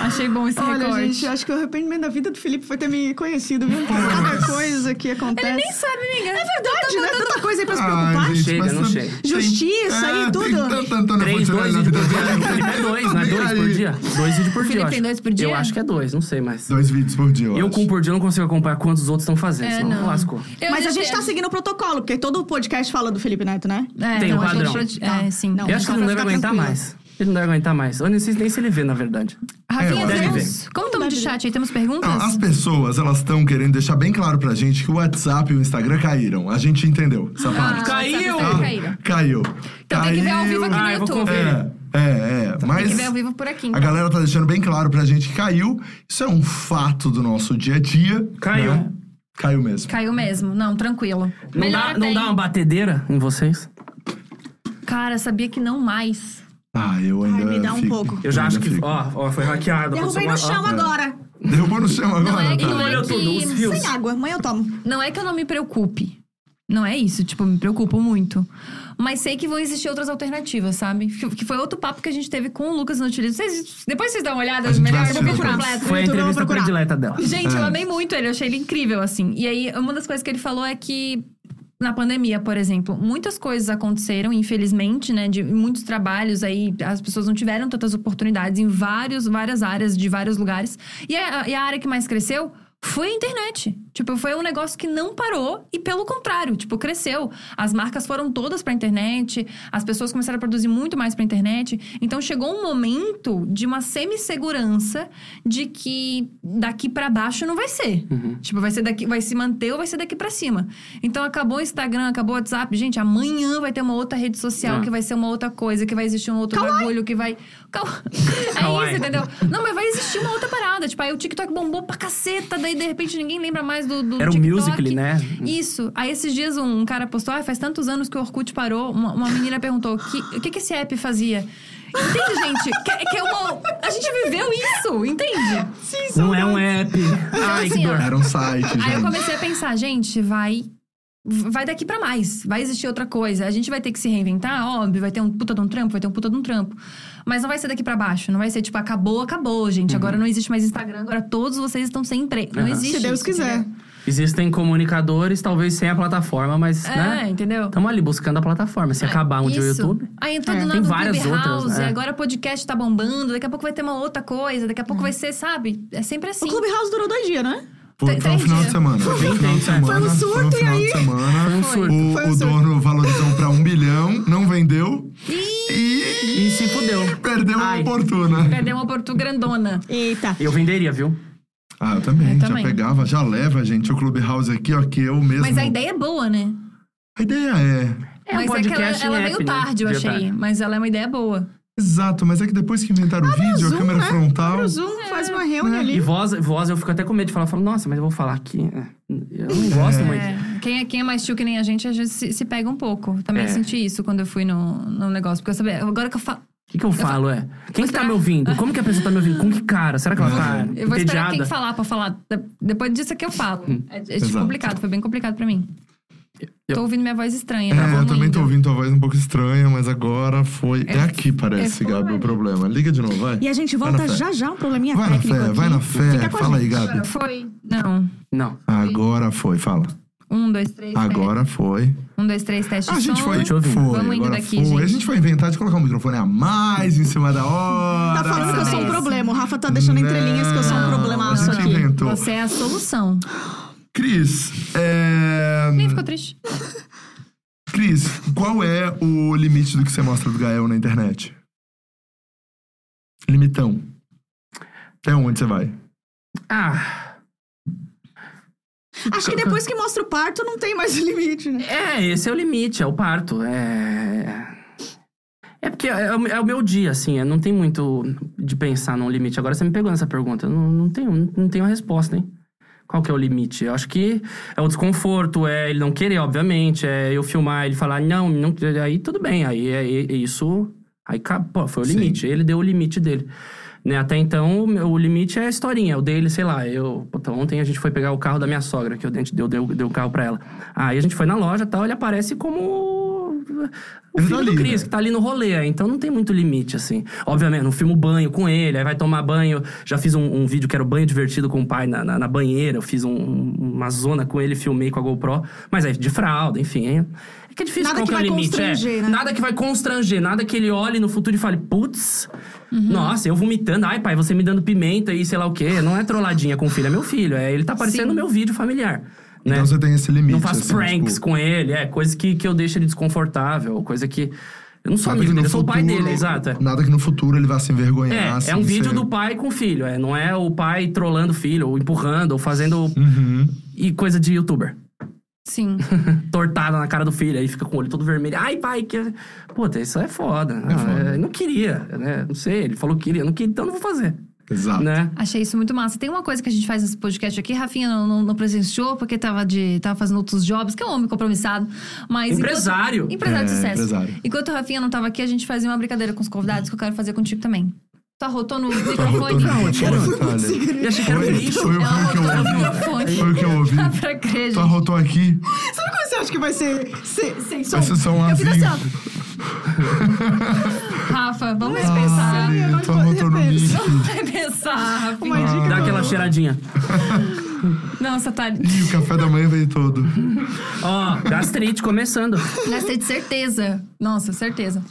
Speaker 1: Achei bom esse
Speaker 2: Olha,
Speaker 1: recorte.
Speaker 2: gente, acho que o arrependimento da vida do Felipe foi ter me conhecido, viu? Cada coisa que acontece.
Speaker 1: Ele nem sabe, amiga. É
Speaker 2: Verdade, né? Tanta coisa aí pra se preocupar.
Speaker 3: Ai, gente,
Speaker 4: Chega,
Speaker 3: mas
Speaker 4: não
Speaker 3: tam-
Speaker 4: chega.
Speaker 3: tem-
Speaker 2: Justiça e
Speaker 3: é,
Speaker 2: tudo.
Speaker 3: Tem tanta Antônia
Speaker 4: Três,
Speaker 3: Fontenelle
Speaker 4: dois
Speaker 3: na
Speaker 4: vídeos
Speaker 3: vida
Speaker 4: por dia.
Speaker 3: dela.
Speaker 4: O Felipe é dois, não é dois por dia? Dois vídeos por dia.
Speaker 1: Felipe
Speaker 4: eu
Speaker 1: tem
Speaker 4: acho.
Speaker 1: dois por dia?
Speaker 4: Eu acho que é dois, não sei mais.
Speaker 3: Dois vídeos por dia, eu,
Speaker 4: Eu
Speaker 3: acho.
Speaker 4: com um por dia não consigo acompanhar quantos os outros estão fazendo,
Speaker 1: É,
Speaker 4: senão
Speaker 1: não.
Speaker 4: lascou.
Speaker 1: Eu
Speaker 2: Mas a
Speaker 1: já
Speaker 2: gente
Speaker 1: sei.
Speaker 2: tá seguindo o protocolo, porque todo podcast fala do Felipe Neto, né?
Speaker 1: É,
Speaker 4: Tem
Speaker 1: não,
Speaker 4: um
Speaker 1: a gente
Speaker 4: padrão.
Speaker 1: pode-
Speaker 2: Tá.
Speaker 1: É, sim.
Speaker 2: Não.
Speaker 4: eu acho que
Speaker 2: só
Speaker 4: ele não
Speaker 2: pra
Speaker 4: deve
Speaker 2: ficar
Speaker 4: aguentar
Speaker 2: tranquila.
Speaker 4: mais. Ele não deve aguentar mais. Eu nem sei nem se ele vê, na verdade.
Speaker 1: Rafinha,
Speaker 3: É, deve
Speaker 1: temos... Como estamos de chat aí? Temos perguntas?
Speaker 3: Não, as pessoas, elas estão querendo deixar bem claro pra gente que o WhatsApp e o Instagram caíram. A gente entendeu essa parte.
Speaker 4: Caiu!
Speaker 1: Ah,
Speaker 3: tá?
Speaker 1: Caíram.
Speaker 3: Caiu.
Speaker 1: Então tem que ver ao
Speaker 3: Caiu.
Speaker 1: vivo aqui no
Speaker 4: Ah, eu vou
Speaker 1: YouTube.
Speaker 4: conferir.
Speaker 3: É, é, é. Mas
Speaker 1: Tem que ver ao vivo por aqui. então.
Speaker 3: a galera tá deixando bem claro pra gente que caiu. Isso é um fato do nosso dia a dia.
Speaker 4: Caiu.
Speaker 3: né? Caiu mesmo.
Speaker 1: Caiu mesmo. Não, tranquilo.
Speaker 4: Não
Speaker 1: Melhor
Speaker 4: dá, não
Speaker 1: tem.
Speaker 4: dá uma batedeira em vocês?
Speaker 1: Cara, sabia que não mais.
Speaker 3: Ah, eu ainda
Speaker 2: Ai, me dá um
Speaker 3: fico-
Speaker 2: pouco.
Speaker 4: Eu já
Speaker 3: ainda
Speaker 4: acho que.
Speaker 3: fico.
Speaker 4: Ó, ó, foi hackeado.
Speaker 2: Derrubei no
Speaker 4: passou
Speaker 2: chão
Speaker 4: uma- ó.
Speaker 2: agora.
Speaker 3: Derrubou no chão agora,
Speaker 1: Não é,
Speaker 3: tá?
Speaker 1: que, não, é
Speaker 4: Olhou tudo, os
Speaker 1: que,
Speaker 4: fios.
Speaker 2: Sem água, amanhã eu tomo.
Speaker 1: não é que eu não me preocupe. Não é isso, tipo, me preocupo muito. Mas sei que vão existir outras alternativas, sabe? Que que foi outro papo que a gente teve com o Lucas no Utilizo. Vocês- depois vocês dão uma olhada,
Speaker 3: A gente vai
Speaker 1: melhor,
Speaker 3: assistir
Speaker 1: vou
Speaker 3: depois.
Speaker 1: completo.
Speaker 2: Eu
Speaker 4: Foi a
Speaker 2: tô- eu vou
Speaker 4: entrevista
Speaker 2: procurar.
Speaker 4: predileta dela.
Speaker 1: Gente, eu amei muito ele, eu achei ele incrível, assim. E aí, uma das coisas que ele falou é que. Na pandemia, por exemplo, muitas coisas aconteceram, infelizmente, né? De muitos trabalhos aí, as pessoas não tiveram tantas oportunidades em vários, várias áreas, de vários lugares. E a, e a área que mais cresceu foi a internet. Tipo, foi um negócio que não parou e, pelo contrário, tipo, cresceu. As marcas foram todas pra internet, as pessoas começaram a produzir muito mais pra internet. Então, chegou um momento de uma semi-segurança de que daqui pra baixo não vai ser.
Speaker 4: Uhum.
Speaker 1: Tipo, vai ser daqui, vai se manter ou vai ser daqui pra cima. Então acabou o Instagram, acabou o WhatsApp, gente, amanhã vai ter uma outra rede social
Speaker 4: Ah.
Speaker 1: que vai ser uma outra coisa, que vai existir um outro bagulho que vai Cal- É
Speaker 4: Kawaii.
Speaker 1: isso, entendeu? Não, mas vai existir uma outra parada, tipo, aí o TikTok bombou pra caceta, daí de repente ninguém lembra mais do, do
Speaker 4: Era o
Speaker 1: TikTok.
Speaker 4: Musical.ly, né?
Speaker 1: Isso. Aí esses dias um cara postou, ah, faz tantos anos que o Orkut parou. Uma, uma menina perguntou, "Que- o que, que esse app fazia? Entende, gente? Que, que é uma... A gente viveu isso, entende?
Speaker 4: Não é um app. Ai, que
Speaker 1: assim, ó.
Speaker 4: dor.
Speaker 3: Era um site, gente.
Speaker 1: Aí eu comecei a pensar, gente, vai. Vai daqui pra mais, vai existir outra coisa. A gente vai ter que se reinventar, óbvio, vai ter um puta de um trampo, vai ter um puta de um trampo. Mas não vai ser daqui pra baixo, não vai ser tipo, acabou, acabou, gente. Agora não existe mais Instagram, agora todos vocês estão sem emprego. Não
Speaker 4: Uhum. Aham.
Speaker 1: existe.
Speaker 2: Se Deus
Speaker 1: isso,
Speaker 2: quiser.
Speaker 1: entendeu?
Speaker 4: Existem comunicadores, talvez sem a plataforma, mas,
Speaker 1: É,
Speaker 4: né?
Speaker 1: entendeu?
Speaker 4: Estamos ali buscando a plataforma. Se acabar um dia o
Speaker 1: Isso.
Speaker 4: YouTube.
Speaker 1: Aí entrou
Speaker 4: É,
Speaker 1: do
Speaker 4: tem
Speaker 1: nada o
Speaker 4: várias
Speaker 1: Clubhouse,
Speaker 4: outras, né?
Speaker 1: agora podcast tá bombando, daqui a pouco vai ter uma outra coisa, daqui a
Speaker 4: Uhum.
Speaker 1: pouco vai ser, sabe? É sempre assim.
Speaker 2: O Clubhouse durou dois dias, né?
Speaker 3: Foi,
Speaker 1: Tem-
Speaker 3: foi um
Speaker 1: tem
Speaker 3: final
Speaker 1: dia.
Speaker 3: de semana. Foi um final de semana.
Speaker 2: Foi um surto,
Speaker 3: foi um final
Speaker 2: e aí?
Speaker 3: de semana.
Speaker 4: Foi um surto.
Speaker 3: O,
Speaker 2: Foi um
Speaker 3: o
Speaker 2: surto.
Speaker 3: dono valorizou pra um bilhão, não vendeu e
Speaker 4: E se fudeu.
Speaker 3: perdeu a
Speaker 4: Ai.
Speaker 3: oportuna.
Speaker 1: Perdeu uma portu grandona.
Speaker 2: Eita.
Speaker 4: Eu venderia, viu?
Speaker 3: Ah, eu também.
Speaker 1: Eu
Speaker 3: já
Speaker 1: também.
Speaker 3: pegava, já leva, gente, o Clubhouse aqui, ó, que eu mesmo.
Speaker 1: Mas a ideia é boa, né?
Speaker 3: A ideia é.
Speaker 4: É um
Speaker 1: mas é
Speaker 4: podcast
Speaker 1: que
Speaker 4: em
Speaker 1: ela, ela
Speaker 4: app,
Speaker 1: veio
Speaker 4: né?
Speaker 1: tarde, eu
Speaker 4: Veio
Speaker 1: achei.
Speaker 4: tarde.
Speaker 1: Mas ela é uma ideia boa.
Speaker 3: Exato, mas é que depois que inventaram o vídeo, a
Speaker 2: Zoom,
Speaker 3: câmera
Speaker 2: né?
Speaker 3: frontal.
Speaker 2: Abre o Zoom, faz uma reunião
Speaker 4: E
Speaker 2: ali.
Speaker 4: voz, voz, eu fico até com medo de falar. Eu falo, nossa, mas eu vou falar aqui. Eu não gosto muito.
Speaker 1: É, Quem, é, quem é mais tio que nem a gente, às vezes se, se pega um pouco. Também
Speaker 4: É.
Speaker 1: senti isso quando eu fui no, no negócio. Porque eu sabia. Agora que eu falo.
Speaker 4: O que, que eu falo, é? Quem que tá me ouvindo? Como que a pessoa tá me ouvindo? Com que cara? Será que ela tá
Speaker 1: Eu vou esperar quem
Speaker 4: entediada?
Speaker 1: falar pra falar. De- Depois disso é que eu falo. É, é
Speaker 3: Exato.
Speaker 1: complicado, foi bem complicado pra mim.
Speaker 4: Hum. eu-
Speaker 1: Tô ouvindo minha voz estranha.
Speaker 3: É,
Speaker 1: tá bom,
Speaker 3: eu também tô
Speaker 1: lindo.
Speaker 3: ouvindo tua voz um pouco estranha, mas agora foi. É, aqui, parece,
Speaker 1: é
Speaker 3: Gabi, o problema. Liga de novo, vai.
Speaker 2: E a gente
Speaker 3: Vai
Speaker 2: volta
Speaker 3: na fé.
Speaker 2: já já, um probleminha
Speaker 3: Vai na
Speaker 2: técnico
Speaker 3: fé,
Speaker 2: aqui.
Speaker 3: vai na
Speaker 2: Fica
Speaker 3: fé.
Speaker 2: com a
Speaker 3: Fala aí,
Speaker 2: gente.
Speaker 3: Gabi.
Speaker 6: Agora foi.
Speaker 1: Não.
Speaker 4: Não.
Speaker 3: Agora foi, fala.
Speaker 1: Um, dois, três.
Speaker 3: Agora foi. Ah,
Speaker 1: teste. Um, dois, três, teste.
Speaker 3: A
Speaker 1: de
Speaker 3: gente
Speaker 1: som.
Speaker 3: foi.
Speaker 4: Deixa eu
Speaker 3: foi
Speaker 4: ouvir.
Speaker 1: Vamos indo
Speaker 3: agora
Speaker 1: daqui,
Speaker 3: foi.
Speaker 1: gente.
Speaker 3: A gente vai inventar de colocar um microfone a mais em cima da hora.
Speaker 2: Tá falando que eu sou um
Speaker 1: Parece.
Speaker 2: problema. O Rafa tá deixando entre linhas que eu sou um
Speaker 3: Não,
Speaker 2: problemaço
Speaker 3: Ah, A gente
Speaker 2: aqui.
Speaker 3: inventou.
Speaker 1: Você é a solução.
Speaker 3: Cris, é...
Speaker 1: Nem ficou triste.
Speaker 3: Cris, qual é o limite do que você mostra do Gael na internet? Limitão. Até onde você
Speaker 4: Né?
Speaker 3: vai?
Speaker 4: Ah,
Speaker 2: Acho que depois que mostra o parto, não tem mais limite, né?
Speaker 4: é, esse é o limite, é o parto. É. É porque é, o- é o meu dia, assim, é, não tem muito de pensar num limite. Agora você me pegou nessa pergunta, eu não, não tenho, não tenho a resposta, hein? Qual que é o limite? Eu acho que é o desconforto, é ele não querer, obviamente, é eu filmar, ele falar, não, não aí tudo bem, aí é, é isso, aí ca- pô, foi o
Speaker 3: Sim.
Speaker 4: limite, ele deu o limite dele. Né? Até então, o, meu- o limite é a historinha. O dele, sei lá, eu... puta, ontem a gente foi pegar o carro da minha sogra, que eu dei, deu, deu, deu o carro pra ela. Aí a gente foi na loja e tal, ele aparece como... O
Speaker 3: Ele tá
Speaker 4: filho do
Speaker 3: ali,
Speaker 4: Chris,
Speaker 3: né?
Speaker 4: que tá ali no rolê, aí, então não tem muito limite, assim. Obviamente, não filmo banho com ele, aí vai tomar banho. Já fiz um, um vídeo que era o banho divertido com o pai na, na- na banheira, eu fiz um- uma zona com ele, filmei com a GoPro, mas aí de fralda, enfim. É, é que é difícil
Speaker 2: Nada
Speaker 4: qual
Speaker 2: que
Speaker 4: é o
Speaker 2: vai
Speaker 4: limite, é.
Speaker 2: constranger, né?
Speaker 4: Nada que vai constranger, nada que ele olhe no futuro e fale, putz,
Speaker 2: Uhum.
Speaker 4: nossa, eu vomitando, ai pai, você me dando pimenta e sei lá o quê. Não é trolladinha com o filho, é meu filho, é, ele tá aparecendo no meu vídeo familiar. Né?
Speaker 3: Então você tem esse limite.
Speaker 4: Não faço
Speaker 3: assim,
Speaker 4: pranks
Speaker 3: tipo,
Speaker 4: com ele, é coisa que, que eu deixo ele desconfortável, coisa que. Eu não sou
Speaker 3: nada que no
Speaker 4: amigo dele, eu sou o pai
Speaker 3: futuro-
Speaker 4: dele, exato. é.
Speaker 3: Nada que no futuro ele vá se envergonhar.
Speaker 4: É,
Speaker 3: assim,
Speaker 4: é um vídeo
Speaker 3: você-
Speaker 4: do pai com o filho, é, não é o pai trolando o filho, ou empurrando, ou fazendo.
Speaker 3: Uhum.
Speaker 4: e coisa de youtuber.
Speaker 1: Sim.
Speaker 4: Tortada na cara do filho, aí fica com o olho todo vermelho. Ai, pai, que. Puta, isso é foda. Não,
Speaker 3: foda.
Speaker 4: é, não queria, né? Não sei, ele falou que queria, não queria, então não vou fazer.
Speaker 3: Exato.
Speaker 4: Né?
Speaker 1: Achei isso muito massa. Tem uma coisa que a gente faz nesse podcast aqui, Rafinha não, não- não presenciou, porque tava, de, tava fazendo outros jobs, que é um homem compromissado. Mas
Speaker 4: Empresário.
Speaker 1: Enquanto, empresário de
Speaker 3: É,
Speaker 1: sucesso.
Speaker 3: empresário.
Speaker 1: Enquanto o Rafinha não tava aqui, a gente fazia uma brincadeira com os convidados que eu quero fazer contigo também. Tu arrotou no microfone? Tá
Speaker 3: Arrotando Tá o microfone, Natália.
Speaker 4: E achei que era um
Speaker 3: Foi,
Speaker 4: lixo.
Speaker 3: foi, o- foi o que eu
Speaker 1: Ela arrotou no
Speaker 3: ouvi.
Speaker 1: microfone.
Speaker 3: Foi o que eu ouvi.
Speaker 1: Dá Tá pra crer,
Speaker 3: Tu
Speaker 1: gente.
Speaker 3: arrotou aqui,
Speaker 2: Sabe como você acha que vai ser sem, sem som?
Speaker 3: vai ser só um
Speaker 2: Eu fiz assim,
Speaker 3: avinho.
Speaker 2: ó.
Speaker 1: Rafa, vamos
Speaker 3: Ah.
Speaker 2: Ai,
Speaker 1: repensar.
Speaker 2: eu não
Speaker 3: Tu arrotou tá, no
Speaker 2: repenso.
Speaker 3: mic.
Speaker 1: Vamos repensar, Rafinha.
Speaker 2: Uma dica.
Speaker 4: Dá aquela cheiradinha.
Speaker 1: Nossa, tá.
Speaker 3: Ih, o café da manhã veio todo.
Speaker 4: Ó, gastrite começando.
Speaker 1: Gastei de certeza. Nossa, certeza.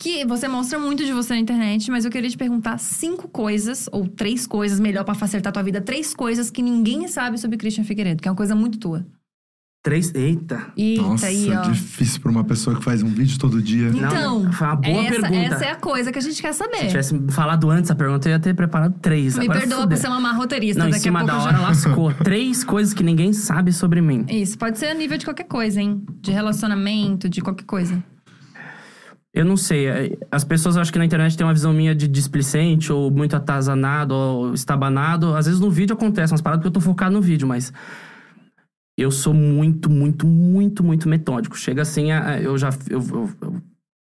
Speaker 1: Que você mostra muito de você na internet, mas eu queria te perguntar cinco coisas, ou três coisas, melhor pra facilitar a tua vida, três coisas que ninguém sabe sobre Christian Figueiredo, que é uma coisa muito tua.
Speaker 4: Três. Eita.
Speaker 1: Eita,
Speaker 3: Nossa,
Speaker 1: aí, ó.
Speaker 3: difícil pra uma pessoa que faz um vídeo todo dia.
Speaker 4: Não,
Speaker 1: Então,
Speaker 4: foi uma boa
Speaker 1: essa,
Speaker 4: pergunta.
Speaker 1: essa é a coisa que a gente quer
Speaker 4: Se eu
Speaker 1: saber.
Speaker 4: tivesse falado antes a pergunta, eu ia ter preparado três.
Speaker 1: Me
Speaker 4: Agora
Speaker 1: perdoa por
Speaker 4: fudeu.
Speaker 1: ser uma má roteirista,
Speaker 4: Não, em
Speaker 1: daqui
Speaker 4: cima
Speaker 1: a pouco
Speaker 4: da
Speaker 1: eu
Speaker 4: hora
Speaker 1: já.
Speaker 4: lascou. Três coisas que ninguém sabe sobre mim.
Speaker 1: Isso, pode ser a nível de qualquer coisa, hein? De relacionamento, de qualquer coisa.
Speaker 4: Eu não sei. é, As pessoas acham que na internet tem uma visão minha de displicente, ou muito atazanado, ou estabanado. Às vezes no vídeo acontece umas paradas porque eu tô focado no vídeo, mas. Eu sou muito, muito, muito, muito metódico. Chega assim, a- a- eu já. eu- eu- eu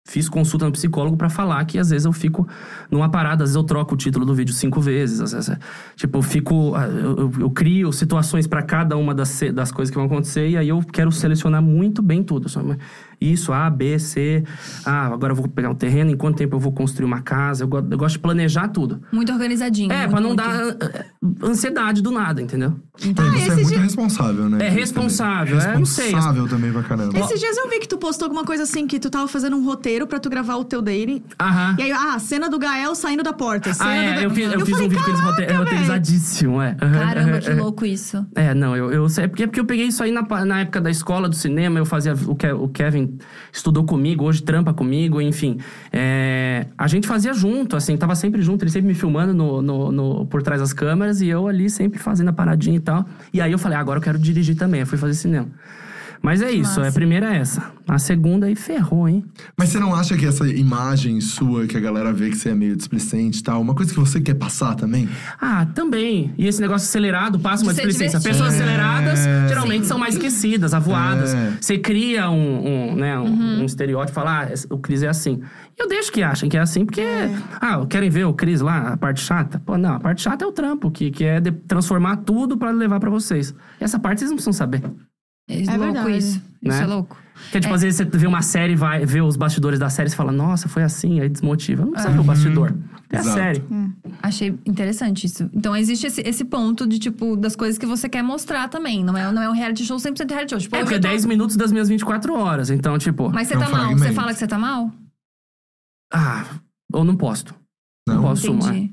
Speaker 4: fiz consulta no psicólogo pra falar que às vezes eu fico numa parada, às vezes eu troco o título do vídeo cinco vezes, às vezes, tipo, eu fico, ah, eu, eu- eu crio situações pra cada uma das, ce- das coisas que vão acontecer e aí eu quero selecionar muito bem tudo, só uma- isso, A, B, C, ah, agora eu vou pegar um terreno, em quanto tempo eu vou construir uma casa, eu, go- eu gosto de planejar tudo.
Speaker 1: Muito organizadinho.
Speaker 4: É,
Speaker 1: muito,
Speaker 4: pra não
Speaker 1: muito.
Speaker 4: dar ah, ah, ansiedade do nada, entendeu?
Speaker 3: Então,
Speaker 2: Ah,
Speaker 3: você é
Speaker 2: esse
Speaker 3: muito
Speaker 2: dia-
Speaker 3: responsável, né?
Speaker 4: É
Speaker 3: Cris,
Speaker 4: responsável,
Speaker 3: também.
Speaker 4: é, não sei.
Speaker 3: Responsável também pra caramba.
Speaker 2: Esses dias eu vi que tu postou alguma coisa assim, que tu tava fazendo um roteiro pra tu gravar o teu daily.
Speaker 4: Aham.
Speaker 2: E aí, ah, cena do Gael saindo da porta. Cena
Speaker 4: Ah,
Speaker 2: do
Speaker 4: é,
Speaker 2: Ga-
Speaker 4: eu fiz, eu fiz
Speaker 2: falei,
Speaker 4: um vídeo que eles rote- é
Speaker 2: "Caraca, velho."
Speaker 4: roteirizadíssimo, é. Aham,
Speaker 1: Caramba,
Speaker 4: aham,
Speaker 1: que
Speaker 4: aham.
Speaker 1: louco isso.
Speaker 4: É, não, eu, eu sei. É porque, é porque eu peguei isso aí na, pa- na época da escola, do cinema. Eu fazia. O, Ke- o Kevin estudou comigo, hoje trampa comigo, enfim. É, a gente fazia junto, assim, tava sempre junto, ele sempre me filmando no, no- no- por trás das câmeras e eu ali sempre fazendo a paradinha e tal. E aí eu falei, "Ah, agora eu quero dirigir também. Eu fui fazer cinema. Mas é isso,
Speaker 1: massa.
Speaker 4: a primeira é essa. A segunda aí ferrou, hein?
Speaker 3: Mas você não acha que essa imagem sua, que a galera vê que você é meio displicente e tal, uma coisa que você quer passar também?
Speaker 4: Ah, também. E esse negócio acelerado passa uma
Speaker 1: De ser
Speaker 4: displicência.
Speaker 1: divertido.
Speaker 4: Pessoas aceleradas
Speaker 3: É.
Speaker 4: geralmente são mais esquecidas, avoadas.
Speaker 3: É.
Speaker 4: Você cria um, um, né, um, um estereótipo, fala, ah, esse- o Cris é assim. E eu deixo que achem que é assim, porque. Ah, querem ver o Cris lá, a parte chata? Pô, não, a parte chata é o trampo, que, que é de- transformar tudo pra levar pra vocês. Essa parte vocês não precisam saber.
Speaker 1: É, louco
Speaker 2: verdade.
Speaker 1: isso. Isso
Speaker 4: Né?
Speaker 1: é louco.
Speaker 4: Que é tipo, às vezes você vê uma série, vai ver os bastidores da série e fala, nossa, foi assim, aí desmotiva. Não precisa ver o bastidor. É a
Speaker 3: Uhum. Exato.
Speaker 4: série.
Speaker 1: Achei interessante isso. Então existe esse, esse ponto de, tipo, das coisas que você quer mostrar também. Não é, não é um reality show 100% reality show. Tipo,
Speaker 4: É
Speaker 1: hoje
Speaker 4: porque é
Speaker 1: eu tô-
Speaker 4: 10 minutos das minhas 24 horas. Então, tipo.
Speaker 1: Mas você
Speaker 3: É um
Speaker 1: tá mal. Você
Speaker 3: fragmento.
Speaker 1: fala que você tá mal?
Speaker 4: Ah, eu não posto. Não,
Speaker 3: Não?
Speaker 4: posso
Speaker 1: Entendi. É,
Speaker 4: mais.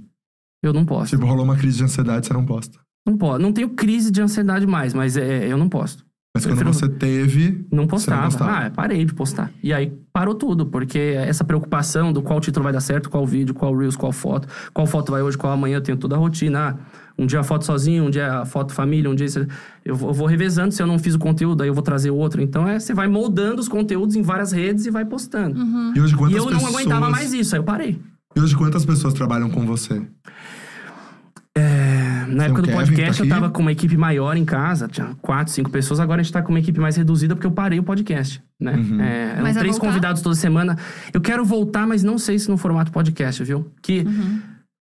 Speaker 4: Eu não posso.
Speaker 3: Tipo, rolou uma crise de ansiedade, você não posta.
Speaker 4: Não posso. Não tenho crise de ansiedade mais, mas é, eu não posto.
Speaker 3: Mas quando
Speaker 4: Prefiro-
Speaker 3: você teve.
Speaker 4: Não postava.
Speaker 3: postava.
Speaker 4: Ah, parei de postar. E aí parou tudo, porque essa preocupação do qual título vai dar certo, qual vídeo, qual reels, qual foto, qual foto vai hoje, qual amanhã, eu tenho toda a rotina. Ah, um dia a foto sozinho, um dia a foto família, um dia isso- eu vou eu vou revezando, se eu não fiz o conteúdo, aí eu vou trazer outro. Então é, você vai moldando os conteúdos em várias redes e vai postando.
Speaker 3: E hoje
Speaker 4: E
Speaker 3: quantas
Speaker 4: eu não
Speaker 3: pessoas.
Speaker 4: aguentava mais isso, aí eu parei.
Speaker 3: E hoje quantas pessoas trabalham com você?
Speaker 4: É, Na época
Speaker 3: o
Speaker 4: do
Speaker 3: Kevin
Speaker 4: podcast,
Speaker 3: tá
Speaker 4: eu
Speaker 3: aqui.
Speaker 4: tava com uma equipe maior em casa, tinha quatro, cinco pessoas. Agora a gente tá com uma equipe mais reduzida porque eu parei o podcast, né?
Speaker 3: Uhum.
Speaker 4: É, eram
Speaker 1: Mas vai
Speaker 4: três
Speaker 1: voltar? Uhum.
Speaker 4: convidados toda semana. Eu quero voltar, mas não sei se no formato podcast, viu? Que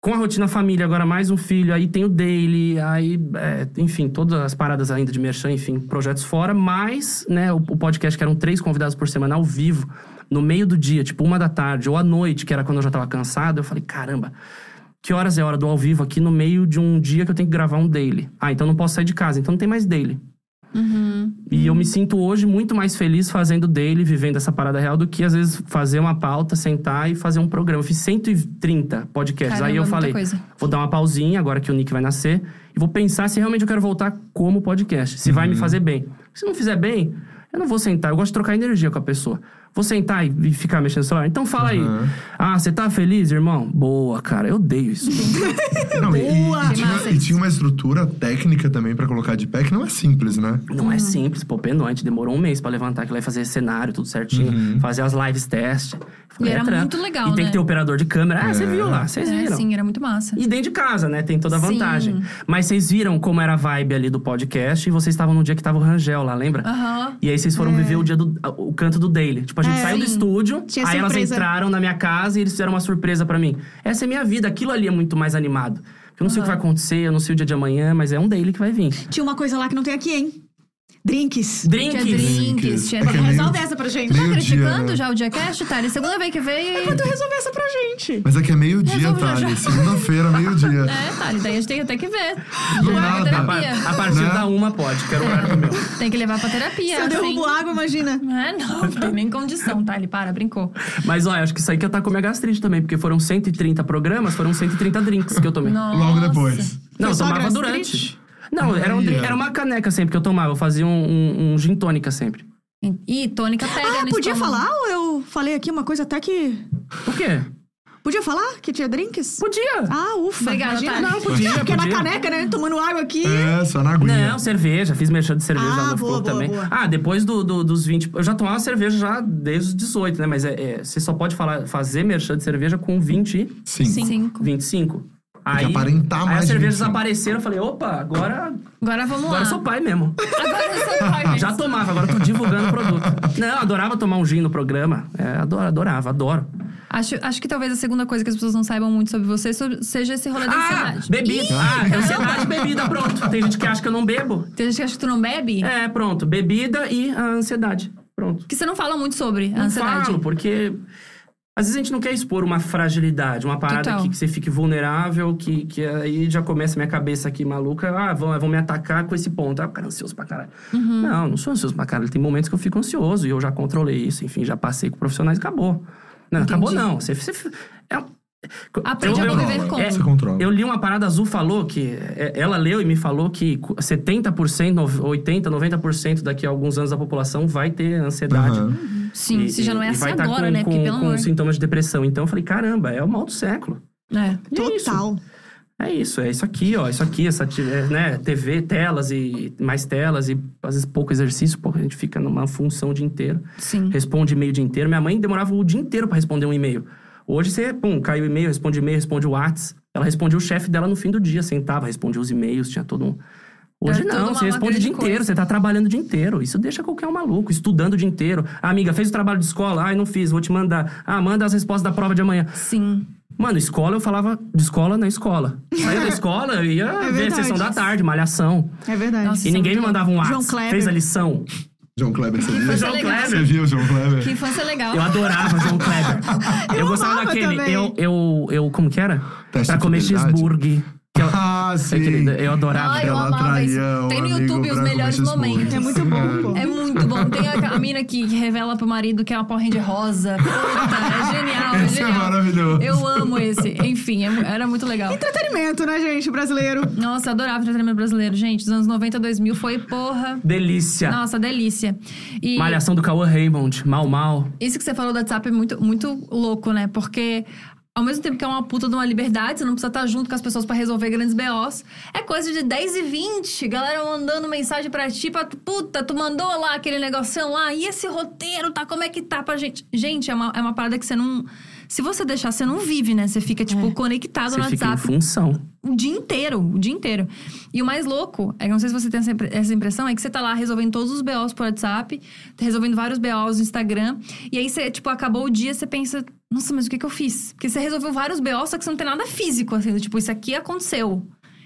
Speaker 4: com a rotina família, agora mais um filho, aí tem o daily, aí, é, enfim, todas as paradas ainda de merchan, enfim, projetos fora, mas, né, o, o podcast que eram três convidados por semana ao vivo, no meio do dia, tipo uma da tarde ou à noite, que era quando eu já tava cansado, eu falei, caramba, que horas é a hora do ao vivo aqui no meio de um dia que eu tenho que gravar um daily? Ah, então não posso sair de casa, então não tem mais daily.
Speaker 1: Uhum.
Speaker 4: E eu me sinto hoje muito mais feliz fazendo dele, vivendo essa parada real, do que às vezes fazer uma pauta, sentar e fazer um programa. Eu fiz 130 podcasts.
Speaker 1: Caramba,
Speaker 4: Aí eu
Speaker 1: muita
Speaker 4: falei,
Speaker 1: coisa.
Speaker 4: vou dar uma pausinha agora que o Nick vai nascer e vou pensar se realmente eu quero voltar como podcast, se vai me fazer bem. Se não fizer bem, eu não vou sentar. Eu gosto de trocar energia com a pessoa. Vou sentar e e ficar mexendo no celular. Então fala aí. Ah, você tá feliz, irmão? Boa, cara. Eu odeio isso.
Speaker 3: Não, e, e,
Speaker 1: Que
Speaker 3: tinha,
Speaker 1: massa
Speaker 3: e
Speaker 1: isso.
Speaker 3: tinha uma estrutura técnica também pra colocar de pé, que não é simples, né?
Speaker 4: não
Speaker 1: Uhum.
Speaker 4: é simples, pô, penoite. Demorou um mês pra levantar aquilo aí, fazer cenário, tudo certinho. Fazer as lives teste.
Speaker 1: E era
Speaker 4: É trampo.
Speaker 1: muito legal,
Speaker 4: E tem
Speaker 1: né?
Speaker 4: que ter operador de câmera. Ah, você
Speaker 3: É.
Speaker 4: viu lá, vocês
Speaker 1: É,
Speaker 4: viram.
Speaker 1: sim, era muito massa.
Speaker 4: E dentro de casa, né? Tem toda a
Speaker 1: Sim.
Speaker 4: vantagem. Mas vocês viram como era a vibe ali do podcast e vocês estavam no dia que tava o Rangel lá, lembra?
Speaker 1: Aham.
Speaker 4: E aí vocês foram viver o dia do o canto do Daily. Tipo, a gente
Speaker 2: É.
Speaker 4: saiu do
Speaker 1: Sim.
Speaker 4: estúdio,
Speaker 2: Tinha
Speaker 4: aí elas
Speaker 2: surpresa.
Speaker 4: entraram na minha casa e eles fizeram uma surpresa pra mim. Essa é minha vida, aquilo ali é muito mais animado. Eu não sei o que vai acontecer, eu não sei o dia de amanhã, mas é um Daily que vai vir.
Speaker 2: Tinha uma coisa lá que não tem aqui, hein? Drinks.
Speaker 1: Tinha
Speaker 4: Drinks!
Speaker 1: drinks, tinha...
Speaker 3: É que é meio-
Speaker 2: Resolve essa pra gente. Ah,
Speaker 1: Tá
Speaker 3: meio dia,
Speaker 1: criticando
Speaker 3: né?
Speaker 1: já o Diacast, Thali? Segunda vez que veio e...
Speaker 2: Tu resolve essa pra gente.
Speaker 3: Mas é que é meio-dia,
Speaker 1: Resolve já,
Speaker 3: Thales.
Speaker 1: já.
Speaker 3: Segunda-feira, meio-dia.
Speaker 1: É, Thali, daí a gente tem até que ver.
Speaker 3: Do
Speaker 1: Já
Speaker 3: nada.
Speaker 1: vai pra
Speaker 4: A, par-
Speaker 1: terapia.
Speaker 4: a partir
Speaker 3: Né?
Speaker 4: da uma pode, que era o horário do meu.
Speaker 1: Tem que levar pra terapia.
Speaker 2: Se eu
Speaker 1: sim.
Speaker 2: derrubo água, imagina.
Speaker 1: É, não, não tem nem condição, tá? Ele para, brincou.
Speaker 4: Mas olha, acho que isso aí que eu tá com minha gastrite também, porque foram 130 programas, foram 130 drinks que eu tomei.
Speaker 1: Nossa.
Speaker 3: Logo depois.
Speaker 4: Não,
Speaker 2: Foi
Speaker 4: eu
Speaker 2: só
Speaker 4: tomava
Speaker 2: gastrite?
Speaker 4: durante. Não, era, um
Speaker 3: Olha.
Speaker 4: drink- era uma caneca sempre que eu tomava. Eu fazia um, um, um gin tônica sempre.
Speaker 1: Ih, tônica pega
Speaker 2: Ah,
Speaker 1: no
Speaker 2: podia
Speaker 1: estômago.
Speaker 2: falar? Ou eu falei aqui uma coisa até que.
Speaker 4: O quê?
Speaker 2: Podia falar que tinha drinks?
Speaker 4: Podia!
Speaker 2: Ah, ufa.
Speaker 1: Obrigada,
Speaker 2: imagina.
Speaker 1: Tati.
Speaker 2: Não,
Speaker 4: Podia,
Speaker 2: porque é na
Speaker 4: podia.
Speaker 2: caneca, né? Tomando água aqui.
Speaker 3: É, só na aguinha.
Speaker 4: Não, cerveja. Fiz merchan de cerveja
Speaker 2: Ah,
Speaker 4: lá
Speaker 2: boa,
Speaker 4: no Flow
Speaker 2: boa,
Speaker 4: também.
Speaker 2: boa.
Speaker 4: Ah, depois do, do- dos 20... Eu já tomava cerveja já desde os 18, né? Mas é, é, você só pode falar, fazer merchan de cerveja com 20 e
Speaker 3: Sim.
Speaker 1: Cinco.
Speaker 4: 25. Aí,
Speaker 3: aparentar
Speaker 4: aí
Speaker 3: mais
Speaker 4: as
Speaker 3: de
Speaker 4: cervejas
Speaker 3: 25.
Speaker 4: apareceram, eu falei, opa, agora,
Speaker 1: Agora vamos lá.
Speaker 4: agora eu sou pai mesmo.
Speaker 1: Agora eu sou pai
Speaker 3: Ah.
Speaker 1: mesmo.
Speaker 4: Já tomava, agora eu tô divulgando o produto. Não, eu adorava tomar um gin no programa. É, adoro, adorava, adoro.
Speaker 1: Acho, acho que talvez a segunda coisa que as pessoas não saibam muito sobre você so- seja esse rolê da
Speaker 4: Ah,
Speaker 1: ansiedade.
Speaker 4: bebida.
Speaker 1: Ih,
Speaker 4: Ah, é ansiedade, bebida, pronto. Tem gente que acha que eu não bebo.
Speaker 1: tem gente que acha que tu não bebe,
Speaker 4: É, pronto. Bebida e a ansiedade. Pronto.
Speaker 1: que você não fala muito sobre a
Speaker 4: Não
Speaker 1: ansiedade.
Speaker 4: falo, porque... Às vezes a gente não quer expor uma fragilidade, uma parada
Speaker 1: Total.
Speaker 4: que, que você fique vulnerável, que, que aí já começa minha cabeça aqui maluca. Ah, vão, vão me atacar com esse ponto. Ah, o cara é ansioso pra caralho.
Speaker 1: Uhum.
Speaker 4: Não, não sou ansioso pra caralho. Tem momentos que eu fico ansioso e eu já controlei isso. Enfim, já passei com profissionais e acabou. Não, acabou não. Você, você, é um-
Speaker 1: Aprende
Speaker 4: Eu-
Speaker 1: a
Speaker 4: eu-
Speaker 1: conviver
Speaker 3: não,
Speaker 1: com.
Speaker 3: é- Você controla.
Speaker 4: Eu li uma parada azul falou que é, ela leu e me falou que cu- 70%, nove- 80, 90% daqui a alguns anos da população vai ter ansiedade.
Speaker 3: Aham.
Speaker 1: Sim,
Speaker 4: E-
Speaker 1: se já não é
Speaker 4: e
Speaker 1: assim
Speaker 4: vai tá
Speaker 1: agora,
Speaker 4: com,
Speaker 1: né? Porque
Speaker 4: com-
Speaker 1: pelo
Speaker 4: com
Speaker 1: amor.
Speaker 4: sintomas de depressão. Então eu falei, caramba, é o mal do século.
Speaker 1: É.
Speaker 4: E É isso.
Speaker 2: Total.
Speaker 4: É isso, é isso aqui, ó. Isso aqui, essa ti- é, né, TV, telas e mais telas e às vezes pouco exercício, porque a gente fica numa função o dia inteiro.
Speaker 1: Sim.
Speaker 4: Responde e-mail o dia inteiro. Minha mãe demorava o dia inteiro pra responder um e-mail. Hoje você, pum, caiu o e-mail, responde e-mail, responde o WhatsApp. Ela respondia o chefe dela no fim do dia, sentava, respondia os e-mails, tinha todo um. Hoje
Speaker 1: Era toda
Speaker 4: não,
Speaker 1: uma
Speaker 4: você responde
Speaker 1: máquina
Speaker 4: o dia
Speaker 1: de
Speaker 4: inteiro,
Speaker 1: coisa.
Speaker 4: você tá trabalhando o dia inteiro. Isso deixa qualquer um maluco, estudando o dia inteiro. Ah, amiga, fez o trabalho de escola? Ai, não fiz, vou te mandar. Ah, manda as respostas da prova de amanhã.
Speaker 1: Sim.
Speaker 4: Mano, escola eu falava de escola na escola. Saía da escola, eu ia
Speaker 1: É
Speaker 4: ver a
Speaker 2: verdade.
Speaker 4: sessão da tarde, malhação.
Speaker 2: É verdade.
Speaker 1: Nossa.
Speaker 4: E
Speaker 1: Isso é
Speaker 4: ninguém me
Speaker 1: muito
Speaker 4: mandava um
Speaker 2: João
Speaker 4: WhatsApp.
Speaker 2: Kleber.
Speaker 4: Fez a lição.
Speaker 3: João Kleber, você viu?
Speaker 1: Mas
Speaker 4: João
Speaker 1: é legal.
Speaker 4: Kleber.
Speaker 3: Você viu, João Kleber?
Speaker 1: Que infância legal.
Speaker 4: Eu adorava João Kleber. Eu, gostava
Speaker 2: amava
Speaker 4: daquele.
Speaker 2: também.
Speaker 4: Eu, eu, eu. Como que era?
Speaker 3: Teste
Speaker 4: pra
Speaker 3: de
Speaker 4: comer
Speaker 3: fidelidade.
Speaker 4: cheeseburger. Que é eu,
Speaker 3: Ah, sim.
Speaker 4: aquele- eu adorava.
Speaker 1: Ai, eu
Speaker 3: Ela
Speaker 1: amava isso.
Speaker 3: traía o
Speaker 1: Tem no
Speaker 3: amigo
Speaker 1: YouTube os
Speaker 3: pra comer
Speaker 1: melhores
Speaker 3: cheeseburger.
Speaker 1: momentos.
Speaker 2: É muito bom, pô.
Speaker 1: É muito bom. Tem a, a mina que que revela pro marido que é uma Power Ranger rosa. Puta, é genial, é
Speaker 3: Esse é
Speaker 1: genial.
Speaker 3: maravilhoso.
Speaker 1: Eu amo esse. Enfim, é mu- era muito legal.
Speaker 2: Entretenimento, né, gente, brasileiro?
Speaker 1: Nossa, eu adorava entretenimento brasileiro, gente. Dos anos 90, 2000 foi porra.
Speaker 4: Delícia.
Speaker 1: Nossa, delícia. E
Speaker 4: Malhação do Cauã Raymond. Mal, mal.
Speaker 1: isso que você falou do WhatsApp é muito, muito louco, né? Porque ao mesmo tempo que é uma puta de uma liberdade, você não precisa estar junto com as pessoas pra resolver grandes BOs. É coisa de 10 e 20, galera mandando mensagem pra ti, pra tu, puta, tu mandou lá aquele negocinho lá, e esse roteiro, tá? Como é que tá pra gente? Gente, é uma, é uma parada que você não. Se você deixar, você não vive, né? Você fica, tipo, conectado
Speaker 4: É. Você
Speaker 1: no
Speaker 4: fica em
Speaker 1: WhatsApp
Speaker 4: função.
Speaker 1: o dia inteiro, o dia inteiro. E o mais louco, é que eu não sei se você tem essa impre- essa impressão, é que você tá lá resolvendo todos os BOs por WhatsApp, tá resolvendo vários BOs no Instagram, e aí você, tipo, acabou o dia, você pensa, nossa, mas o que que eu fiz? Porque você resolveu vários BOs, só que você não tem nada físico, assim, do tipo, isso aqui aconteceu.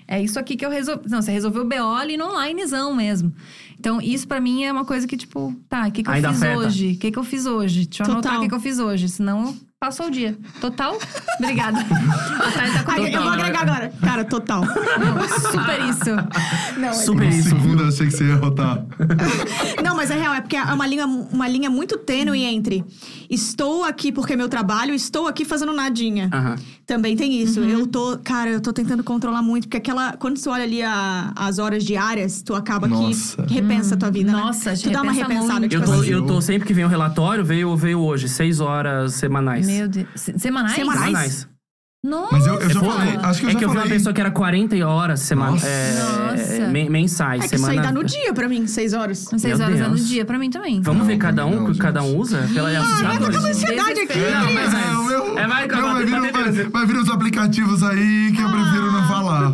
Speaker 1: É isso aqui que eu resolvi. Não, você resolveu o BO ali no onlinezão mesmo. Então, isso pra mim é uma coisa que, tipo, tá, o que, que eu
Speaker 4: Ainda
Speaker 1: fiz
Speaker 4: afeta.
Speaker 1: hoje? O que, que eu fiz hoje? Deixa eu anotar
Speaker 2: Total.
Speaker 1: o que, que eu fiz hoje, senão passou o dia. Total? Obrigada. A Thay tá com
Speaker 2: Ai, eu
Speaker 1: total.
Speaker 2: vou agregar
Speaker 4: né?
Speaker 2: agora. Cara, total.
Speaker 1: Não, super isso.
Speaker 2: Não, é-
Speaker 3: Por
Speaker 4: Super
Speaker 3: um
Speaker 4: isso.
Speaker 3: segundo eu achei que você ia rotar.
Speaker 2: Não, mas é real, é porque é uma linha, uma linha muito tênue entre estou aqui porque é meu trabalho, estou aqui fazendo nadinha.
Speaker 4: Aham.
Speaker 2: Também tem isso.
Speaker 1: Uhum.
Speaker 2: Eu tô, cara, eu tô tentando controlar muito, porque aquela. Quando você olha ali a- as horas diárias, tu acaba
Speaker 3: Nossa.
Speaker 2: que repensa a tua vida. né?
Speaker 1: Nossa, a gente
Speaker 2: Tu dá uma
Speaker 1: repensa
Speaker 2: repensada,
Speaker 1: muito.
Speaker 2: tipo
Speaker 4: Eu tô,
Speaker 2: assim.
Speaker 4: eu tô- sempre que vem o relatório, veio, veio hoje, seis horas semanais.
Speaker 1: Meu Deus. Se- Semanais?
Speaker 2: Semanais.
Speaker 1: Nossa.
Speaker 3: Mas eu, eu já
Speaker 4: pouco.
Speaker 3: falei. Acho que eu
Speaker 4: é
Speaker 3: já
Speaker 4: que eu vi uma
Speaker 3: falei.
Speaker 4: pessoa que era 40 horas semana,
Speaker 3: Nossa.
Speaker 4: é,
Speaker 1: Nossa.
Speaker 4: men- mensais.
Speaker 2: É que isso
Speaker 4: semana...
Speaker 2: aí dá no dia pra mim, seis horas.
Speaker 1: São Seis
Speaker 4: Meu
Speaker 1: horas é no
Speaker 4: Deus.
Speaker 1: dia, pra mim também.
Speaker 4: Vamos
Speaker 3: Não,
Speaker 4: ver cada um,
Speaker 3: não,
Speaker 4: o que
Speaker 3: gente.
Speaker 4: cada um usa? Pela
Speaker 1: Ah,
Speaker 4: assustador.
Speaker 2: Tá com ansiedade aqui.
Speaker 4: Não, mas
Speaker 3: É, o meu,
Speaker 4: é, vai,
Speaker 3: meu, vai,
Speaker 4: vai,
Speaker 3: vir,
Speaker 4: vai,
Speaker 3: vai-
Speaker 4: vai.
Speaker 3: vai vir os aplicativos aí que eu prefiro não falar.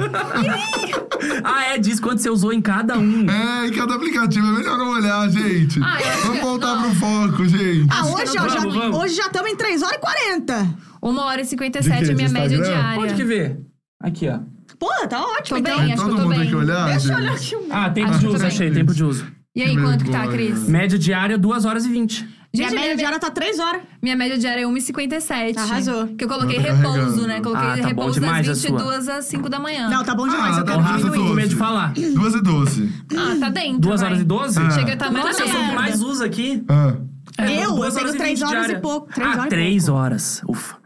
Speaker 4: Ah, é, diz quanto você usou em cada um.
Speaker 3: É, e cada aplicativo é melhor não olhar, gente.
Speaker 1: Ah, eu acho
Speaker 3: Vamos
Speaker 1: que-
Speaker 3: voltar
Speaker 1: não.
Speaker 3: pro foco, gente.
Speaker 2: Ah,
Speaker 1: Acho que
Speaker 2: hoje,
Speaker 1: não
Speaker 2: ó,
Speaker 4: dá.
Speaker 2: já,
Speaker 4: Vamos, vamos.
Speaker 2: hoje já estamos em 3 horas e 40.
Speaker 1: Uma hora e
Speaker 3: De
Speaker 1: 57
Speaker 3: quê?
Speaker 1: é a minha
Speaker 3: De
Speaker 1: média
Speaker 3: Instagram?
Speaker 1: diária.
Speaker 4: Onde que vê? Aqui, ó.
Speaker 2: Pô, tá
Speaker 1: Tô
Speaker 2: ótimo.
Speaker 1: bem,
Speaker 2: então.
Speaker 1: acho que eu
Speaker 3: Todo
Speaker 1: tô
Speaker 3: mundo
Speaker 1: bem.
Speaker 3: tem que olhar,
Speaker 2: Deixa eu
Speaker 3: gente.
Speaker 2: olhar aqui. um-
Speaker 4: Ah, tempo
Speaker 1: Acho
Speaker 4: de
Speaker 1: que
Speaker 4: uso,
Speaker 1: também.
Speaker 4: achei, tempo de uso.
Speaker 1: E aí,
Speaker 3: Que
Speaker 1: quanto que tá,
Speaker 3: vergonha.
Speaker 1: Cris?
Speaker 4: Média diária, 2 horas e 20.
Speaker 2: Minha
Speaker 1: Gente,
Speaker 2: média diária tá 3 horas.
Speaker 1: Minha média diária é 1h57.
Speaker 2: Arrasou.
Speaker 1: Que eu coloquei
Speaker 3: Eu tô carregando.
Speaker 1: repouso, né? Coloquei
Speaker 4: Ah, tá bom
Speaker 1: repouso
Speaker 4: demais a
Speaker 1: das
Speaker 4: sua.
Speaker 1: 22 às 5 da manhã.
Speaker 2: Não, tá bom demais.
Speaker 3: Ah,
Speaker 2: eu
Speaker 3: tá
Speaker 2: quero
Speaker 3: bom.
Speaker 4: Rafa,
Speaker 2: diminuir.
Speaker 4: tô com medo de falar.
Speaker 3: 2 e 12.
Speaker 1: Ah, tá dentro.
Speaker 4: 2 horas
Speaker 1: vai.
Speaker 4: e 12?
Speaker 3: Ah.
Speaker 1: Chega, tá mais
Speaker 4: Nossa, eu sou o é que
Speaker 1: merda.
Speaker 4: mais usa aqui.
Speaker 3: Ah.
Speaker 2: Eu, eu
Speaker 4: É, Duas
Speaker 2: tenho
Speaker 4: e
Speaker 2: 3
Speaker 4: vinte
Speaker 2: horas e
Speaker 4: diária.
Speaker 2: pouco.
Speaker 4: ah,
Speaker 2: 3 horas. e
Speaker 4: três
Speaker 2: pouco.
Speaker 4: horas. Ufa.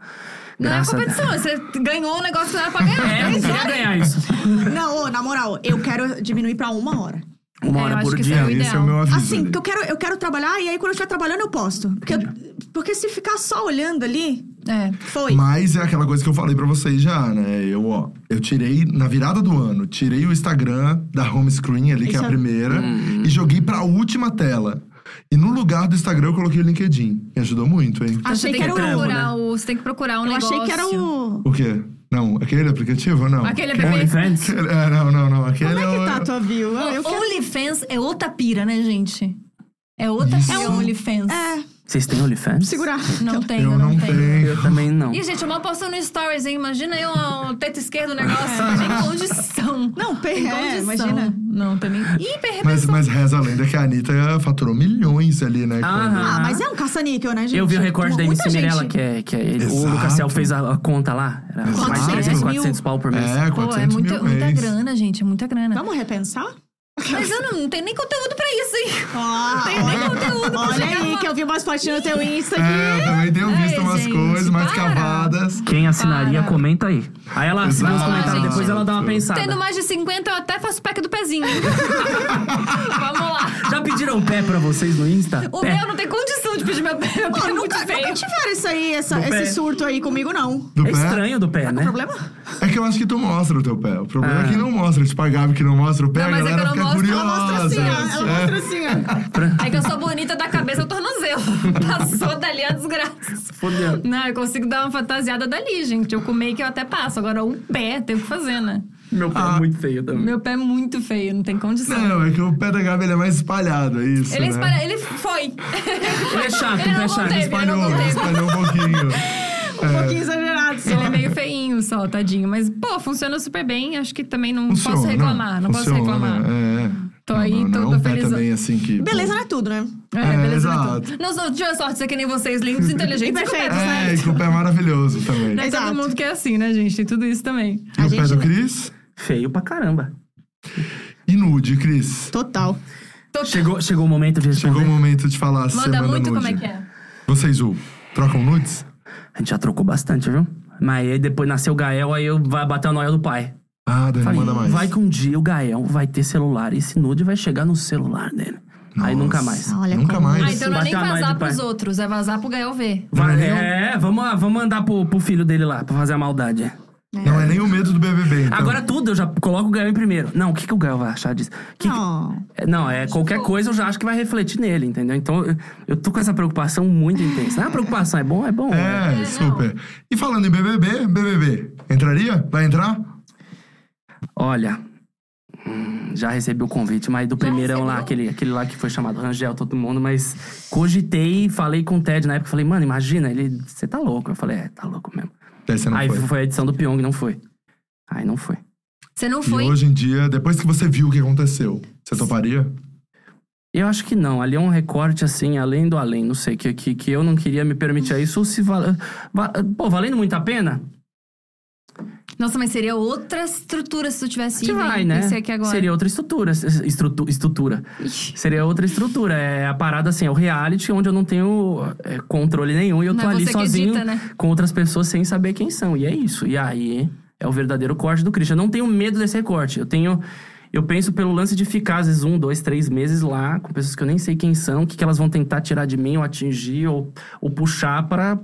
Speaker 1: Não é
Speaker 4: Graças a
Speaker 1: competição,
Speaker 4: Deus.
Speaker 1: você ganhou um negócio que não era pra ganhar.
Speaker 4: É, eu queria ganhar isso.
Speaker 2: Não, ô, na moral, eu quero diminuir pra uma hora.
Speaker 4: Uma
Speaker 1: É, eu
Speaker 4: hora
Speaker 1: acho
Speaker 4: por
Speaker 1: que
Speaker 4: dia.
Speaker 1: foi o
Speaker 3: Esse é
Speaker 1: ideal.
Speaker 3: o meu aviso.
Speaker 2: Assim,
Speaker 3: ali.
Speaker 2: porque eu quero, eu quero trabalhar e aí quando eu estiver trabalhando eu posto. Porque, porque se ficar só olhando ali,
Speaker 1: É.
Speaker 2: foi.
Speaker 3: Mas é aquela coisa que eu falei pra vocês já, né? Eu, ó, eu tirei, na virada do ano, tirei o Instagram da home screen ali, que é
Speaker 2: Isso
Speaker 3: a
Speaker 2: é-
Speaker 3: primeira,
Speaker 1: Uhum.
Speaker 3: e joguei pra última tela. E no lugar do Instagram eu coloquei o LinkedIn. Me ajudou muito, hein?
Speaker 1: Então
Speaker 2: achei
Speaker 1: você tem
Speaker 2: que era
Speaker 1: que,
Speaker 2: o.
Speaker 4: trampo,
Speaker 1: procurar
Speaker 4: né?
Speaker 1: o. Você tem que procurar um
Speaker 2: eu
Speaker 1: negócio.
Speaker 2: achei que era um, o.
Speaker 3: O quê? Não, aquele aplicativo ou não?
Speaker 1: Aquele
Speaker 4: Only
Speaker 1: bebê.
Speaker 4: Friends?
Speaker 3: Aquele- É, não, não, não. Aquele
Speaker 2: Como é que
Speaker 3: o-
Speaker 2: tá a tua view? Eu, eu quero.
Speaker 1: OnlyFans é outra pira, né, gente? É outra
Speaker 3: Isso. um-
Speaker 1: É OnlyFans.
Speaker 2: É,
Speaker 4: Vocês têm OnlyFans?
Speaker 2: segurar.
Speaker 1: Não tenho,
Speaker 3: Eu não tenho.
Speaker 4: Eu também não.
Speaker 1: Ih, gente, eu mal posto no Stories, hein? Imagina eu ó, o teto esquerdo, o negócio. Tem condição.
Speaker 2: É. Não,
Speaker 1: tem
Speaker 2: perra,
Speaker 1: condição.
Speaker 2: é, imagina.
Speaker 1: Não, também. Ih, perra,
Speaker 3: Mas, mas reza a lenda que a Anitta faturou milhões ali, né?
Speaker 4: Aham.
Speaker 2: Ah, mas é um caça-níquel, né, gente?
Speaker 4: Eu vi o recorde da
Speaker 2: Muita
Speaker 4: MC
Speaker 2: gente-
Speaker 4: Mirella, que é. Que é ele- o
Speaker 3: Exato.
Speaker 4: Lucas Cel fez a, a conta lá. Era mais
Speaker 3: Quantos
Speaker 4: de 300,
Speaker 2: mil?
Speaker 4: 400 pau por
Speaker 3: quando-
Speaker 4: mês.
Speaker 3: É,
Speaker 1: Pô, é
Speaker 3: 400
Speaker 1: muita,
Speaker 3: mil
Speaker 1: muita
Speaker 3: mês.
Speaker 1: grana, gente. É muita grana.
Speaker 2: Vamos repensar?
Speaker 1: Mas eu não, não tenho nem conteúdo pra isso, hein?
Speaker 2: Ah,
Speaker 1: Tem nem conteúdo pra
Speaker 2: olha
Speaker 1: chegar
Speaker 2: aí,
Speaker 1: lá.
Speaker 2: que eu vi umas fotinhas no teu Insta
Speaker 3: É, eu
Speaker 2: aqui.
Speaker 3: também tenho visto
Speaker 1: Ai,
Speaker 3: umas
Speaker 1: gente,
Speaker 3: coisas mais
Speaker 1: para.
Speaker 3: cavadas.
Speaker 4: Quem assinaria,
Speaker 1: Para.
Speaker 4: comenta aí. Aí ela se vê os
Speaker 3: Exato.
Speaker 4: comentários depois, ela dá uma
Speaker 3: Tendo
Speaker 4: pensada.
Speaker 1: Tendo mais de 50, eu até faço pack do pezinho. Vamos lá.
Speaker 4: Já pediram um pé pra vocês no Insta?
Speaker 1: O
Speaker 4: pé.
Speaker 1: meu não tem condição de pedir meu pé. Meu pé
Speaker 2: Pô,
Speaker 1: é muito
Speaker 2: nunca,
Speaker 1: feio.
Speaker 2: nunca tiveram isso aí, essa-
Speaker 4: Do pé.
Speaker 2: esse surto aí comigo, não.
Speaker 3: Do pé.
Speaker 4: É estranho do pé, né?
Speaker 2: Problema?
Speaker 3: É que eu acho que tu mostra o teu pé. O problema
Speaker 4: Ah.
Speaker 3: é que não mostra. Tipo, a Gabi que não mostra o pé,
Speaker 1: Não,
Speaker 3: a
Speaker 1: mas é que
Speaker 3: galera
Speaker 1: eu não
Speaker 3: fica
Speaker 1: mostro, ela
Speaker 3: curiosa.
Speaker 1: mostra
Speaker 2: Assim, ó, ela
Speaker 3: É.
Speaker 2: mostra assim, ó.
Speaker 1: É que eu sou bonita da cabeça ao tornozelo. Passou dali a desgraça.
Speaker 3: é
Speaker 4: Fodeu.
Speaker 1: Não, eu consigo dar uma fantasiada dali, gente. Eu com make eu até passo. Agora um pé tem o que fazer, né?
Speaker 4: Meu
Speaker 3: Ah.
Speaker 4: pé é muito feio também.
Speaker 1: Meu pé é muito feio, não tem condição.
Speaker 3: Não, é que o pé da Gabi ele é mais espalhado, é isso.
Speaker 1: assim. Ele,
Speaker 3: né?
Speaker 1: espalha- ele foi.
Speaker 4: Ele é chato,
Speaker 1: Ele
Speaker 4: o pé
Speaker 1: não
Speaker 4: é chato.
Speaker 1: manteve.
Speaker 3: Espalhou,
Speaker 1: Ele não manteve.
Speaker 3: espalhou um pouquinho.
Speaker 2: Um pouquinho exagerado. só.
Speaker 1: Ele é meio feinho só, tadinho. Mas, pô, funciona super bem. Acho que também não posso
Speaker 3: Funciona,
Speaker 1: reclamar. Não posso
Speaker 3: funciona,
Speaker 1: reclamar.
Speaker 3: É, é.
Speaker 1: Tô aí,
Speaker 3: não,
Speaker 1: tô-
Speaker 3: não,
Speaker 1: tô
Speaker 3: é um pé
Speaker 1: feliz.
Speaker 3: também assim que...
Speaker 2: Beleza não é tudo, né?
Speaker 1: É,
Speaker 3: É,
Speaker 1: beleza.
Speaker 3: exato.
Speaker 1: né? Não sou, tive a sorte de ser que nem vocês, lindos, inteligentes e
Speaker 2: Perfeito.
Speaker 1: completos, né?
Speaker 3: É, que o pé é maravilhoso também.
Speaker 1: Não é
Speaker 2: Exato.
Speaker 1: todo mundo que é assim, né, gente? Tem tudo isso também.
Speaker 3: E
Speaker 2: A
Speaker 3: o pé
Speaker 2: gente-
Speaker 3: do Cris?
Speaker 4: Feio pra caramba.
Speaker 3: E nude, Cris.
Speaker 2: Total.
Speaker 4: Chegou, chegou o momento de
Speaker 3: Chegou
Speaker 4: responder.
Speaker 3: o momento de falar a
Speaker 1: Manda
Speaker 3: semana
Speaker 1: muito
Speaker 3: nude.
Speaker 1: como é que é.
Speaker 3: Vocês, o, trocam nudes?
Speaker 4: A gente já trocou bastante, viu? Mas aí depois nasceu o Gael, aí eu vai bater a noia do pai.
Speaker 3: Ah, Dani,
Speaker 4: Falei,
Speaker 3: manda mais.
Speaker 4: Vai que um dia o Gael vai ter celular. Esse nude vai chegar no celular dele. Aí nunca mais.
Speaker 2: Olha
Speaker 3: Nunca
Speaker 2: como-
Speaker 3: mais.
Speaker 1: Ah, então não é nem
Speaker 4: Bater a mãe
Speaker 1: vazar
Speaker 4: do pai.
Speaker 1: pros outros, é vazar pro Gael ver.
Speaker 4: Vai, é, vamos, lá, vamos mandar pro, pro filho dele lá, pra fazer a maldade.
Speaker 3: Não é nem o medo do BBB, então.
Speaker 4: Agora tudo, eu já coloco o Gael em primeiro. Não, o que, que o Gael vai achar disso? Que-
Speaker 2: Não.
Speaker 4: É, Não, é qualquer coisa eu já acho que vai refletir nele, entendeu? Então eu, eu tô com essa preocupação muito intensa. Ah, preocupação é bom, é bom.
Speaker 3: É, super. E falando em BBB, BBB, entraria? Vai entrar?
Speaker 4: Olha, hum, já recebi o convite, mas do primeirão lá,
Speaker 6: recebeu?
Speaker 4: aquele, aquele lá que foi chamado Rangel, todo mundo, mas cogitei, falei com o Ted na época, falei, mano, imagina, ele, você tá louco. Eu falei, é, tá louco mesmo.
Speaker 3: Daí você não
Speaker 4: Aí
Speaker 3: foi.
Speaker 4: foi. a edição do Pyong, não foi. Aí não foi.
Speaker 1: Você não
Speaker 3: E
Speaker 1: foi.
Speaker 3: hoje em dia, depois que você viu o que aconteceu, você toparia?
Speaker 4: Eu acho que não, ali é um recorte assim, além do além, não sei, que, que, que eu não queria me permitir isso, ou se val... va- Pô, valendo muito a pena?
Speaker 1: Nossa, mas seria outra estrutura se tu tivesse
Speaker 4: Te
Speaker 1: ido.
Speaker 4: vai,
Speaker 1: hein?
Speaker 4: né?
Speaker 1: Pensei aqui agora.
Speaker 4: Seria outra estrutura. es- estrutu- estrutura.
Speaker 1: Ixi.
Speaker 4: Seria outra estrutura. É a parada assim, é o reality onde eu não tenho é, controle nenhum e eu
Speaker 1: Não
Speaker 4: tô
Speaker 1: é
Speaker 4: ali
Speaker 1: você que
Speaker 4: sozinho
Speaker 1: edita, né?
Speaker 4: com outras pessoas sem saber quem são. E é isso. E aí é o verdadeiro corte do Christian. Eu não tenho medo desse recorte. Eu tenho. Eu penso pelo lance de ficar, às vezes, um, dois, três meses lá, com pessoas que eu nem sei quem são, o que, que elas vão tentar tirar de mim, ou atingir, ou, ou puxar pra,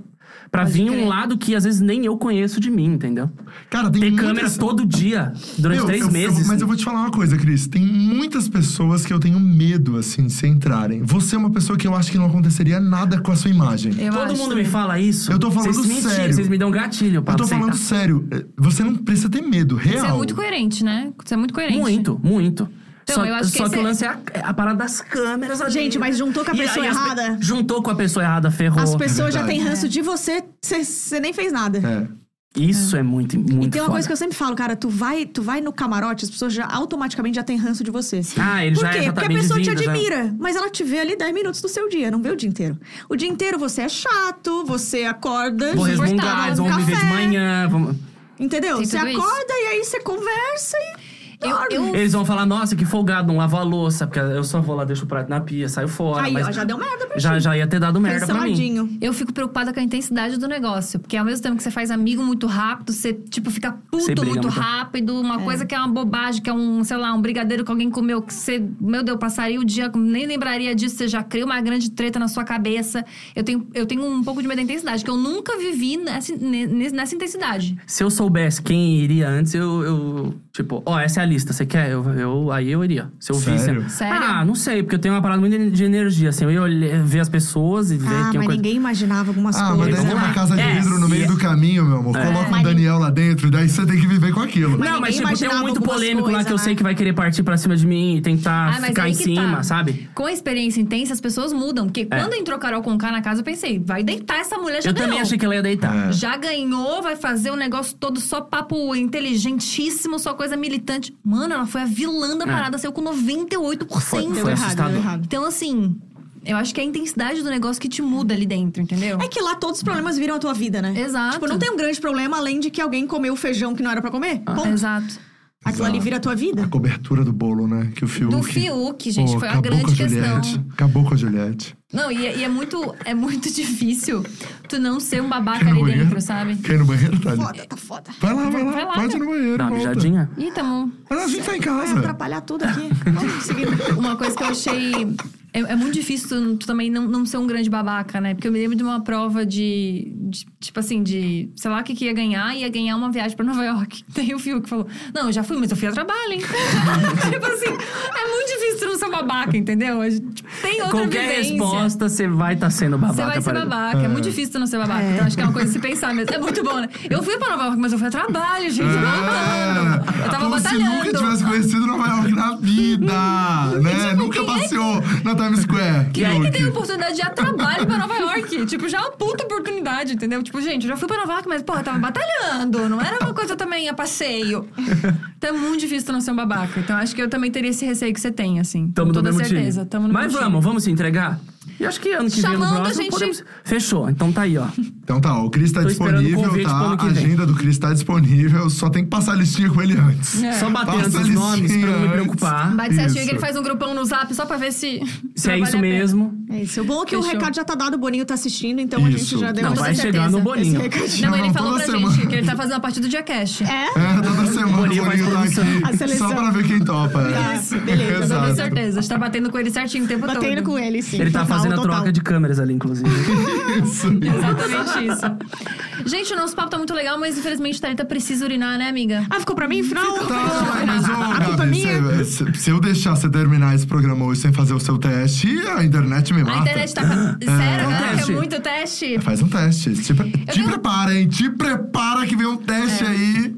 Speaker 4: pra
Speaker 1: Pode
Speaker 4: vir
Speaker 1: crer.
Speaker 4: um lado que às vezes nem eu conheço de mim, entendeu?
Speaker 3: Cara, tem
Speaker 4: Ter
Speaker 3: muitas-
Speaker 4: câmera todo dia, durante
Speaker 3: Meu,
Speaker 4: três
Speaker 3: eu- eu-
Speaker 4: meses.
Speaker 3: mas eu vou te falar uma coisa, Cris. Tem muitas pessoas que eu tenho medo, assim, de se entrarem. Você é uma pessoa que eu acho que não aconteceria nada com a sua imagem.
Speaker 1: Eu
Speaker 4: Todo
Speaker 1: acho
Speaker 4: mundo me fala isso.
Speaker 3: Eu tô falando
Speaker 4: vocês me
Speaker 3: sério.
Speaker 4: tiram, Vocês me dão gatilho pra
Speaker 3: Eu tô
Speaker 4: aceitar.
Speaker 3: falando sério. eh, Você não precisa ter medo, real.
Speaker 1: Você é muito coerente, né? Você é muito coerente.
Speaker 4: Muito, muito.
Speaker 1: Então,
Speaker 4: só
Speaker 1: eu acho que
Speaker 4: só
Speaker 1: esse
Speaker 4: que, o
Speaker 1: é-
Speaker 4: lance é a, é a parada das câmeras ali.
Speaker 2: Gente, mas juntou com a
Speaker 4: E aí
Speaker 2: pessoa
Speaker 4: as pe-
Speaker 2: errada?
Speaker 4: Juntou com a pessoa errada, ferrou.
Speaker 2: As pessoas já
Speaker 3: verdade.
Speaker 2: têm ranço de você, você nem fez nada.
Speaker 3: É.
Speaker 4: Isso é muito, muito
Speaker 2: E tem uma
Speaker 4: foda.
Speaker 2: coisa que eu sempre falo, cara, tu vai, tu vai no camarote, as pessoas já automaticamente já têm ranço de você.
Speaker 4: Ah, ele
Speaker 2: Por
Speaker 4: já é
Speaker 2: quê? Porque a
Speaker 4: exatamente
Speaker 2: pessoa
Speaker 4: vindo,
Speaker 2: te
Speaker 4: já.
Speaker 2: admira, mas ela te vê ali 10 minutos do seu dia, não vê o dia inteiro. O dia inteiro você é chato, você acorda,
Speaker 4: Vou
Speaker 2: você
Speaker 1: Insuportável,
Speaker 4: resmungar, eles vão me ver de
Speaker 2: um café.
Speaker 4: manhã. vão-
Speaker 2: entendeu?
Speaker 1: Tem
Speaker 2: Você
Speaker 1: tudo isso.
Speaker 2: acorda e aí você conversa e
Speaker 1: Eu-
Speaker 2: dorme.
Speaker 1: eu-
Speaker 4: Eles vão falar, nossa, que folgado, não lava a louça. Porque eu só vou lá, deixo o prato na pia, saio fora.
Speaker 2: Aí,
Speaker 4: mas
Speaker 2: ó, já deu merda pra
Speaker 4: já,
Speaker 2: ti.
Speaker 4: já ia ter dado merda pra mim.
Speaker 2: Canceladinho.
Speaker 1: Eu fico preocupada com a intensidade do negócio. Porque ao mesmo tempo que você faz amigo muito rápido, você, tipo, fica
Speaker 4: Você
Speaker 1: puto
Speaker 4: briga
Speaker 1: muito
Speaker 4: muito.
Speaker 1: rápido. Uma coisa que é uma bobagem, que é um, sei lá, um brigadeiro que alguém comeu, que você, meu Deus, passaria o dia, nem lembraria disso, você já cria uma grande treta na sua cabeça. Eu tenho, eu tenho um pouco de medo da intensidade, que eu nunca vivi nessa, ne- nessa intensidade.
Speaker 4: Se eu soubesse quem iria antes, eu. eu, tipo, ó, essa é a lista, você quer? Eu, eu- aí eu iria. Se eu visse.
Speaker 3: Sério?
Speaker 1: Sério?
Speaker 4: Ah, não sei, porque eu tenho uma parada muito de energia, assim. Eu ia olhar- ver as pessoas e ver
Speaker 2: Ah,
Speaker 4: quem
Speaker 2: mas
Speaker 4: eu conhe-
Speaker 2: ninguém imaginava algumas
Speaker 3: Ah, mas
Speaker 2: coisas. né?
Speaker 3: daí
Speaker 1: né?
Speaker 4: vamos
Speaker 3: tem uma
Speaker 4: lá.
Speaker 3: casa de
Speaker 4: É,
Speaker 3: vidro no
Speaker 4: se-
Speaker 3: meio do caminho, meu amor. Coloca um Daniel lá dentro, daí você tem que viver com aquilo.
Speaker 4: Não,
Speaker 2: ninguém
Speaker 4: mas tipo, tem um
Speaker 2: imaginava
Speaker 4: muito
Speaker 2: algumas
Speaker 4: polêmico lá
Speaker 2: coisas,
Speaker 4: que eu
Speaker 2: né?
Speaker 4: sei que vai querer partir pra cima de mim e tentar
Speaker 1: Ah, mas
Speaker 4: ficar
Speaker 1: aí
Speaker 4: em
Speaker 1: que
Speaker 4: cima,
Speaker 1: tá.
Speaker 4: sabe? É.
Speaker 1: Com a experiência intensa, as pessoas mudam. Porque quando entrou Carol Conká na casa, eu pensei, vai deitar essa mulher, já
Speaker 4: eu
Speaker 1: ganhou.
Speaker 4: também achei que ela ia deitar.
Speaker 3: É.
Speaker 1: Já ganhou, vai fazer um negócio todo só papo inteligentíssimo, só coisa militante. Mano, ela foi a vilã da
Speaker 4: É.
Speaker 1: parada, saiu com 98%.
Speaker 4: Foi-
Speaker 2: Deu
Speaker 4: foi
Speaker 2: errado, deu
Speaker 4: assustador.
Speaker 2: errado.
Speaker 1: Então, assim, eu acho que é a intensidade do negócio que te muda ali dentro, entendeu?
Speaker 2: É que lá todos os problemas viram a tua vida, né?
Speaker 1: Exato.
Speaker 2: Tipo, não tem um grande problema além de que alguém comeu o feijão que não era pra comer.
Speaker 4: Ah,
Speaker 2: Ponto.
Speaker 1: Exato.
Speaker 2: Aquilo ali vira a tua
Speaker 3: A
Speaker 2: vida.
Speaker 3: cobertura do bolo, né? Que o Fiuk.
Speaker 1: Do Fiuk, gente,
Speaker 3: Pô,
Speaker 1: foi a
Speaker 3: acabou
Speaker 1: grande
Speaker 3: com a
Speaker 1: questão.
Speaker 3: Juliette. Acabou com a Juliette.
Speaker 1: Não, e, é- e é muito é muito difícil tu não ser um babaca
Speaker 3: Quer ir no
Speaker 1: ali
Speaker 3: banheiro?
Speaker 1: dentro, sabe?
Speaker 3: Quer ir no banheiro, Thali?
Speaker 2: Foda, tá foda.
Speaker 3: Vai lá, vai lá.
Speaker 1: Vai lá,
Speaker 3: Pode ir no banheiro.
Speaker 4: Dá uma
Speaker 3: volta.
Speaker 4: mijadinha.
Speaker 1: Ih, tamo.
Speaker 3: Mas a gente tá em
Speaker 2: Vai
Speaker 3: casa.
Speaker 2: atrapalhar tudo aqui. Vamos seguir.
Speaker 1: Uma coisa que eu achei. É, é muito difícil tu, tu também não, não ser um grande babaca, né? Porque eu me lembro de uma prova de. de- tipo assim, de. Sei lá o que, que ia ganhar, ia ganhar uma viagem pra Nova York. Daí o Fiuk falou: Não, eu já fui, mas eu fui a trabalho, hein? tipo assim, é muito difícil tu não ser um babaca, entendeu? A gente- Tem outra
Speaker 4: Qualquer
Speaker 1: vivência.
Speaker 4: resposta, você vai estar sendo babaca.
Speaker 1: Você vai ser
Speaker 4: pra ele.
Speaker 1: babaca. É muito difícil tu não ser babaca. Então acho que é uma coisa de se pensar mesmo. É muito bom, né? Eu fui pra Nova York, mas eu fui a trabalho, gente. voltando. Eu tava
Speaker 3: Como se
Speaker 1: batalhando.
Speaker 3: Ah. nunca tivesse conhecido Nova York na vida, né? nunca passeou na Times Square.
Speaker 1: Quem é que
Speaker 3: Fiuk.
Speaker 1: tem oportunidade de ir a trabalho pra Nova York? Tipo, já é uma puta oportunidade, entendeu? Tipo, gente, eu já fui pra Nova York, mas, porra, eu tava batalhando. Não era uma coisa também a passeio. Então é muito difícil tu não ser um babaca. Então acho que eu também teria esse receio que você tem, assim.
Speaker 4: Tamo
Speaker 1: com
Speaker 4: no
Speaker 1: toda
Speaker 4: mesmo
Speaker 1: certeza.
Speaker 4: time.
Speaker 1: Tamo no
Speaker 4: Mas
Speaker 1: mesmo
Speaker 4: vamos, vamos se entregar? E acho que ano que vem,
Speaker 1: Chamando,
Speaker 4: no
Speaker 1: a
Speaker 4: próximo,
Speaker 1: gente-
Speaker 4: podemos... Fechou, então tá aí, ó.
Speaker 3: Então tá, o Cris tá
Speaker 4: Tô esperando o
Speaker 3: disponível,
Speaker 4: convite pro
Speaker 3: tá?
Speaker 4: ano
Speaker 3: A
Speaker 4: que vem.
Speaker 3: agenda do Cris tá disponível, só tem que passar a listinha com ele antes.
Speaker 1: É.
Speaker 4: Só bater
Speaker 3: Passa
Speaker 4: antes
Speaker 3: a
Speaker 4: os nomes pra eu não me
Speaker 3: listinha
Speaker 4: preocupar.
Speaker 1: time. Bate certinho
Speaker 3: Isso.
Speaker 1: que ele faz um grupão no zap só pra ver se.
Speaker 4: Se é
Speaker 1: vale
Speaker 4: isso
Speaker 1: a pena.
Speaker 4: mesmo.
Speaker 2: É isso. O bom é que o
Speaker 1: Fechou.
Speaker 2: recado já tá dado, o Boninho tá assistindo, então a
Speaker 3: Isso.
Speaker 2: gente já deu
Speaker 4: Não,
Speaker 1: toda
Speaker 4: vai
Speaker 1: certeza.
Speaker 4: chegar no
Speaker 2: esse
Speaker 4: bolinho.
Speaker 2: recadinho.
Speaker 1: Não, ele
Speaker 3: Não,
Speaker 1: falou
Speaker 3: toda
Speaker 1: pra
Speaker 3: semana.
Speaker 1: gente que ele tá fazendo a parte do Diacash.
Speaker 2: É?
Speaker 3: É, toda semana o
Speaker 4: Boninho faz
Speaker 3: Boninho tá
Speaker 4: produção.
Speaker 2: A
Speaker 3: aqui.
Speaker 2: seleção.
Speaker 3: Só pra ver quem topa. é.
Speaker 2: Isso, beleza,
Speaker 1: Com toda
Speaker 3: Exato.
Speaker 1: certeza. A gente tá batendo com ele certinho o tempo
Speaker 2: Batendo
Speaker 1: todo.
Speaker 2: com ele, sim.
Speaker 4: Ele tá
Speaker 2: Total,
Speaker 4: fazendo a
Speaker 2: total.
Speaker 4: troca de câmeras ali, inclusive.
Speaker 1: Tá
Speaker 3: Isso.
Speaker 1: Exatamente isso. Gente, o nosso papo tá muito legal, mas infelizmente Thalita precisa urinar, né, amiga?
Speaker 2: Ah, ficou pra mim? Final?
Speaker 3: Tá, mas ô,
Speaker 2: a culpa é
Speaker 3: Gabi, se,
Speaker 2: minha?
Speaker 3: se- se eu deixar você terminar esse programa hoje sem fazer o seu teste, a internet me mata.
Speaker 1: A internet tá. fa- Sério,
Speaker 4: É um
Speaker 1: galera, que
Speaker 4: teste.
Speaker 1: é muito teste.
Speaker 3: Faz um teste. Te, pre- te
Speaker 1: tenho-
Speaker 3: prepara, hein? Te prepara que vem um teste aí.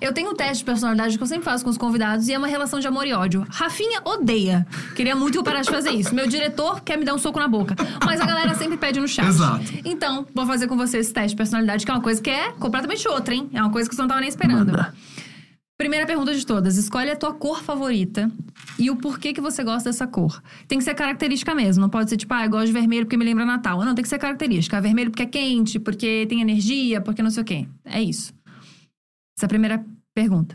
Speaker 1: Eu tenho um teste de personalidade que eu sempre faço com os convidados e é uma relação de amor e ódio. Rafinha odeia. Queria muito que eu parasse de fazer isso. Meu diretor quer me dar um soco na boca. Mas a galera sempre pede no chat.
Speaker 3: Exato.
Speaker 1: Então, vou fazer com você esse teste de personalidade, que é uma coisa que é completamente outra, hein? É uma coisa que você não tava nem esperando.
Speaker 4: Manda.
Speaker 1: Primeira pergunta de todas: escolhe a tua cor favorita e o porquê que você gosta dessa cor. Tem que ser característica mesmo, não pode ser tipo, ah, eu gosto de vermelho porque me lembra Natal. Não, tem que ser característica. Vermelho porque é quente, porque tem energia, porque não sei o quê. É isso. Essa é a primeira pergunta.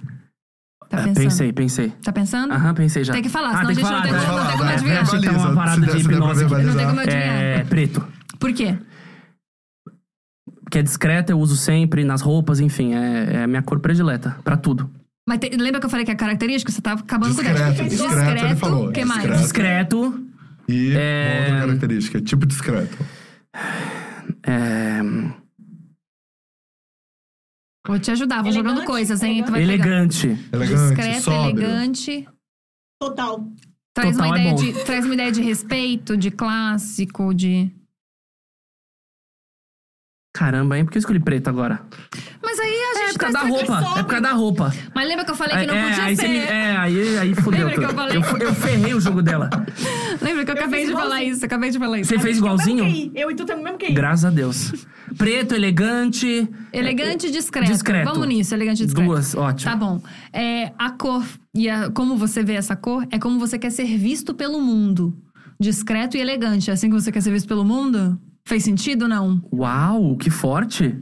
Speaker 1: Tá
Speaker 3: Ah,
Speaker 4: É,
Speaker 1: pensando?
Speaker 4: pensei, pensei.
Speaker 1: Tá pensando?
Speaker 4: Aham, pensei já.
Speaker 1: Tem que falar, senão a
Speaker 4: tem
Speaker 1: gente não
Speaker 4: que falar,
Speaker 1: tem
Speaker 4: né?
Speaker 1: como- não tem como
Speaker 3: Vai,
Speaker 1: adivinhar.
Speaker 3: vai,
Speaker 4: Achei que tava tá uma
Speaker 3: verbaliza. É,
Speaker 4: parada
Speaker 3: Se
Speaker 4: de
Speaker 3: der- se der pra
Speaker 4: hipnose aqui.
Speaker 1: Não tem
Speaker 3: verbalizar.
Speaker 1: como eu adivinhar.
Speaker 4: É preto.
Speaker 1: Por quê?
Speaker 4: Que é discreta, eu uso sempre, nas roupas, enfim. É, é a minha cor predileta, pra tudo.
Speaker 1: Mas te- lembra que eu falei que é característica? Você tá acabando com o
Speaker 3: Discreto,
Speaker 1: teste.
Speaker 3: discreto, ele falou.
Speaker 1: O que mais?
Speaker 3: Discreto.
Speaker 4: Discreto.
Speaker 3: E
Speaker 4: É.
Speaker 3: uma outra característica, tipo discreto.
Speaker 4: É...
Speaker 1: Vou te ajudar, vou jogando
Speaker 6: Elegante,
Speaker 1: coisas, hein? Tu vai pegar.
Speaker 4: Elegante.
Speaker 3: Elegante,
Speaker 1: Discreto,
Speaker 3: sóbrio.
Speaker 1: elegante.
Speaker 2: Total.
Speaker 1: Traz
Speaker 4: Total
Speaker 1: uma,
Speaker 4: é
Speaker 1: ideia
Speaker 4: bom.
Speaker 1: de, traz uma ideia de respeito, de clássico, de.
Speaker 4: Caramba, hein? Por que eu escolhi preto agora?
Speaker 1: Mas aí a
Speaker 4: É
Speaker 1: gente
Speaker 4: por
Speaker 1: tá
Speaker 4: causa da
Speaker 1: só-
Speaker 4: roupa. É por causa da roupa.
Speaker 1: Mas lembra que eu falei
Speaker 4: É,
Speaker 1: que não
Speaker 4: é,
Speaker 1: podia
Speaker 4: aí
Speaker 1: ser?
Speaker 4: me- é, aí, aí fudeu.
Speaker 1: Lembra que eu
Speaker 4: tudo.
Speaker 1: falei?
Speaker 4: eu, fu- eu ferrei o jogo dela.
Speaker 1: Lembra que eu, acabei
Speaker 2: fiz
Speaker 1: de falar
Speaker 2: igualzinho.
Speaker 1: isso? Acabei de falar é isso.
Speaker 4: Você fez igualzinho?
Speaker 2: Eu e tu temos o mesmo que
Speaker 4: Graças a Deus. Preto, elegante.
Speaker 1: Elegante e discreto.
Speaker 4: Discreto.
Speaker 1: Vamos nisso, elegante e discreto.
Speaker 4: Duas, ótimo.
Speaker 1: Tá bom. É, a cor e a- como você vê essa cor é como você quer ser visto pelo mundo. Discreto e elegante. É assim que você quer ser visto pelo mundo? Fez sentido ou não?
Speaker 4: Uau, que forte.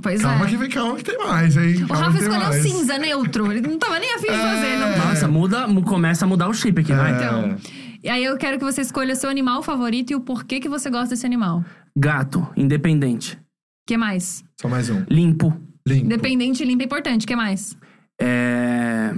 Speaker 1: Pois
Speaker 3: Calma
Speaker 1: é.
Speaker 3: que, vem- calma que tem mais, hein?
Speaker 1: O
Speaker 3: Calma
Speaker 1: Rafa
Speaker 3: que tem
Speaker 1: escolheu
Speaker 3: mais.
Speaker 1: cinza neutro. Ele não tava nem afim de
Speaker 3: É.
Speaker 1: fazer, não.
Speaker 4: Nossa, muda, mu- começa a mudar o chip aqui, vai.
Speaker 1: Então, e aí eu quero que você escolha seu animal favorito e o porquê que você gosta desse animal.
Speaker 4: Gato, independente.
Speaker 1: que mais?
Speaker 3: Só mais um.
Speaker 4: Limpo.
Speaker 3: Limpo.
Speaker 1: Independente, limpo é importante. que mais?
Speaker 4: É...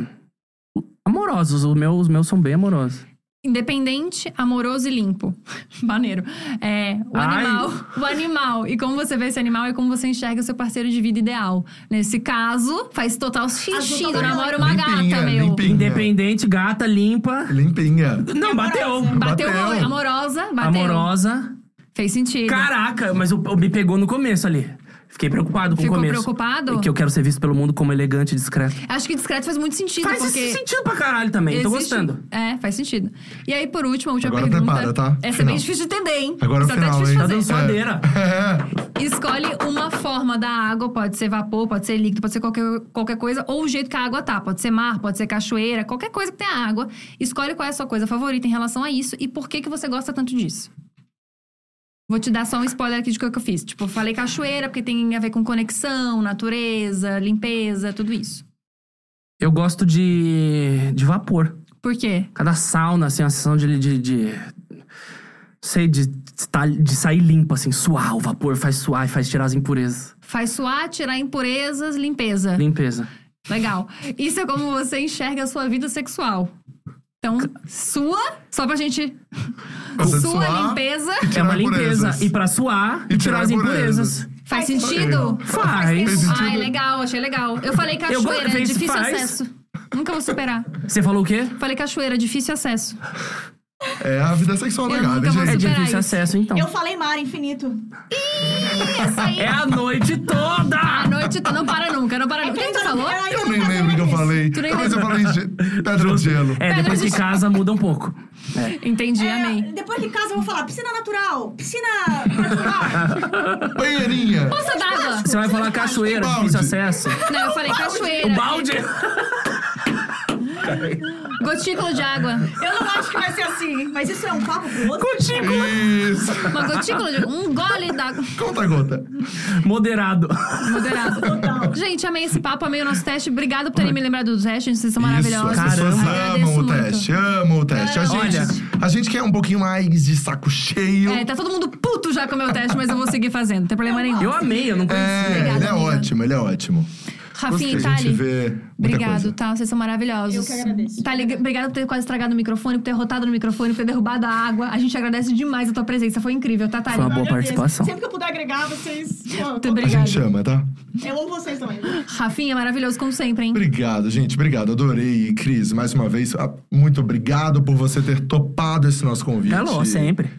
Speaker 4: Amorosos, os meus, os meus são bem amorosos.
Speaker 1: Independente, amoroso e limpo. Maneiro. É, o
Speaker 4: Ai.
Speaker 1: animal. O animal. E como você vê esse animal e como você enxerga o seu parceiro de vida ideal. Nesse caso, faz total sentido. Eu namoro uma
Speaker 3: Limpinha,
Speaker 1: gata, meu.
Speaker 3: limpinha.
Speaker 4: Independente, gata, limpa.
Speaker 3: Limpinha.
Speaker 4: Não, bateu.
Speaker 1: Bateu,
Speaker 3: Bateu.
Speaker 1: gol, amorosa, bateu.
Speaker 4: Amorosa.
Speaker 1: Fez sentido.
Speaker 4: Caraca, mas o, o- me pegou no começo ali. Fiquei preocupado com
Speaker 1: Ficou
Speaker 4: o começo.
Speaker 1: preocupado?
Speaker 4: Que eu quero ser visto pelo mundo como elegante e discreto.
Speaker 1: Acho que discreto faz muito sentido,
Speaker 4: Faz
Speaker 1: porque.
Speaker 4: esse sentido pra caralho também, tô
Speaker 1: Existe-
Speaker 4: gostando.
Speaker 1: É, faz sentido. E aí, por último, a última
Speaker 3: Agora
Speaker 1: pergunta.
Speaker 3: prepara, tá?
Speaker 1: Essa é
Speaker 3: Final.
Speaker 1: bem difícil de entender, hein?
Speaker 3: Agora o
Speaker 1: Isso é até
Speaker 3: final,
Speaker 1: difícil
Speaker 3: hein?
Speaker 1: de
Speaker 4: Tá
Speaker 1: fazer.
Speaker 4: dançadeira.
Speaker 3: É.
Speaker 1: Escolhe uma forma da água, pode ser vapor, pode ser líquido, pode ser qualquer, qualquer coisa, ou o jeito que a água tá. Pode ser mar, pode ser cachoeira, qualquer coisa que tenha água. Escolhe qual é a sua coisa favorita em relação a isso e por que, que você gosta tanto disso. Vou te dar só um spoiler aqui de que que eu fiz. Tipo, eu falei cachoeira porque tem a ver com conexão, natureza, limpeza, tudo isso.
Speaker 4: Eu gosto de, de vapor.
Speaker 1: Por quê?
Speaker 4: Cada sauna, assim, a sensação de. de, de sei, de, estar- de sair limpo, assim, suar o vapor, faz suar e faz tirar as impurezas.
Speaker 1: Faz suar, tirar impurezas, limpeza.
Speaker 4: Limpeza.
Speaker 1: Legal. Isso é como você enxerga a sua vida sexual. Então, sua, só pra gente.
Speaker 3: Você
Speaker 1: sua
Speaker 3: suar,
Speaker 1: limpeza.
Speaker 4: É
Speaker 3: tirar
Speaker 4: uma limpeza.
Speaker 3: impurezas.
Speaker 4: E pra suar e, tirar as impurezas.
Speaker 1: Faz sentido?
Speaker 4: Faz.
Speaker 3: sentido.
Speaker 1: Ai, legal, achei legal. Eu falei
Speaker 4: Eu
Speaker 1: cachoeira,
Speaker 4: gosto, fez-
Speaker 1: difícil
Speaker 4: faz.
Speaker 1: acesso. Nunca vou superar.
Speaker 4: Você falou o quê?
Speaker 1: Falei cachoeira, difícil acesso.
Speaker 3: É a vida sexual
Speaker 1: Eu
Speaker 3: da gata,
Speaker 1: nunca vou
Speaker 4: É
Speaker 3: gente.
Speaker 1: superar
Speaker 4: difícil
Speaker 1: isso.
Speaker 4: acesso, então.
Speaker 2: Eu falei mar infinito.
Speaker 4: É a noite toda!
Speaker 1: A noite tu não para nunca, não para nunca. Quem tu
Speaker 2: tá-
Speaker 1: falou?
Speaker 2: É,
Speaker 3: Eu nem lembro o que eu falei.
Speaker 1: Tu nem
Speaker 3: Talvez eu falei de pedra no gelo.
Speaker 4: É, depois que casa muda um pouco.
Speaker 5: É,
Speaker 1: Entendi, amei.
Speaker 2: depois que casa eu vou falar piscina natural, piscina natural.
Speaker 3: Banheirinha.
Speaker 1: Poça d'água.
Speaker 4: Você vai falar cachoeira,
Speaker 3: Balde.
Speaker 4: difícil acesso.
Speaker 1: Não, eu falei cachoeira.
Speaker 4: O balde?
Speaker 1: Gotícula de água.
Speaker 2: eu não acho que vai ser assim, mas isso é um papo pro outro.
Speaker 5: É.
Speaker 3: Isso.
Speaker 1: Uma gotícula de Um gole d'água.
Speaker 3: Conta, gota.
Speaker 4: Moderado.
Speaker 1: Moderado. Gente, amei esse papo, amei o nosso teste. Obrigada por terem me lembrado do teste. gente. Vocês são
Speaker 3: Isso,
Speaker 1: maravilhosos.
Speaker 3: as pessoas
Speaker 4: Caramba.
Speaker 3: amam
Speaker 1: Agradeço
Speaker 3: o
Speaker 1: muito.
Speaker 3: teste, amam o teste. A gente,
Speaker 4: Olha.
Speaker 3: a gente quer um pouquinho mais de saco cheio.
Speaker 1: É, tá todo mundo puto já com o meu teste, mas eu vou seguir fazendo. Não tem problema nenhum.
Speaker 4: Eu amei, eu não conhecia.
Speaker 3: É,
Speaker 1: Obrigada,
Speaker 3: ele é
Speaker 1: amiga.
Speaker 3: ótimo, ele é ótimo.
Speaker 1: Rafinha e
Speaker 3: Gosto que a gente
Speaker 1: Thali.
Speaker 3: vê muita
Speaker 1: Obrigado,
Speaker 3: coisa.
Speaker 1: tá? Vocês são maravilhosos.
Speaker 2: Eu que agradeço.
Speaker 1: Thali, gr- obrigada por ter quase estragado o microfone, por ter rotado no microfone, por ter derrubado a água. A gente agradece demais a tua presença. Foi incrível, tá, Thali?
Speaker 4: Foi uma boa participação.
Speaker 2: Sempre que eu puder agregar, vocês. pô,
Speaker 1: Muito
Speaker 3: A gente
Speaker 1: obrigada.
Speaker 3: chama, tá?
Speaker 2: Eu amo vocês também.
Speaker 1: Rafinha, maravilhoso como sempre, hein?
Speaker 3: Obrigado, gente. Obrigado. Adorei. E, Cris, mais uma vez, ah, muito obrigado por você ter topado esse nosso convite.
Speaker 4: Hello, sempre.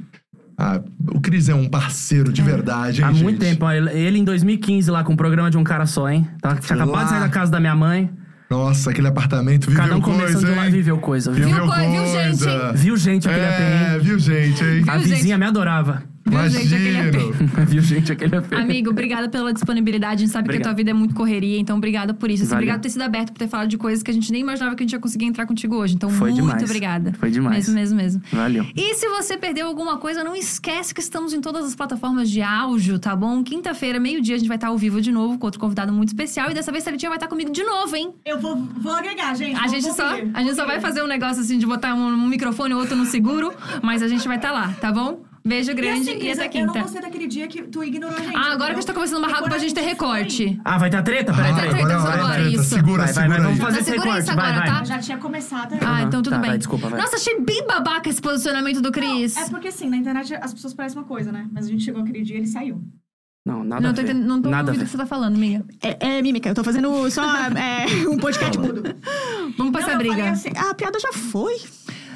Speaker 3: Ah, o Cris é um parceiro de verdade, hein,
Speaker 4: Há muito
Speaker 3: gente?
Speaker 4: tempo. ó, Ele ele em 2015 lá com o programa de um cara só, hein? Tá, tinha
Speaker 3: Lá.
Speaker 4: acabado de sair da casa da minha mãe.
Speaker 3: Nossa, aquele apartamento viveu
Speaker 4: Cada um
Speaker 3: coisa,
Speaker 4: começando lá
Speaker 3: hein?
Speaker 4: viveu coisa, viu?
Speaker 1: Viu coi- viu gente, hein?
Speaker 4: Viu gente aquele
Speaker 3: É,
Speaker 4: AP,
Speaker 3: viu gente, hein?
Speaker 4: A
Speaker 1: Viu, gente?
Speaker 4: vizinha me adorava.
Speaker 1: Viu, gente, aquele
Speaker 3: Imagino.
Speaker 4: viu gente aquele AP.
Speaker 1: Amigo, obrigada pela disponibilidade. A gente sabe que a
Speaker 4: Obrigado.
Speaker 1: tua vida é muito correria, então obrigada por isso. Assim,
Speaker 4: Valeu.
Speaker 1: obrigado por ter sido aberto, por ter falado de coisas que a gente nem imaginava que a gente ia conseguir entrar contigo hoje. Então,
Speaker 4: Foi
Speaker 1: muito
Speaker 4: demais.
Speaker 1: obrigada.
Speaker 4: Foi demais.
Speaker 1: Mesmo, mesmo, mesmo.
Speaker 4: Valeu.
Speaker 1: E se você perdeu alguma coisa, não esquece que estamos em todas as plataformas de áudio, tá bom? Quinta-feira, meio-dia, a gente vai estar ao vivo de novo com outro convidado muito especial. E dessa vez, Salitinha vai estar comigo de novo, hein?
Speaker 5: Eu vou, vou agregar, gente.
Speaker 1: A
Speaker 5: Vou-
Speaker 1: gente,
Speaker 5: vou
Speaker 1: só,
Speaker 5: pedir.
Speaker 1: a gente só vai fazer um negócio assim de botar um, um microfone ou outro no seguro, mas a gente vai estar lá, tá bom? Beijo
Speaker 5: E
Speaker 1: grande
Speaker 5: assim,
Speaker 1: e,
Speaker 5: Cris,
Speaker 1: até
Speaker 5: Eu não
Speaker 1: quinta.
Speaker 5: gostei daquele dia que tu ignorou a gente.
Speaker 1: Ah, agora que a
Speaker 5: entendeu?
Speaker 1: gente tá começando o barraco
Speaker 5: Quando
Speaker 1: pra gente ter
Speaker 5: foi,
Speaker 1: recorte.
Speaker 4: Ah, vai ter treta? Peraí,
Speaker 1: Vai ter
Speaker 4: peraí.
Speaker 1: treta.
Speaker 3: Agora
Speaker 1: agora,
Speaker 3: vai,
Speaker 1: agora,
Speaker 3: treta.
Speaker 1: isso.
Speaker 3: Segura,
Speaker 4: Vai, vai,
Speaker 3: segura
Speaker 4: vai, vamos
Speaker 3: aí.
Speaker 4: fazer
Speaker 1: Então
Speaker 4: esse
Speaker 1: segura
Speaker 4: recorte.
Speaker 1: isso
Speaker 4: Vai,
Speaker 1: agora,
Speaker 4: vai.
Speaker 1: tá?
Speaker 5: Já tinha começado.
Speaker 1: Ah,
Speaker 4: Aham.
Speaker 1: então tudo
Speaker 4: Tá,
Speaker 1: bem.
Speaker 4: vai, desculpa, vai.
Speaker 1: Nossa, achei bem babaca esse posicionamento do Cris.
Speaker 5: É porque assim, na internet as pessoas parecem uma coisa, né? Mas a gente chegou aquele dia e ele saiu.
Speaker 4: Não, nada
Speaker 1: não
Speaker 4: a
Speaker 1: tô,
Speaker 4: ver.
Speaker 1: entendendo- não tô
Speaker 4: nada a
Speaker 1: ouvindo o
Speaker 4: ver.
Speaker 1: que você tá falando, amiga.
Speaker 2: É, é mímica, eu tô fazendo só é, um podcast mudo.
Speaker 1: Vamos pra essa
Speaker 5: Não, eu
Speaker 1: briga.
Speaker 5: falei assim,
Speaker 2: Ah, a piada já foi.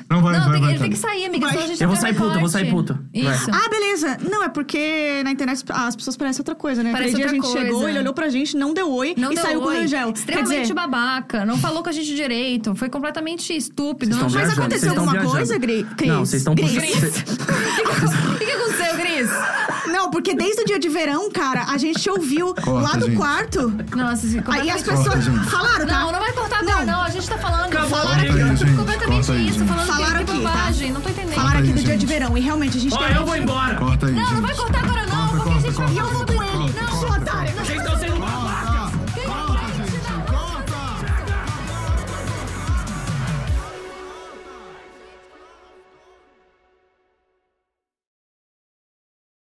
Speaker 3: Não, vai,
Speaker 1: não,
Speaker 3: vai,
Speaker 1: tem,
Speaker 3: vai.
Speaker 1: ele tem que
Speaker 3: Tami.
Speaker 1: sair, amiga.
Speaker 2: Vai.
Speaker 1: senão a gente
Speaker 4: Eu
Speaker 1: não
Speaker 4: vou
Speaker 1: tem
Speaker 4: sair puto, eu vou
Speaker 1: recorte.
Speaker 4: sair puto. Vai.
Speaker 1: Isso.
Speaker 2: Ah, beleza. Não, é porque na internet as pessoas parecem outra coisa, né?
Speaker 1: Parece
Speaker 2: Aquele dia a
Speaker 1: outra
Speaker 2: gente chegou,
Speaker 1: coisa.
Speaker 2: ele olhou pra gente, não deu oi
Speaker 1: Não
Speaker 2: e
Speaker 1: deu
Speaker 2: saiu com o
Speaker 1: oi.
Speaker 2: Rangel. Quer
Speaker 1: Extremamente
Speaker 2: dizer,
Speaker 1: babaca. Não falou com a gente direito. Foi completamente estúpido.
Speaker 4: Vocês
Speaker 1: Não-
Speaker 4: tão
Speaker 1: Mas
Speaker 4: viajando,
Speaker 1: aconteceu
Speaker 4: vocês tão
Speaker 1: alguma
Speaker 2: alguma
Speaker 4: viajando.
Speaker 2: coisa, Gri- Cris?
Speaker 4: Não, vocês estão
Speaker 2: Gris.
Speaker 4: puxando.
Speaker 1: coisa. O que que aconteceu, Cris?
Speaker 2: Não, porque desde o dia de verão, cara, a gente te ouviu lá do
Speaker 3: gente.
Speaker 2: quarto.
Speaker 1: Nossa, assim,
Speaker 2: Aí
Speaker 1: completamente...
Speaker 2: as pessoas
Speaker 3: Corta, gente.
Speaker 2: falaram, tá?
Speaker 1: Não, não vai cortar agora, não. A gente tá falando. Falaram
Speaker 3: Corta aí, gente.
Speaker 1: completamente
Speaker 3: Corta aí,
Speaker 1: isso.
Speaker 3: gente.
Speaker 1: Falando
Speaker 2: Falaram
Speaker 1: que,
Speaker 2: aqui,
Speaker 1: que
Speaker 2: tá?
Speaker 1: bobagem. Não tô entendendo.
Speaker 2: Falaram aqui do
Speaker 3: Corta aí,
Speaker 2: dia de
Speaker 3: gente.
Speaker 2: verão. E realmente a gente
Speaker 4: Ó,
Speaker 2: teve-
Speaker 4: eu vou embora.
Speaker 3: Corta aí,
Speaker 1: Não,
Speaker 3: gente.
Speaker 1: não vai cortar agora, não.
Speaker 3: Corta,
Speaker 1: porque a gente
Speaker 3: corta,
Speaker 1: vai.
Speaker 3: corta,
Speaker 1: eu vou com ele.
Speaker 3: corta,
Speaker 1: Não,
Speaker 3: corta,
Speaker 1: sou
Speaker 3: corta.
Speaker 1: otário.
Speaker 4: Vocês estão se